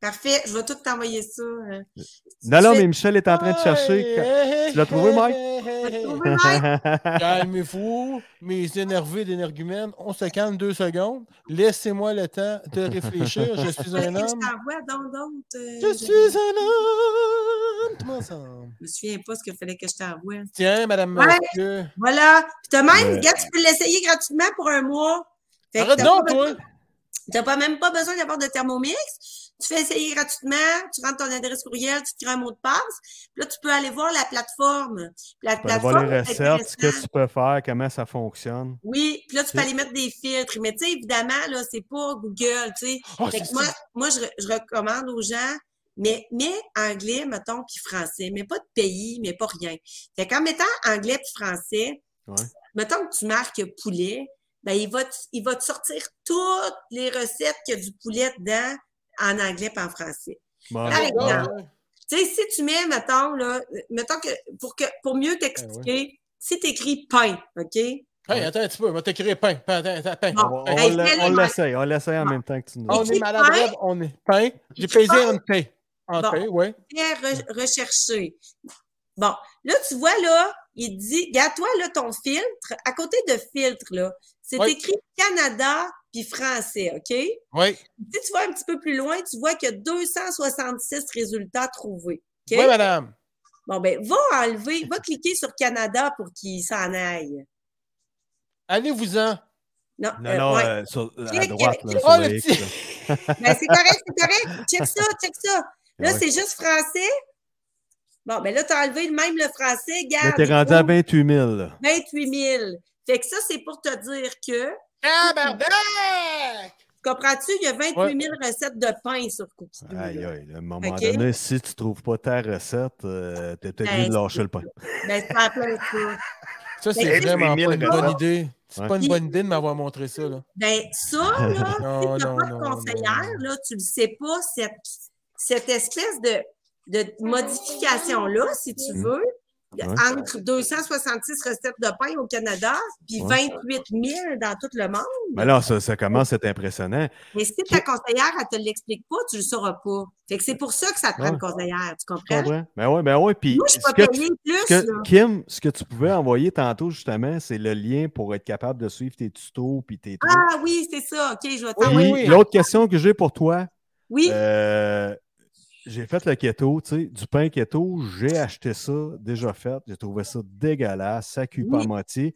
[SPEAKER 6] Parfait, je vais tout t'envoyer ça. euh.
[SPEAKER 3] Non, non,
[SPEAKER 6] fais-
[SPEAKER 3] mais Michel est en train de chercher. quand- Tu l'as trouvé, Mike?
[SPEAKER 6] trouvé, Mike?
[SPEAKER 2] Calmez-vous, mes énervés d'énergumènes. On se calme deux secondes. Laissez-moi le temps de réfléchir. Je suis
[SPEAKER 6] Parce que
[SPEAKER 2] un homme.
[SPEAKER 6] Je t'envoie donc, donc. euh,
[SPEAKER 2] Je suis un homme. Tout le monde ensemble.
[SPEAKER 6] Je me souviens pas ce qu'il fallait que je t'envoie.
[SPEAKER 2] Tiens, madame,
[SPEAKER 6] Ouais.
[SPEAKER 2] monsieur.
[SPEAKER 6] Voilà. Puis t'as même,
[SPEAKER 3] Ouais.
[SPEAKER 6] regarde, tu peux l'essayer gratuitement pour un mois. Fait que
[SPEAKER 2] Arrête
[SPEAKER 6] t'as
[SPEAKER 2] donc,
[SPEAKER 6] pas
[SPEAKER 2] toi.
[SPEAKER 6] besoin- T'as pas même pas besoin d'avoir de thermomix. Tu fais essayer gratuitement, tu rentres ton adresse courriel, tu te crées un mot de passe. Puis là, tu peux aller voir la plateforme. Puis La
[SPEAKER 3] Tu peux aller voir
[SPEAKER 6] plateforme
[SPEAKER 3] les
[SPEAKER 6] est
[SPEAKER 3] recettes, ce que
[SPEAKER 6] intéressante.
[SPEAKER 3] tu peux faire, comment ça fonctionne.
[SPEAKER 6] Oui, puis là, tu peux
[SPEAKER 3] Ok.
[SPEAKER 6] aller mettre des filtres. Mais tu sais, évidemment, là, c'est pas Google, tu sais.
[SPEAKER 2] Oh,
[SPEAKER 6] Fait
[SPEAKER 2] c'est
[SPEAKER 6] que moi, moi je, re- je recommande aux gens, mais, mais anglais, mettons, puis français, mais pas de pays, mais pas rien. Fait qu'en mettant anglais puis français,
[SPEAKER 3] Ouais.
[SPEAKER 6] mettons que tu marques poulet, ben, il va, te- il va te sortir toutes les recettes que du poulet dedans en anglais puis en français.
[SPEAKER 3] Bon,
[SPEAKER 6] Arrête
[SPEAKER 3] bon.
[SPEAKER 6] donc. Tu sais, si tu mets, mettons, là, euh, mettons que, pour que, pour mieux t'expliquer, si t'écris pain, OK?
[SPEAKER 2] hein. Hey, attends un petit peu, on va t'écrire pain. Pain, attends, attends, pain.
[SPEAKER 3] On,
[SPEAKER 6] Bon.
[SPEAKER 3] on
[SPEAKER 6] Hey,
[SPEAKER 3] l'a-
[SPEAKER 6] fais-le,
[SPEAKER 3] on
[SPEAKER 6] Mike.
[SPEAKER 3] l'essaye, on l'essaye en même temps que tu nous
[SPEAKER 2] On
[SPEAKER 6] Écris
[SPEAKER 2] est malade,
[SPEAKER 6] pain.
[SPEAKER 2] Rob, on est pain. J'ai pesé
[SPEAKER 6] pain.
[SPEAKER 2] une paix. hanté, oui.
[SPEAKER 6] très re- recherché. Bon, là, tu vois, là, il dit, regarde-toi, là, ton filtre, à côté de filtre, là, c'est
[SPEAKER 2] Ouais.
[SPEAKER 6] écrit Canada puis français, OK? Si
[SPEAKER 2] Oui.
[SPEAKER 6] tu vas un petit peu plus loin, tu vois qu'il y a 266 résultats trouvés. OK?
[SPEAKER 3] ben-
[SPEAKER 2] Oui, madame.
[SPEAKER 6] Bon, ben, va enlever, va cliquer sur Canada pour qu'il s'en aille.
[SPEAKER 2] Allez-vous-en.
[SPEAKER 6] Non,
[SPEAKER 3] Non,
[SPEAKER 6] euh,
[SPEAKER 3] non,
[SPEAKER 6] ouais.
[SPEAKER 3] euh, sur- à
[SPEAKER 6] Check,
[SPEAKER 3] droite. Là,
[SPEAKER 6] check.
[SPEAKER 3] sur
[SPEAKER 2] Oh,
[SPEAKER 3] le
[SPEAKER 2] le
[SPEAKER 3] X,
[SPEAKER 2] petit-
[SPEAKER 3] là.
[SPEAKER 6] Ben, c'est correct, c'est correct. Check ça, check ça. Là,
[SPEAKER 3] Ouais.
[SPEAKER 6] c'est juste français. Bon, ben là, t'as enlevé même le français,
[SPEAKER 3] Là,
[SPEAKER 6] garde.
[SPEAKER 3] t'es rendu à 28 000. là.
[SPEAKER 6] 28 000. Fait que ça, c'est pour te dire que,
[SPEAKER 2] Tabarnak!
[SPEAKER 6] comprends-tu, il y a 28 000 recettes de pain sur Cookie Doux,
[SPEAKER 3] Aïe,
[SPEAKER 6] là.
[SPEAKER 3] aïe, à un moment
[SPEAKER 6] Ok.
[SPEAKER 3] donné, si tu trouves pas ta recette, euh, t'es peut-être
[SPEAKER 6] Ben,
[SPEAKER 3] mieux de
[SPEAKER 6] c'est-
[SPEAKER 3] lâcher le pain.
[SPEAKER 6] Ben, c'est en plein ça.
[SPEAKER 2] Ça, c'est
[SPEAKER 6] Hey,
[SPEAKER 2] vraiment pas
[SPEAKER 3] mille
[SPEAKER 2] une bonne
[SPEAKER 3] recettes.
[SPEAKER 2] idée. C'est
[SPEAKER 3] Ouais.
[SPEAKER 2] pas une bonne idée de m'avoir montré ça, là.
[SPEAKER 6] Ben, ça,
[SPEAKER 2] Non,
[SPEAKER 6] là, si t'as
[SPEAKER 2] Oh, non,
[SPEAKER 6] pas de
[SPEAKER 2] non,
[SPEAKER 6] conseillère,
[SPEAKER 2] non.
[SPEAKER 6] là, tu le sais pas, cette, cette espèce de, de modification-là, si tu
[SPEAKER 3] Mm.
[SPEAKER 6] veux,
[SPEAKER 3] Ouais.
[SPEAKER 6] entre 266 recettes de pain au Canada, puis
[SPEAKER 3] Ouais.
[SPEAKER 6] 28 000 dans tout le monde.
[SPEAKER 3] Mais là, ça, ça commence à être impressionnant.
[SPEAKER 6] Mais si ta conseillère, elle te l'explique pas, tu le sauras pas. Fait que c'est pour ça que ça te prend
[SPEAKER 3] Ouais.
[SPEAKER 6] une conseillère, tu
[SPEAKER 3] Tu
[SPEAKER 6] comprends?
[SPEAKER 3] comprends? Ben oui, ben oui. Puis,
[SPEAKER 6] Hein? Moi, je suis
[SPEAKER 3] ce
[SPEAKER 6] pas
[SPEAKER 3] que tu
[SPEAKER 6] payée plus,
[SPEAKER 3] Ce que-
[SPEAKER 6] là.
[SPEAKER 3] Kim, ce que tu pouvais envoyer tantôt, justement, c'est le lien pour être capable de suivre tes tutos puis tes trucs.
[SPEAKER 6] Ah oui, c'est ça. OK, je vais
[SPEAKER 2] Oui,
[SPEAKER 6] t'envoyer.
[SPEAKER 3] Puis,
[SPEAKER 2] oui.
[SPEAKER 3] l'autre question que j'ai pour toi,
[SPEAKER 6] Oui,
[SPEAKER 3] euh, j'ai fait le keto, tu sais, du pain keto, j'ai acheté ça déjà fait, j'ai trouvé ça dégueulasse, ça cuit pas à
[SPEAKER 6] Oui.
[SPEAKER 3] moitié.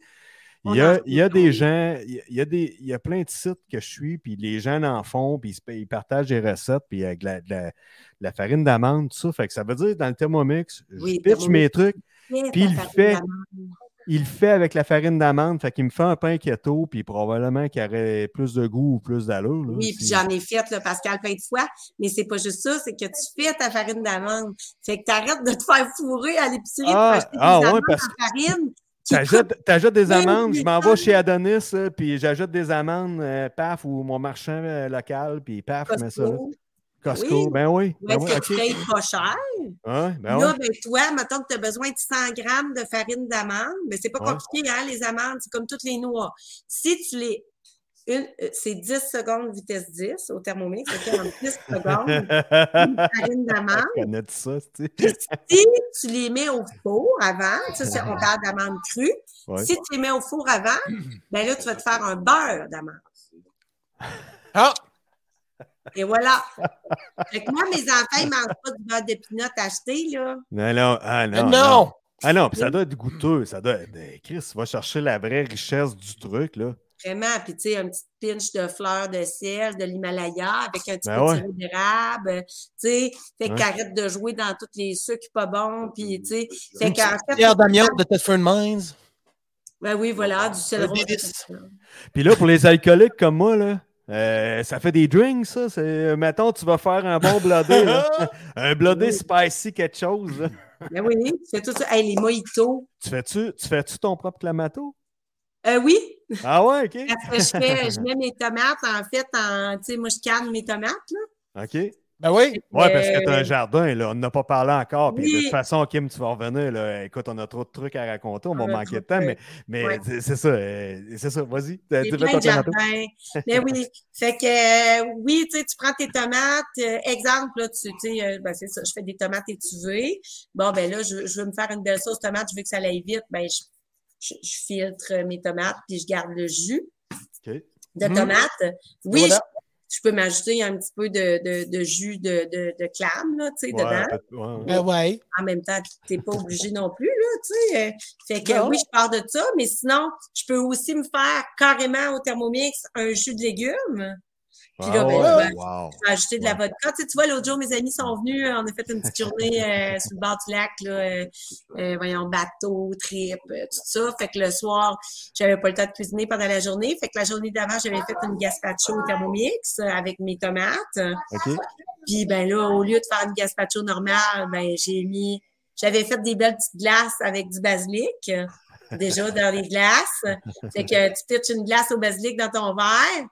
[SPEAKER 6] On
[SPEAKER 3] Il y, a,
[SPEAKER 6] en-
[SPEAKER 3] il y a des gens, il y a- il y a, des, il y a plein de sites que je suis, puis les gens en font, puis ils, se- ils partagent des recettes, puis avec de la, de la- de la farine d'amande, tout ça. Fait que ça veut dire, dans le Thermomix, je
[SPEAKER 6] Oui,
[SPEAKER 3] pitch mes trucs,
[SPEAKER 6] fais
[SPEAKER 3] puis
[SPEAKER 6] ta
[SPEAKER 3] il
[SPEAKER 6] farine
[SPEAKER 3] fait-
[SPEAKER 6] d'amande.
[SPEAKER 3] il le fait avec la farine d'amande, fait qu'il me fait un pain keto, puis probablement qu'il aurait plus de goût ou plus d'allure. là,
[SPEAKER 6] Oui,
[SPEAKER 3] si-
[SPEAKER 6] puis j'en ai fait, là, Pascal, plein de fois. Mais c'est pas juste ça, c'est que tu fais ta farine d'amande. Fait que t'arrêtes de te faire fourrer à l'épicerie
[SPEAKER 3] Ah,
[SPEAKER 6] pour acheter des
[SPEAKER 3] ah, ouais,
[SPEAKER 6] amandes
[SPEAKER 3] parce
[SPEAKER 6] en farine. qui coûtent-
[SPEAKER 3] T'ajoutes t'ajoutes des
[SPEAKER 6] Oui,
[SPEAKER 3] amandes,
[SPEAKER 6] oui,
[SPEAKER 3] je m'en
[SPEAKER 6] ça.
[SPEAKER 3] vais chez Adonis, là, puis j'ajoute des amandes, euh, paf, ou mon marchand euh, local, puis paf, je mets ça là.
[SPEAKER 6] Costco.
[SPEAKER 3] Costco,
[SPEAKER 6] Oui.
[SPEAKER 3] ben oui.
[SPEAKER 6] Ouais,
[SPEAKER 3] Ben oui,
[SPEAKER 6] fait que
[SPEAKER 3] ok.
[SPEAKER 6] tu payes pas cher.
[SPEAKER 3] Ouais, ben
[SPEAKER 6] là,
[SPEAKER 3] oui.
[SPEAKER 6] ben, toi, mettons que tu as besoin de 100 grammes de farine d'amande, mais c'est pas
[SPEAKER 3] Ouais.
[SPEAKER 6] compliqué, hein, les amandes, c'est comme toutes les noix. Si tu les. une- euh, c'est 10 secondes vitesse 10 au thermomix, c'est en 10 secondes une farine d'amande.
[SPEAKER 3] Connais-tu ça, tu sais?
[SPEAKER 6] Si tu les mets au four avant, ça, c'est- on parle d'amande crue.
[SPEAKER 3] Ouais.
[SPEAKER 6] Si tu les mets au four avant, ben là, tu vas te faire un beurre d'amande.
[SPEAKER 2] Ah!
[SPEAKER 6] Et voilà. Fait que moi, mes enfants, ils mangent pas du beurre d'épinote acheté, là.
[SPEAKER 3] Non, non, ah non.
[SPEAKER 2] non!
[SPEAKER 3] non. Ah non, puis ça doit être goûteux, ça doit être... eh, Chris, va chercher la vraie richesse du truc, là.
[SPEAKER 6] Vraiment. Puis, tu sais, un petit pinch de fleurs de sel, de l'Himalaya, avec un petit
[SPEAKER 3] Ben
[SPEAKER 6] peu de
[SPEAKER 3] ouais.
[SPEAKER 6] sirop d'érable. euh, Tu sais, fait que
[SPEAKER 3] Ouais.
[SPEAKER 6] t'arrêtes de jouer dans tous les sucres pas bons. Puis, tu sais, fait
[SPEAKER 2] Une
[SPEAKER 6] qu'en fait.
[SPEAKER 2] Pierre d'amiante de Tetford Mines.
[SPEAKER 6] Ben oui, voilà, du sel
[SPEAKER 2] Un
[SPEAKER 6] rouge.
[SPEAKER 2] délice.
[SPEAKER 3] Puis là, pour les alcooliques comme moi, là, euh, ça fait des drinks, ça. C'est- Mettons, tu vas faire un bon bloodé. là. un bloodé spicy quelque chose. là.
[SPEAKER 6] Ben oui, tu fais tout ça. Hey, les mojitos.
[SPEAKER 3] Tu fais-tu tu fais-tu ton propre clamato?
[SPEAKER 6] Euh, oui,
[SPEAKER 3] Ah ouais, OK.
[SPEAKER 6] parce que je fais, je mets mes tomates, en fait, en, tu sais, moi, je canne mes tomates, là. Euh,
[SPEAKER 3] OK. Ouais,
[SPEAKER 2] Ben oui.
[SPEAKER 3] parce que t'as un jardin, là. On n'a pas parlé encore. Puis de
[SPEAKER 6] Oui.
[SPEAKER 3] toute façon, Kim, tu vas revenir. Là. Écoute, on a trop de trucs à raconter. On va
[SPEAKER 6] On a
[SPEAKER 3] manquer de
[SPEAKER 6] trop
[SPEAKER 3] temps,
[SPEAKER 6] de
[SPEAKER 3] mais, mais
[SPEAKER 6] Ouais.
[SPEAKER 3] c'est c'est ça. euh, c'est ça. Vas-y. euh,
[SPEAKER 6] J'ai
[SPEAKER 3] tu fais
[SPEAKER 6] plein
[SPEAKER 3] ton
[SPEAKER 6] de
[SPEAKER 3] clamato.
[SPEAKER 6] jardins. Mais oui. Fait que, euh, oui, tu sais, tu prends tes tomates. euh, exemple, là, tu tu sais, euh, ben, c'est ça, je fais des tomates étuvées. Bon, ben là, je, veux- je veux me faire une belle sauce tomate, je veux que ça aille vite. Ben, je, je, je filtre euh, mes tomates, puis je garde le jus
[SPEAKER 3] OK.
[SPEAKER 6] de
[SPEAKER 2] Mhm.
[SPEAKER 6] tomates. Oui,
[SPEAKER 2] Voilà.
[SPEAKER 6] je, je peux m'ajouter un petit peu de, de, de jus de, de, de clame, là, tu sais,
[SPEAKER 3] Ouais,
[SPEAKER 6] dedans.
[SPEAKER 3] un peu- ouais, ouais.
[SPEAKER 2] Ben ouais.
[SPEAKER 6] en même temps, tu n'es pas obligé non plus, là, tu sais. euh, Fait que
[SPEAKER 2] Non.
[SPEAKER 6] oui, je pars de ça, mais sinon, je peux aussi me faire carrément au Thermomix un jus de légumes. Puis là,
[SPEAKER 3] Ah
[SPEAKER 6] ben,
[SPEAKER 3] ouais,
[SPEAKER 6] ben,
[SPEAKER 3] wow.
[SPEAKER 6] Je vais ajouter de la vodka. Tu, sais, tu vois, l'autre jour, mes amis sont venus, euh, on a fait une petite journée euh, sur le bord du lac, là, euh, euh, voyons, bateau, trip, euh, tout ça. Fait que le soir, j'avais pas le temps de cuisiner pendant la journée. Fait que la journée d'avant, j'avais fait une gazpacho au Thermomix euh, avec mes tomates.
[SPEAKER 3] OK.
[SPEAKER 6] Puis ben là, au lieu de faire une gazpacho normale, ben j'ai mis, j'avais fait des belles petites glaces avec du basilic euh, déjà dans les glaces. Fait que tu pitches une glace au basilic dans ton verre,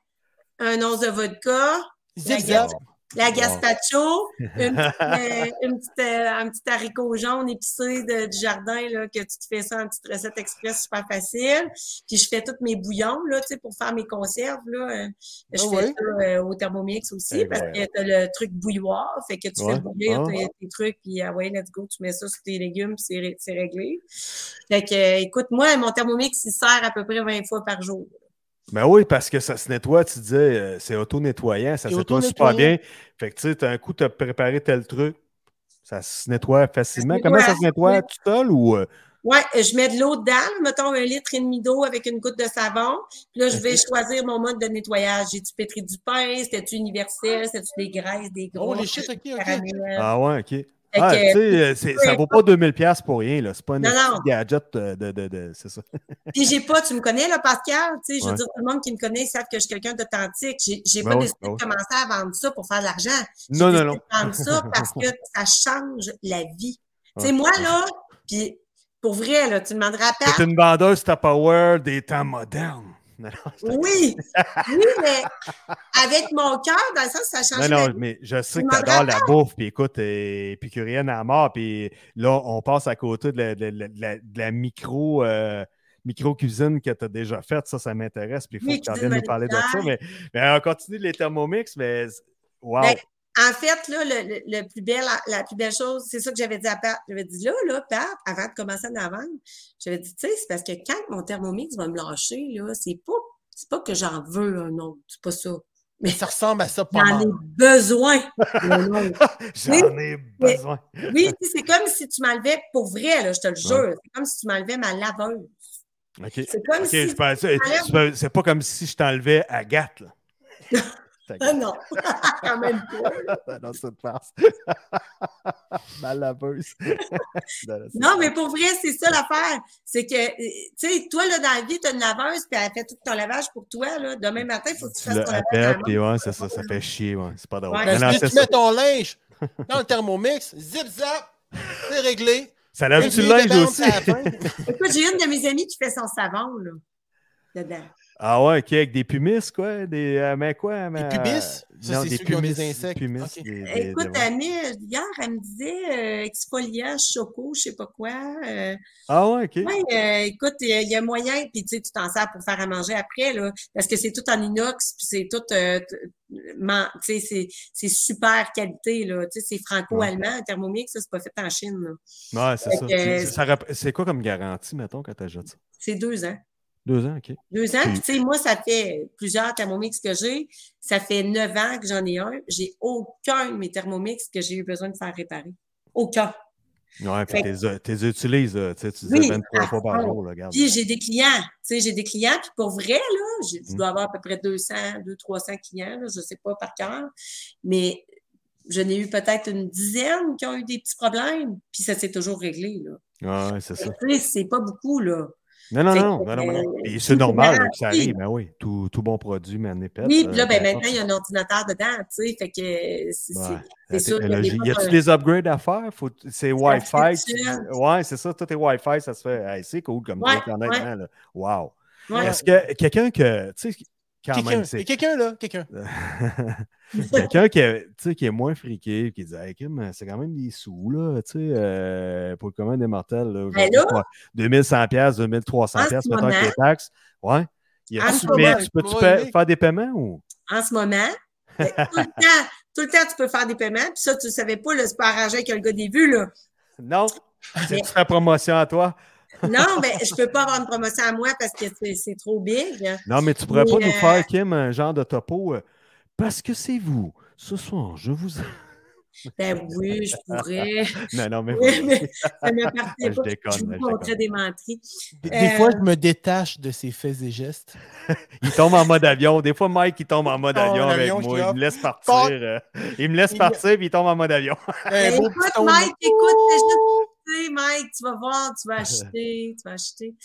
[SPEAKER 6] un once de vodka,
[SPEAKER 2] Zigzag.
[SPEAKER 6] la gazpacho, une, petite, euh, une petite, euh, un petit haricot jaune épicé de- du jardin, là, que tu te fais ça en petite recette express super facile. Puis je fais tous mes bouillons, là, tu sais, pour faire mes conserves, là. euh, Je
[SPEAKER 2] Ah
[SPEAKER 6] fais
[SPEAKER 2] ouais?
[SPEAKER 6] ça euh, au Thermomix aussi,
[SPEAKER 3] Eh
[SPEAKER 6] parce
[SPEAKER 3] ben.
[SPEAKER 6] que t'as le truc bouilloire, fait que tu
[SPEAKER 3] Ouais.
[SPEAKER 6] fais bouillir
[SPEAKER 3] Ah.
[SPEAKER 6] tes, tes trucs, puis ah ouais, let's go, tu mets ça sur tes légumes, puis c'est ré- c'est réglé. Fait que, euh, écoute, moi, mon Thermomix, il sert à peu près 20 fois par jour.
[SPEAKER 3] Ben oui, parce que ça se nettoie, tu disais, euh, c'est auto-nettoyant, ça
[SPEAKER 2] C'est
[SPEAKER 3] se nettoie super
[SPEAKER 2] auto-nettoyant.
[SPEAKER 3] bien. Fait que tu sais, t'as un coup, tu as préparé tel truc, ça se nettoie facilement.
[SPEAKER 6] nettoie.
[SPEAKER 3] Comment ça se nettoie tout seul ou. euh,
[SPEAKER 6] Ouais, euh, je mets de l'eau dedans, là, mettons un litre et demi d'eau avec une goutte de savon. Puis là, je vais choisir mon mode de nettoyage. J'ai-tu pétri du pain? C'était-tu universel? C'était-tu des graisses, des
[SPEAKER 2] Oh,
[SPEAKER 6] gros?
[SPEAKER 2] les shit, ok, ok.
[SPEAKER 6] caramel?
[SPEAKER 3] Ah ouais, ok.
[SPEAKER 6] Fait
[SPEAKER 3] Ah,
[SPEAKER 6] que,
[SPEAKER 3] tu sais, euh, c'est-
[SPEAKER 6] peu
[SPEAKER 3] ça vaut pas 2000$ pour rien, là. C'est pas un
[SPEAKER 6] Non,
[SPEAKER 3] petit
[SPEAKER 6] non.
[SPEAKER 3] gadget euh, de. de, de c'est ça.
[SPEAKER 6] Puis j'ai pas, tu me connais là, Pascal, tu sais, je veux
[SPEAKER 3] Ouais.
[SPEAKER 6] dire, tout le monde qui me connaît savent que je suis quelqu'un d'authentique. J'ai, j'ai
[SPEAKER 3] Ben
[SPEAKER 6] pas
[SPEAKER 3] oui,
[SPEAKER 6] décidé
[SPEAKER 3] ben oui.
[SPEAKER 6] de commencer à vendre ça pour faire de l'argent. J'ai
[SPEAKER 3] Non, non,
[SPEAKER 6] décidé
[SPEAKER 3] non.
[SPEAKER 6] de vendre ça parce que ça change la vie. Tu
[SPEAKER 3] Ouais.
[SPEAKER 6] sais, moi là, puis pour vrai, là, tu demanderas à Pat,
[SPEAKER 3] C'est une vendeuse Tupperware des temps modernes. Non, non, c'est-
[SPEAKER 6] oui, oui, mais avec mon cœur, dans le sens que ça change
[SPEAKER 3] Non,
[SPEAKER 6] la
[SPEAKER 3] non,
[SPEAKER 6] vie.
[SPEAKER 3] mais je sais
[SPEAKER 6] Tu
[SPEAKER 3] que
[SPEAKER 6] m'en
[SPEAKER 3] t'adores la bouffe, puis écoute, t'es épicurienne à mort, puis là, on passe à côté de la, de la- de la- de la micro, euh, micro-cuisine que t'as déjà faite, ça, ça m'intéresse, puis il faut
[SPEAKER 6] Oui,
[SPEAKER 3] que tu
[SPEAKER 6] cuisine
[SPEAKER 3] viennes nous parler de ça, mais, mais on continue les Thermomix, mais c'est- wow!
[SPEAKER 6] Ben, En fait, là, le, le- le plus bel, la plus belle chose, c'est ça que j'avais dit à Pat. J'avais dit, là, là, Pat, avant de commencer à en vendre, j'avais dit, tu sais, c'est parce que quand mon thermomix va me lâcher, là, c'est pas, c'est pas que j'en veux un autre. C'est pas ça.
[SPEAKER 2] Mais ça ressemble à ça pas
[SPEAKER 6] J'en ai
[SPEAKER 2] mal.
[SPEAKER 6] besoin d'un autre.
[SPEAKER 3] J'en ai besoin!
[SPEAKER 6] Oui, tu sais, c'est comme si tu m'enlevais, pour vrai, là, je te le jure,
[SPEAKER 3] Ouais.
[SPEAKER 6] c'est comme si tu m'enlevais ma laveuse.
[SPEAKER 3] Ok,
[SPEAKER 6] C'est comme
[SPEAKER 3] Ok,
[SPEAKER 6] si.
[SPEAKER 3] je pense- c'est- c'est- c'est pas comme si je t'enlevais Agathe, là.
[SPEAKER 6] Ah non, quand même pas.
[SPEAKER 3] Dans cette farce. Malaveuse. Non, non, c'est-
[SPEAKER 6] Non, mais pour vrai, c'est ça l'affaire. C'est que, euh, tu sais, toi, là, dans la vie, t'as une laveuse, puis elle fait tout ton lavage pour toi, là. Demain matin, il faut que tu
[SPEAKER 3] Tu
[SPEAKER 6] fasses
[SPEAKER 3] le
[SPEAKER 6] ton
[SPEAKER 3] appelles,
[SPEAKER 6] lavage. à la
[SPEAKER 3] puis ouais, c'est ça, ça fait chier, ouais, c'est pas drôle.
[SPEAKER 6] Ouais.
[SPEAKER 3] Non,
[SPEAKER 2] Parce
[SPEAKER 3] non,
[SPEAKER 2] que
[SPEAKER 3] c'est
[SPEAKER 2] Ben, tu
[SPEAKER 3] ça.
[SPEAKER 2] mets ton linge dans le thermomix, zip zap, c'est réglé.
[SPEAKER 3] Ça lave du
[SPEAKER 2] Une
[SPEAKER 3] linge
[SPEAKER 2] débande,
[SPEAKER 3] aussi.
[SPEAKER 2] c'est la fin.
[SPEAKER 6] main. Écoute, j'ai une de mes amies qui fait son savon, là. Dedans.
[SPEAKER 3] Ah ouais, ok, avec des pumices, quoi. Des, euh, mais quoi? Mais, euh,
[SPEAKER 2] Des pumices? Ça,
[SPEAKER 3] non,
[SPEAKER 2] c'est
[SPEAKER 3] des
[SPEAKER 2] ceux qui ont des
[SPEAKER 3] pumices,
[SPEAKER 2] insectes.
[SPEAKER 3] pumices,
[SPEAKER 2] Ok.
[SPEAKER 3] des- des-
[SPEAKER 6] Écoute,
[SPEAKER 3] des-
[SPEAKER 6] Annie, euh, hier, elle me disait euh, exfoliant, choco, je sais pas quoi. euh,
[SPEAKER 3] Ah ouais, ok.
[SPEAKER 6] Oui, euh, écoute, il y a- il y, a moyen, puis tu sais, tu t'en sers pour faire à manger après, là, parce que c'est tout en inox, puis c'est tout, euh, t- man- tu sais, c'est- c'est super qualité, là, tu sais, c'est franco-allemand, un Thermomix, ça, c'est pas fait en Chine, là.
[SPEAKER 3] Ouais, c'est
[SPEAKER 6] Fait
[SPEAKER 3] ça.
[SPEAKER 6] que-
[SPEAKER 3] C'est- c'est- ça rap- C'est quoi comme garantie, mettons, quand t'achètes ça?
[SPEAKER 6] C'est deux hein? ans.
[SPEAKER 3] Deux ans, ok.
[SPEAKER 6] Deux ans,
[SPEAKER 3] Puis-
[SPEAKER 6] puis tu sais, moi, ça fait plusieurs Thermomix que j'ai, ça fait neuf ans que j'en ai un, j'ai aucun de mes Thermomix que j'ai eu besoin de faire réparer. Aucun.
[SPEAKER 3] Ah, Ouais, puis
[SPEAKER 6] Fait-
[SPEAKER 3] t'es euh, t'es utilises, euh, tu sais, tu disais
[SPEAKER 6] Oui,
[SPEAKER 3] 23 fois
[SPEAKER 6] à
[SPEAKER 3] par
[SPEAKER 6] fond.
[SPEAKER 3] jour, là, regarde.
[SPEAKER 6] Puis j'ai des clients, tu sais, j'ai des clients, puis pour vrai, là, j'ai- je
[SPEAKER 3] Mm.
[SPEAKER 6] dois avoir à peu près 200, 200, 300 clients, là, je sais pas par cœur, mais je n'ai eu peut-être une dizaine qui ont eu des petits problèmes, puis ça s'est toujours réglé, là.
[SPEAKER 3] Ouais, ouais, c'est ça.
[SPEAKER 6] Tu sais, C'est pas beaucoup, là.
[SPEAKER 3] Non, non,
[SPEAKER 6] Fait
[SPEAKER 3] non,
[SPEAKER 6] que,
[SPEAKER 3] non, non, non.
[SPEAKER 6] euh,
[SPEAKER 3] Puis
[SPEAKER 6] tout
[SPEAKER 3] c'est
[SPEAKER 6] est
[SPEAKER 3] normal là, que ça
[SPEAKER 6] garanti.
[SPEAKER 3] arrive, ben oui. Tout, tout bon produit, mais en épais. euh,
[SPEAKER 6] Oui, puis là, ben,
[SPEAKER 3] peu
[SPEAKER 6] maintenant, il y a un ordinateur dedans, tu sais, fait que c'est... c'est-
[SPEAKER 3] Ouais,
[SPEAKER 6] c'est sûr qu'il y a
[SPEAKER 3] la
[SPEAKER 6] des
[SPEAKER 3] technologie.
[SPEAKER 6] fois
[SPEAKER 3] Y a-tu
[SPEAKER 6] qu'on-
[SPEAKER 3] des upgrades à faire? Faut... C'est Wi-Fi.
[SPEAKER 6] se fait
[SPEAKER 3] tu-
[SPEAKER 6] seul.
[SPEAKER 3] Ouais, c'est ça. Tout est Wi-Fi, ça se fait. Hey, c'est cool comme
[SPEAKER 6] Ouais,
[SPEAKER 3] truc, honnêtement. là. Wow.
[SPEAKER 6] Ouais.
[SPEAKER 3] Est-ce que quelqu'un que. Tu sais, quand
[SPEAKER 2] Quelqu'un, il
[SPEAKER 3] même,
[SPEAKER 2] y a
[SPEAKER 3] c'est.
[SPEAKER 2] quelqu'un là, quelqu'un.
[SPEAKER 3] quelqu'un qui, a- tu sais, qui est moins friqué, qui dit Hey, Kim, c'est quand même des sous, là, tu sais, euh, pour le commun des mortels. Là, aujourd'hui,
[SPEAKER 6] Ben là,
[SPEAKER 3] quoi, 2100$, 2300$,
[SPEAKER 6] en ce
[SPEAKER 3] mettons, avec les
[SPEAKER 6] moment-
[SPEAKER 3] taxes. Ouais. Y a-tu-
[SPEAKER 6] En ce
[SPEAKER 3] mais
[SPEAKER 2] moment,
[SPEAKER 3] tu peux-tu
[SPEAKER 2] ouais,
[SPEAKER 3] pa-
[SPEAKER 2] mais-
[SPEAKER 3] faire des paiements ou.
[SPEAKER 6] en ce moment. Mais Tout le temps, tout le temps, tu peux faire des paiements. Puis ça, tu le savais pas, là, c'est pas arrangé avec le gars des vues, là.
[SPEAKER 3] Non. C'est-tu ta promotion à toi?
[SPEAKER 6] Non, mais je peux pas avoir une promotion à moi parce que c'est- c'est trop big.
[SPEAKER 3] Non, mais tu pourrais
[SPEAKER 6] Mais,
[SPEAKER 3] pas nous
[SPEAKER 6] euh,
[SPEAKER 3] faire, Kim, un genre de topo. euh, parce que c'est vous. Ce soir, je vous.
[SPEAKER 6] Ben oui, je pourrais.
[SPEAKER 3] non, non, mais.
[SPEAKER 6] Oui, mais ça m'appartient
[SPEAKER 3] Je
[SPEAKER 6] pas.
[SPEAKER 3] déconne,
[SPEAKER 6] je
[SPEAKER 3] je
[SPEAKER 6] vous
[SPEAKER 3] déconne.
[SPEAKER 6] montrais des menteries.
[SPEAKER 2] Des,
[SPEAKER 6] Euh,
[SPEAKER 2] des fois, je me détache de ses faits et gestes.
[SPEAKER 3] Il tombe en mode avion. Des fois, Mike, il tombe en mode
[SPEAKER 2] Il tombe en
[SPEAKER 3] avion avec
[SPEAKER 2] avion, je
[SPEAKER 3] moi.
[SPEAKER 2] suis
[SPEAKER 3] Il
[SPEAKER 2] off.
[SPEAKER 3] me laisse partir. euh, il me laisse
[SPEAKER 2] Il-
[SPEAKER 3] partir, puis il tombe en mode avion.
[SPEAKER 2] Un
[SPEAKER 6] Ben,
[SPEAKER 2] beau
[SPEAKER 6] écoute,
[SPEAKER 2] petit ton-
[SPEAKER 6] Mike, écoute, t'as juste acheté, Mike, tu vas voir, tu vas acheter, tu vas acheter.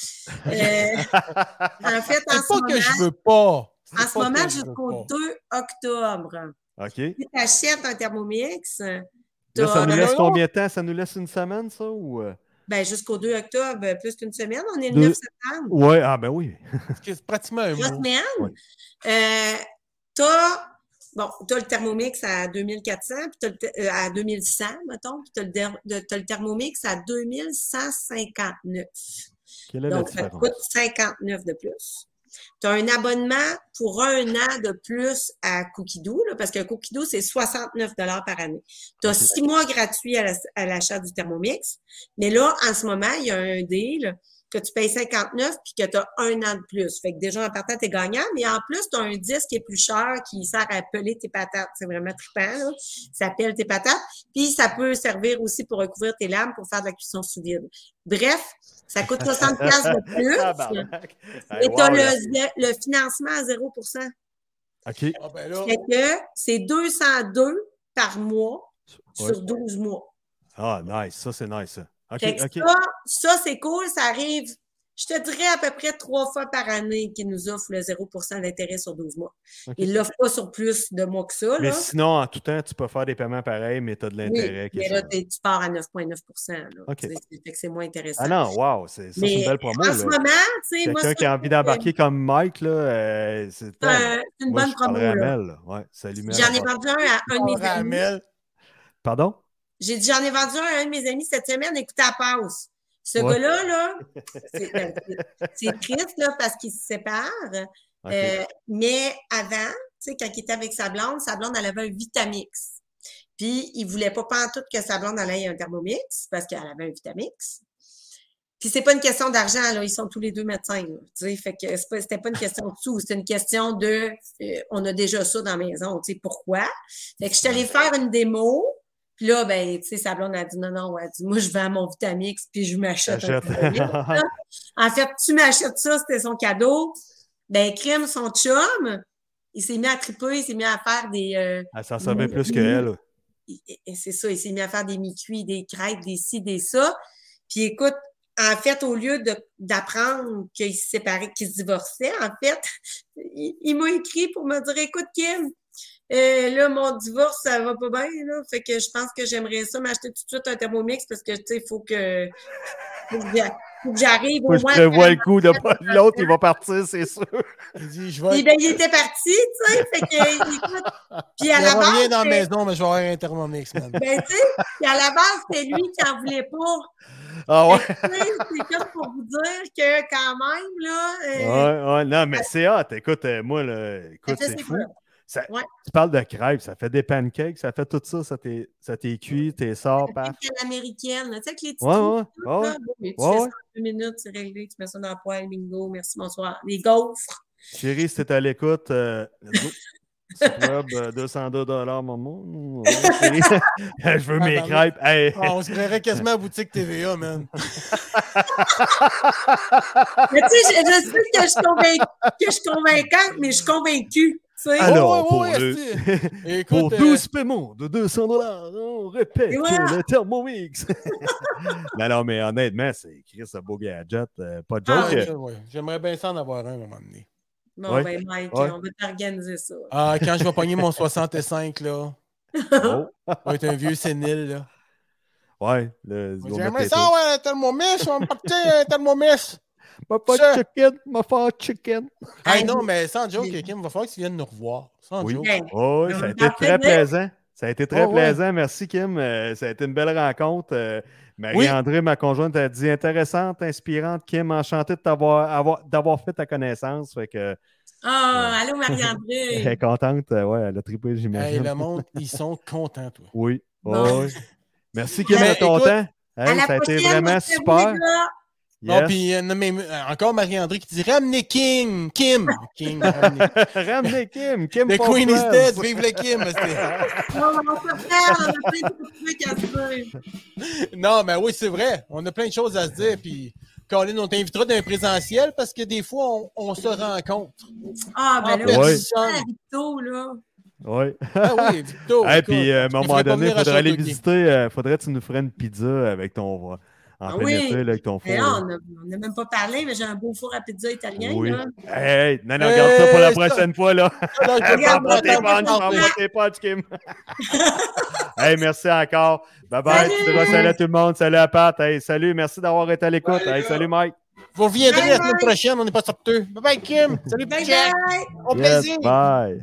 [SPEAKER 6] Euh, en fait, en
[SPEAKER 2] C'est
[SPEAKER 6] ce
[SPEAKER 2] pas
[SPEAKER 6] moment,
[SPEAKER 2] que je veux pas. C'est
[SPEAKER 6] en ce
[SPEAKER 2] pas
[SPEAKER 6] moment
[SPEAKER 2] que je veux
[SPEAKER 6] jusqu'au
[SPEAKER 2] pas.
[SPEAKER 6] 2 octobre,
[SPEAKER 3] OK.
[SPEAKER 6] si tu achètes un Thermomix,
[SPEAKER 3] Là, ça
[SPEAKER 6] t'as-
[SPEAKER 3] nous
[SPEAKER 2] non,
[SPEAKER 3] laisse
[SPEAKER 2] non.
[SPEAKER 3] combien de temps? Ça nous laisse une semaine, ça? Ou... euh?
[SPEAKER 6] ben, jusqu'au 2 octobre, euh, plus qu'une semaine, on est le
[SPEAKER 3] Deux-
[SPEAKER 6] 9 septembre.
[SPEAKER 3] Ouais, ah ben oui.
[SPEAKER 2] Parce que C'est pratiquement un
[SPEAKER 6] Trois
[SPEAKER 2] mot.
[SPEAKER 6] semaines,
[SPEAKER 3] Ouais.
[SPEAKER 6] euh, t'as Bon, tu as le Thermomix à 2400, puis t'as le th- euh, à 2100, mettons, puis tu as, le Thermomix à 2159.
[SPEAKER 3] Quelle est la
[SPEAKER 6] Donc, ça te
[SPEAKER 3] différence?
[SPEAKER 6] coûte 59 de plus. Tu as un abonnement pour un an de plus à Cookidoo, là, parce que Cookidoo, c'est 69 par année. Tu as six mois gratuits à la- à l'achat du Thermomix. Mais là, en ce moment, il y a un deal que tu payes 59 puis que tu as un an de plus. Fait que déjà, en partant, tu es gagnant, mais en plus, tu as un disque qui est plus cher qui sert à peler tes patates. C'est vraiment trippant, là. Ça pèle tes patates. Puis ça peut servir aussi pour recouvrir tes lames pour faire de la cuisson sous vide. Bref, ça coûte 60 de plus.
[SPEAKER 3] Tabarnak.
[SPEAKER 6] Et
[SPEAKER 3] Hey,
[SPEAKER 6] tu as
[SPEAKER 3] wow, là.
[SPEAKER 6] le, le financement à 0
[SPEAKER 3] OK.
[SPEAKER 2] Ah, ben là,
[SPEAKER 6] Fait que c'est 202 par mois
[SPEAKER 3] Ouais.
[SPEAKER 6] sur 12 mois.
[SPEAKER 3] Ah, nice. Ça, c'est nice. ça. OK,
[SPEAKER 6] Fait que
[SPEAKER 3] OK.
[SPEAKER 6] Ça, ça, c'est cool, ça arrive, je te dirais à peu près trois fois par année qu'ils nous offrent le 0 d'intérêt sur 12 mois.
[SPEAKER 3] OK.
[SPEAKER 6] Ils ne l'offrent pas sur plus de mois que ça.
[SPEAKER 3] Mais
[SPEAKER 6] là.
[SPEAKER 3] sinon, en tout temps, tu peux faire des paiements pareils, mais tu as de
[SPEAKER 6] Oui,
[SPEAKER 3] l'intérêt. qui
[SPEAKER 6] mais
[SPEAKER 3] est
[SPEAKER 6] là,
[SPEAKER 3] sur-
[SPEAKER 6] t'es- tu pars à 9,9 là.
[SPEAKER 3] OK.
[SPEAKER 6] Tu sais, c'est- fait que c'est moins intéressant.
[SPEAKER 3] Ah non, wow, c'est ça, c'est
[SPEAKER 6] Mais
[SPEAKER 3] une belle promo.
[SPEAKER 6] en ce
[SPEAKER 3] là.
[SPEAKER 6] moment, tu sais, moi,
[SPEAKER 3] Quelqu'un
[SPEAKER 6] ça,
[SPEAKER 3] qui a envie d'embarquer comme Mike, là, euh, c'est
[SPEAKER 6] c'est un- c'est une
[SPEAKER 3] Moi,
[SPEAKER 6] bonne
[SPEAKER 3] je
[SPEAKER 6] promo.
[SPEAKER 3] parlerais à
[SPEAKER 6] là.
[SPEAKER 3] Mel, là. Ouais, salut Mel.
[SPEAKER 6] J'en ai vendu un à un de mes amis.
[SPEAKER 2] Ramel.
[SPEAKER 3] Pardon?
[SPEAKER 6] J'ai dit, j'en ai vendu un à un de mes amis cette semaine, écoute à pause. Ce
[SPEAKER 3] Ouais.
[SPEAKER 6] gars-là, là, c'est- euh, c'est c'est triste là, parce qu'il se sépare.
[SPEAKER 3] OK.
[SPEAKER 6] Euh, mais avant, tu sais, quand il était avec sa blonde, sa blonde, elle avait un Vitamix. Puis, il voulait pas pantoute que sa blonde, elle ait un Thermomix parce qu'elle avait un Vitamix. Puis, c'est pas une question d'argent, là. Ils sont tous les deux médecins, là. Tu sais, fait que c'est pas- c'était pas une question de sous. C'est une question de, euh, on a déjà ça dans la maison, tu sais, pourquoi? Fait que je suis allée faire une démo. Puis là, ben, tu sais, sa blonde, elle a dit, non, non, elle dit, moi, je vends mon Vitamix, puis je m'achète un
[SPEAKER 3] Achète.
[SPEAKER 6] Thermomix. En fait, tu m'achètes ça, c'était son cadeau. Ben, crime, son chum, il s'est mis à triper, il s'est mis à faire des. euh,
[SPEAKER 3] Elle s'en servait plus que elle.
[SPEAKER 6] il- il- c'est ça, il s'est mis à faire des mi-cuits, des crêpes, des ci, des ça. Puis écoute, en fait, au lieu de- d'apprendre qu'ils se séparaient, qu'ils se divorçaient, en fait, il, il m'a écrit pour me dire Écoute, Kim, euh, là, mon divorce, ça va pas bien, là. Fait que je pense que j'aimerais ça m'acheter tout de suite un thermomix parce que, tu sais, il faut que. Faut que j'a- faut que j'arrive au
[SPEAKER 3] Moi,
[SPEAKER 6] moins.
[SPEAKER 3] je
[SPEAKER 6] à
[SPEAKER 3] prévois le coup de pas de l'autre, il va partir, c'est sûr.
[SPEAKER 2] Il dit, je
[SPEAKER 6] Puis
[SPEAKER 2] vais.
[SPEAKER 6] ben, il était parti, tu sais, fait que, écoute, puis à
[SPEAKER 2] Il y
[SPEAKER 6] la
[SPEAKER 2] aura rien
[SPEAKER 6] base,
[SPEAKER 2] dans la
[SPEAKER 6] c'est-
[SPEAKER 2] maison, mais je vais avoir un Thermomix, man.
[SPEAKER 6] ben, tu sais, puis à la base, c'est lui qui en voulait pas.
[SPEAKER 3] Ah ouais?
[SPEAKER 6] Tu sais, C'est comme pour vous dire que quand même, là,
[SPEAKER 3] Ouais,
[SPEAKER 6] euh,
[SPEAKER 3] ouais, non, mais c'est hot. Écoute, euh, moi, là, écoute,
[SPEAKER 6] ça fait
[SPEAKER 3] c'est
[SPEAKER 6] ses
[SPEAKER 3] fou.
[SPEAKER 6] preuves.
[SPEAKER 3] Ça-
[SPEAKER 6] Ouais.
[SPEAKER 3] Tu parles de crêpes, ça fait des pancakes, ça fait tout ça, ça t'est ça t'est cuit, t'es sort, paf.
[SPEAKER 6] c'est l'américaine, là, tu sais, avec les petits
[SPEAKER 3] Ouais,
[SPEAKER 6] trous,
[SPEAKER 3] ouais, ouais,
[SPEAKER 6] là,
[SPEAKER 3] ouais.
[SPEAKER 6] bon, mais tu
[SPEAKER 3] Ouais,
[SPEAKER 6] fais ça
[SPEAKER 3] ouais.
[SPEAKER 6] en deux minutes, c'est réglé, tu mets ça dans le poêle, bingo, merci, bonsoir. Les gaufres.
[SPEAKER 3] Chérie, si t'es à l'écoute, euh, let's go. Superbe, euh, 202 maman. Ouais, chérie. je veux mes
[SPEAKER 2] Ah, pardon.
[SPEAKER 3] crêpes. Hey.
[SPEAKER 2] Ah, on se créerait quasiment à boutique TVA, man.
[SPEAKER 6] Mais tu sais, je, je sais que je, suis convainc- que je suis convaincante, mais je suis convaincue, tu sais.
[SPEAKER 2] Ah,
[SPEAKER 3] Alors,
[SPEAKER 2] ouais,
[SPEAKER 3] pour,
[SPEAKER 2] ouais,
[SPEAKER 3] le- pour
[SPEAKER 2] Écoute, euh,
[SPEAKER 3] 12 paiements de 200 dollars, on répète
[SPEAKER 6] Et voilà.
[SPEAKER 3] que le Thermomix. non, non, mais honnêtement, c'est Chris, un beau gadget. euh, pas de
[SPEAKER 6] Ah,
[SPEAKER 3] joke.
[SPEAKER 2] ouais, je- ouais, j'aimerais bien ça en avoir un à un moment donné.
[SPEAKER 6] Bon,
[SPEAKER 3] Ouais,
[SPEAKER 6] ben, Mike,
[SPEAKER 3] ouais.
[SPEAKER 6] on va t'organiser ça.
[SPEAKER 2] Ah, quand je vais pogner mon 65, là,
[SPEAKER 3] euh,
[SPEAKER 2] on va être un vieux sénile, là.
[SPEAKER 3] oh, ouais, le, on va mettre
[SPEAKER 2] J'aimerais
[SPEAKER 3] les
[SPEAKER 2] ça
[SPEAKER 3] trucs.
[SPEAKER 2] avoir un Thermomix, on va me partir un Thermomix.
[SPEAKER 3] Ma part
[SPEAKER 2] Ça.
[SPEAKER 3] chicken, ma part chicken.
[SPEAKER 2] Hey,
[SPEAKER 6] Ah,
[SPEAKER 2] non, mais sans joke,
[SPEAKER 6] oui.
[SPEAKER 2] Kim, il va falloir que tu viennes nous revoir. Sans
[SPEAKER 3] Oui,
[SPEAKER 2] joke.
[SPEAKER 6] Hey.
[SPEAKER 3] Oh, oui, ça a
[SPEAKER 6] On
[SPEAKER 3] été
[SPEAKER 6] en
[SPEAKER 3] très
[SPEAKER 6] fait,
[SPEAKER 3] plaisant. Ça a été très
[SPEAKER 2] Oh, ouais.
[SPEAKER 3] plaisant. Merci, Kim. Euh, ça a été une belle rencontre. Euh, Marie-André, ma conjointe, a dit intéressante, inspirante. Kim, enchanté de t'avoir avoir- d'avoir fait ta connaissance. Fait que,
[SPEAKER 6] Ah, allô,
[SPEAKER 3] elle est
[SPEAKER 6] Marie-André.
[SPEAKER 3] contente. Euh, Ouais, elle a trippé,
[SPEAKER 2] Hey,
[SPEAKER 3] j'imagine.
[SPEAKER 2] le monde, ils sont contents, toi.
[SPEAKER 3] Oui.
[SPEAKER 6] Bon.
[SPEAKER 3] Oh, oui. Merci, Kim,
[SPEAKER 6] Ben,
[SPEAKER 3] de ton
[SPEAKER 2] écoute,
[SPEAKER 3] temps. Hey,
[SPEAKER 6] à la
[SPEAKER 3] ça a été
[SPEAKER 6] prochaine,
[SPEAKER 3] vraiment
[SPEAKER 6] mon cher
[SPEAKER 3] super.
[SPEAKER 6] Nicolas.
[SPEAKER 2] Non,
[SPEAKER 3] Yes.
[SPEAKER 2] puis, euh, non, mais, euh, encore Marie-André qui dit Ramenez Kim Kim Kim ramenez-
[SPEAKER 3] Ramenez Kim. Kim
[SPEAKER 2] The
[SPEAKER 3] for
[SPEAKER 2] Queen is
[SPEAKER 3] friends.
[SPEAKER 2] dead, vive le Kim c'était-
[SPEAKER 6] Non, mais on se reparle, on a plein de trucs à se dire.
[SPEAKER 2] Non, mais oui, c'est vrai. On a plein de choses à se dire. Puis, Colin, on t'invitera d'un présentiel parce que des fois, on, on se rencontre.
[SPEAKER 6] Ah,
[SPEAKER 2] En
[SPEAKER 6] ben là, on
[SPEAKER 3] Ouais.
[SPEAKER 6] est à Victo, là.
[SPEAKER 3] Oui.
[SPEAKER 2] Ah oui, Victor.
[SPEAKER 3] Et
[SPEAKER 2] écoute,
[SPEAKER 3] puis, euh, à un
[SPEAKER 2] tu
[SPEAKER 3] moment
[SPEAKER 2] ferais pas
[SPEAKER 3] donné, il
[SPEAKER 2] venir à
[SPEAKER 3] faudrait aller
[SPEAKER 2] Châteauguay.
[SPEAKER 3] visiter. euh, faudrait que tu nous ferais une pizza avec ton. euh, en
[SPEAKER 6] Ah
[SPEAKER 3] fin
[SPEAKER 6] oui.
[SPEAKER 3] d'été, là, avec ton four.
[SPEAKER 6] Mais
[SPEAKER 3] là.
[SPEAKER 6] là, Ben, on n'a même pas parlé, mais j'ai un beau four à pizza italien,
[SPEAKER 3] Oui.
[SPEAKER 6] là.
[SPEAKER 3] Hey, non, non,
[SPEAKER 2] Hey,
[SPEAKER 3] garde ça pour la
[SPEAKER 2] Euh, ça- Ah,
[SPEAKER 3] prochaine fois, là.
[SPEAKER 2] Là, je vais
[SPEAKER 6] Regarde,
[SPEAKER 2] prendre
[SPEAKER 3] M'envoie tes
[SPEAKER 6] attends,
[SPEAKER 3] punches,
[SPEAKER 2] mon temps.
[SPEAKER 6] attends.
[SPEAKER 3] m'envoie tes punches, Kim. hey, merci encore. Bye bye.
[SPEAKER 6] Salut.
[SPEAKER 3] Tu diras salut à tout le monde. Salut à Pat. Hey, salut. Merci d'avoir été à l'écoute.
[SPEAKER 2] Bye, les
[SPEAKER 3] Hey,
[SPEAKER 2] gars.
[SPEAKER 3] salut, Mike.
[SPEAKER 2] Vous reviendrez la
[SPEAKER 6] Bye,
[SPEAKER 2] semaine
[SPEAKER 6] bye.
[SPEAKER 2] prochaine, on n'est pas sorteux. Bye bye, Kim. Salut,
[SPEAKER 6] Bye
[SPEAKER 2] Jack.
[SPEAKER 6] bye!
[SPEAKER 2] Au
[SPEAKER 3] Yes,
[SPEAKER 2] plaisir.
[SPEAKER 3] bye.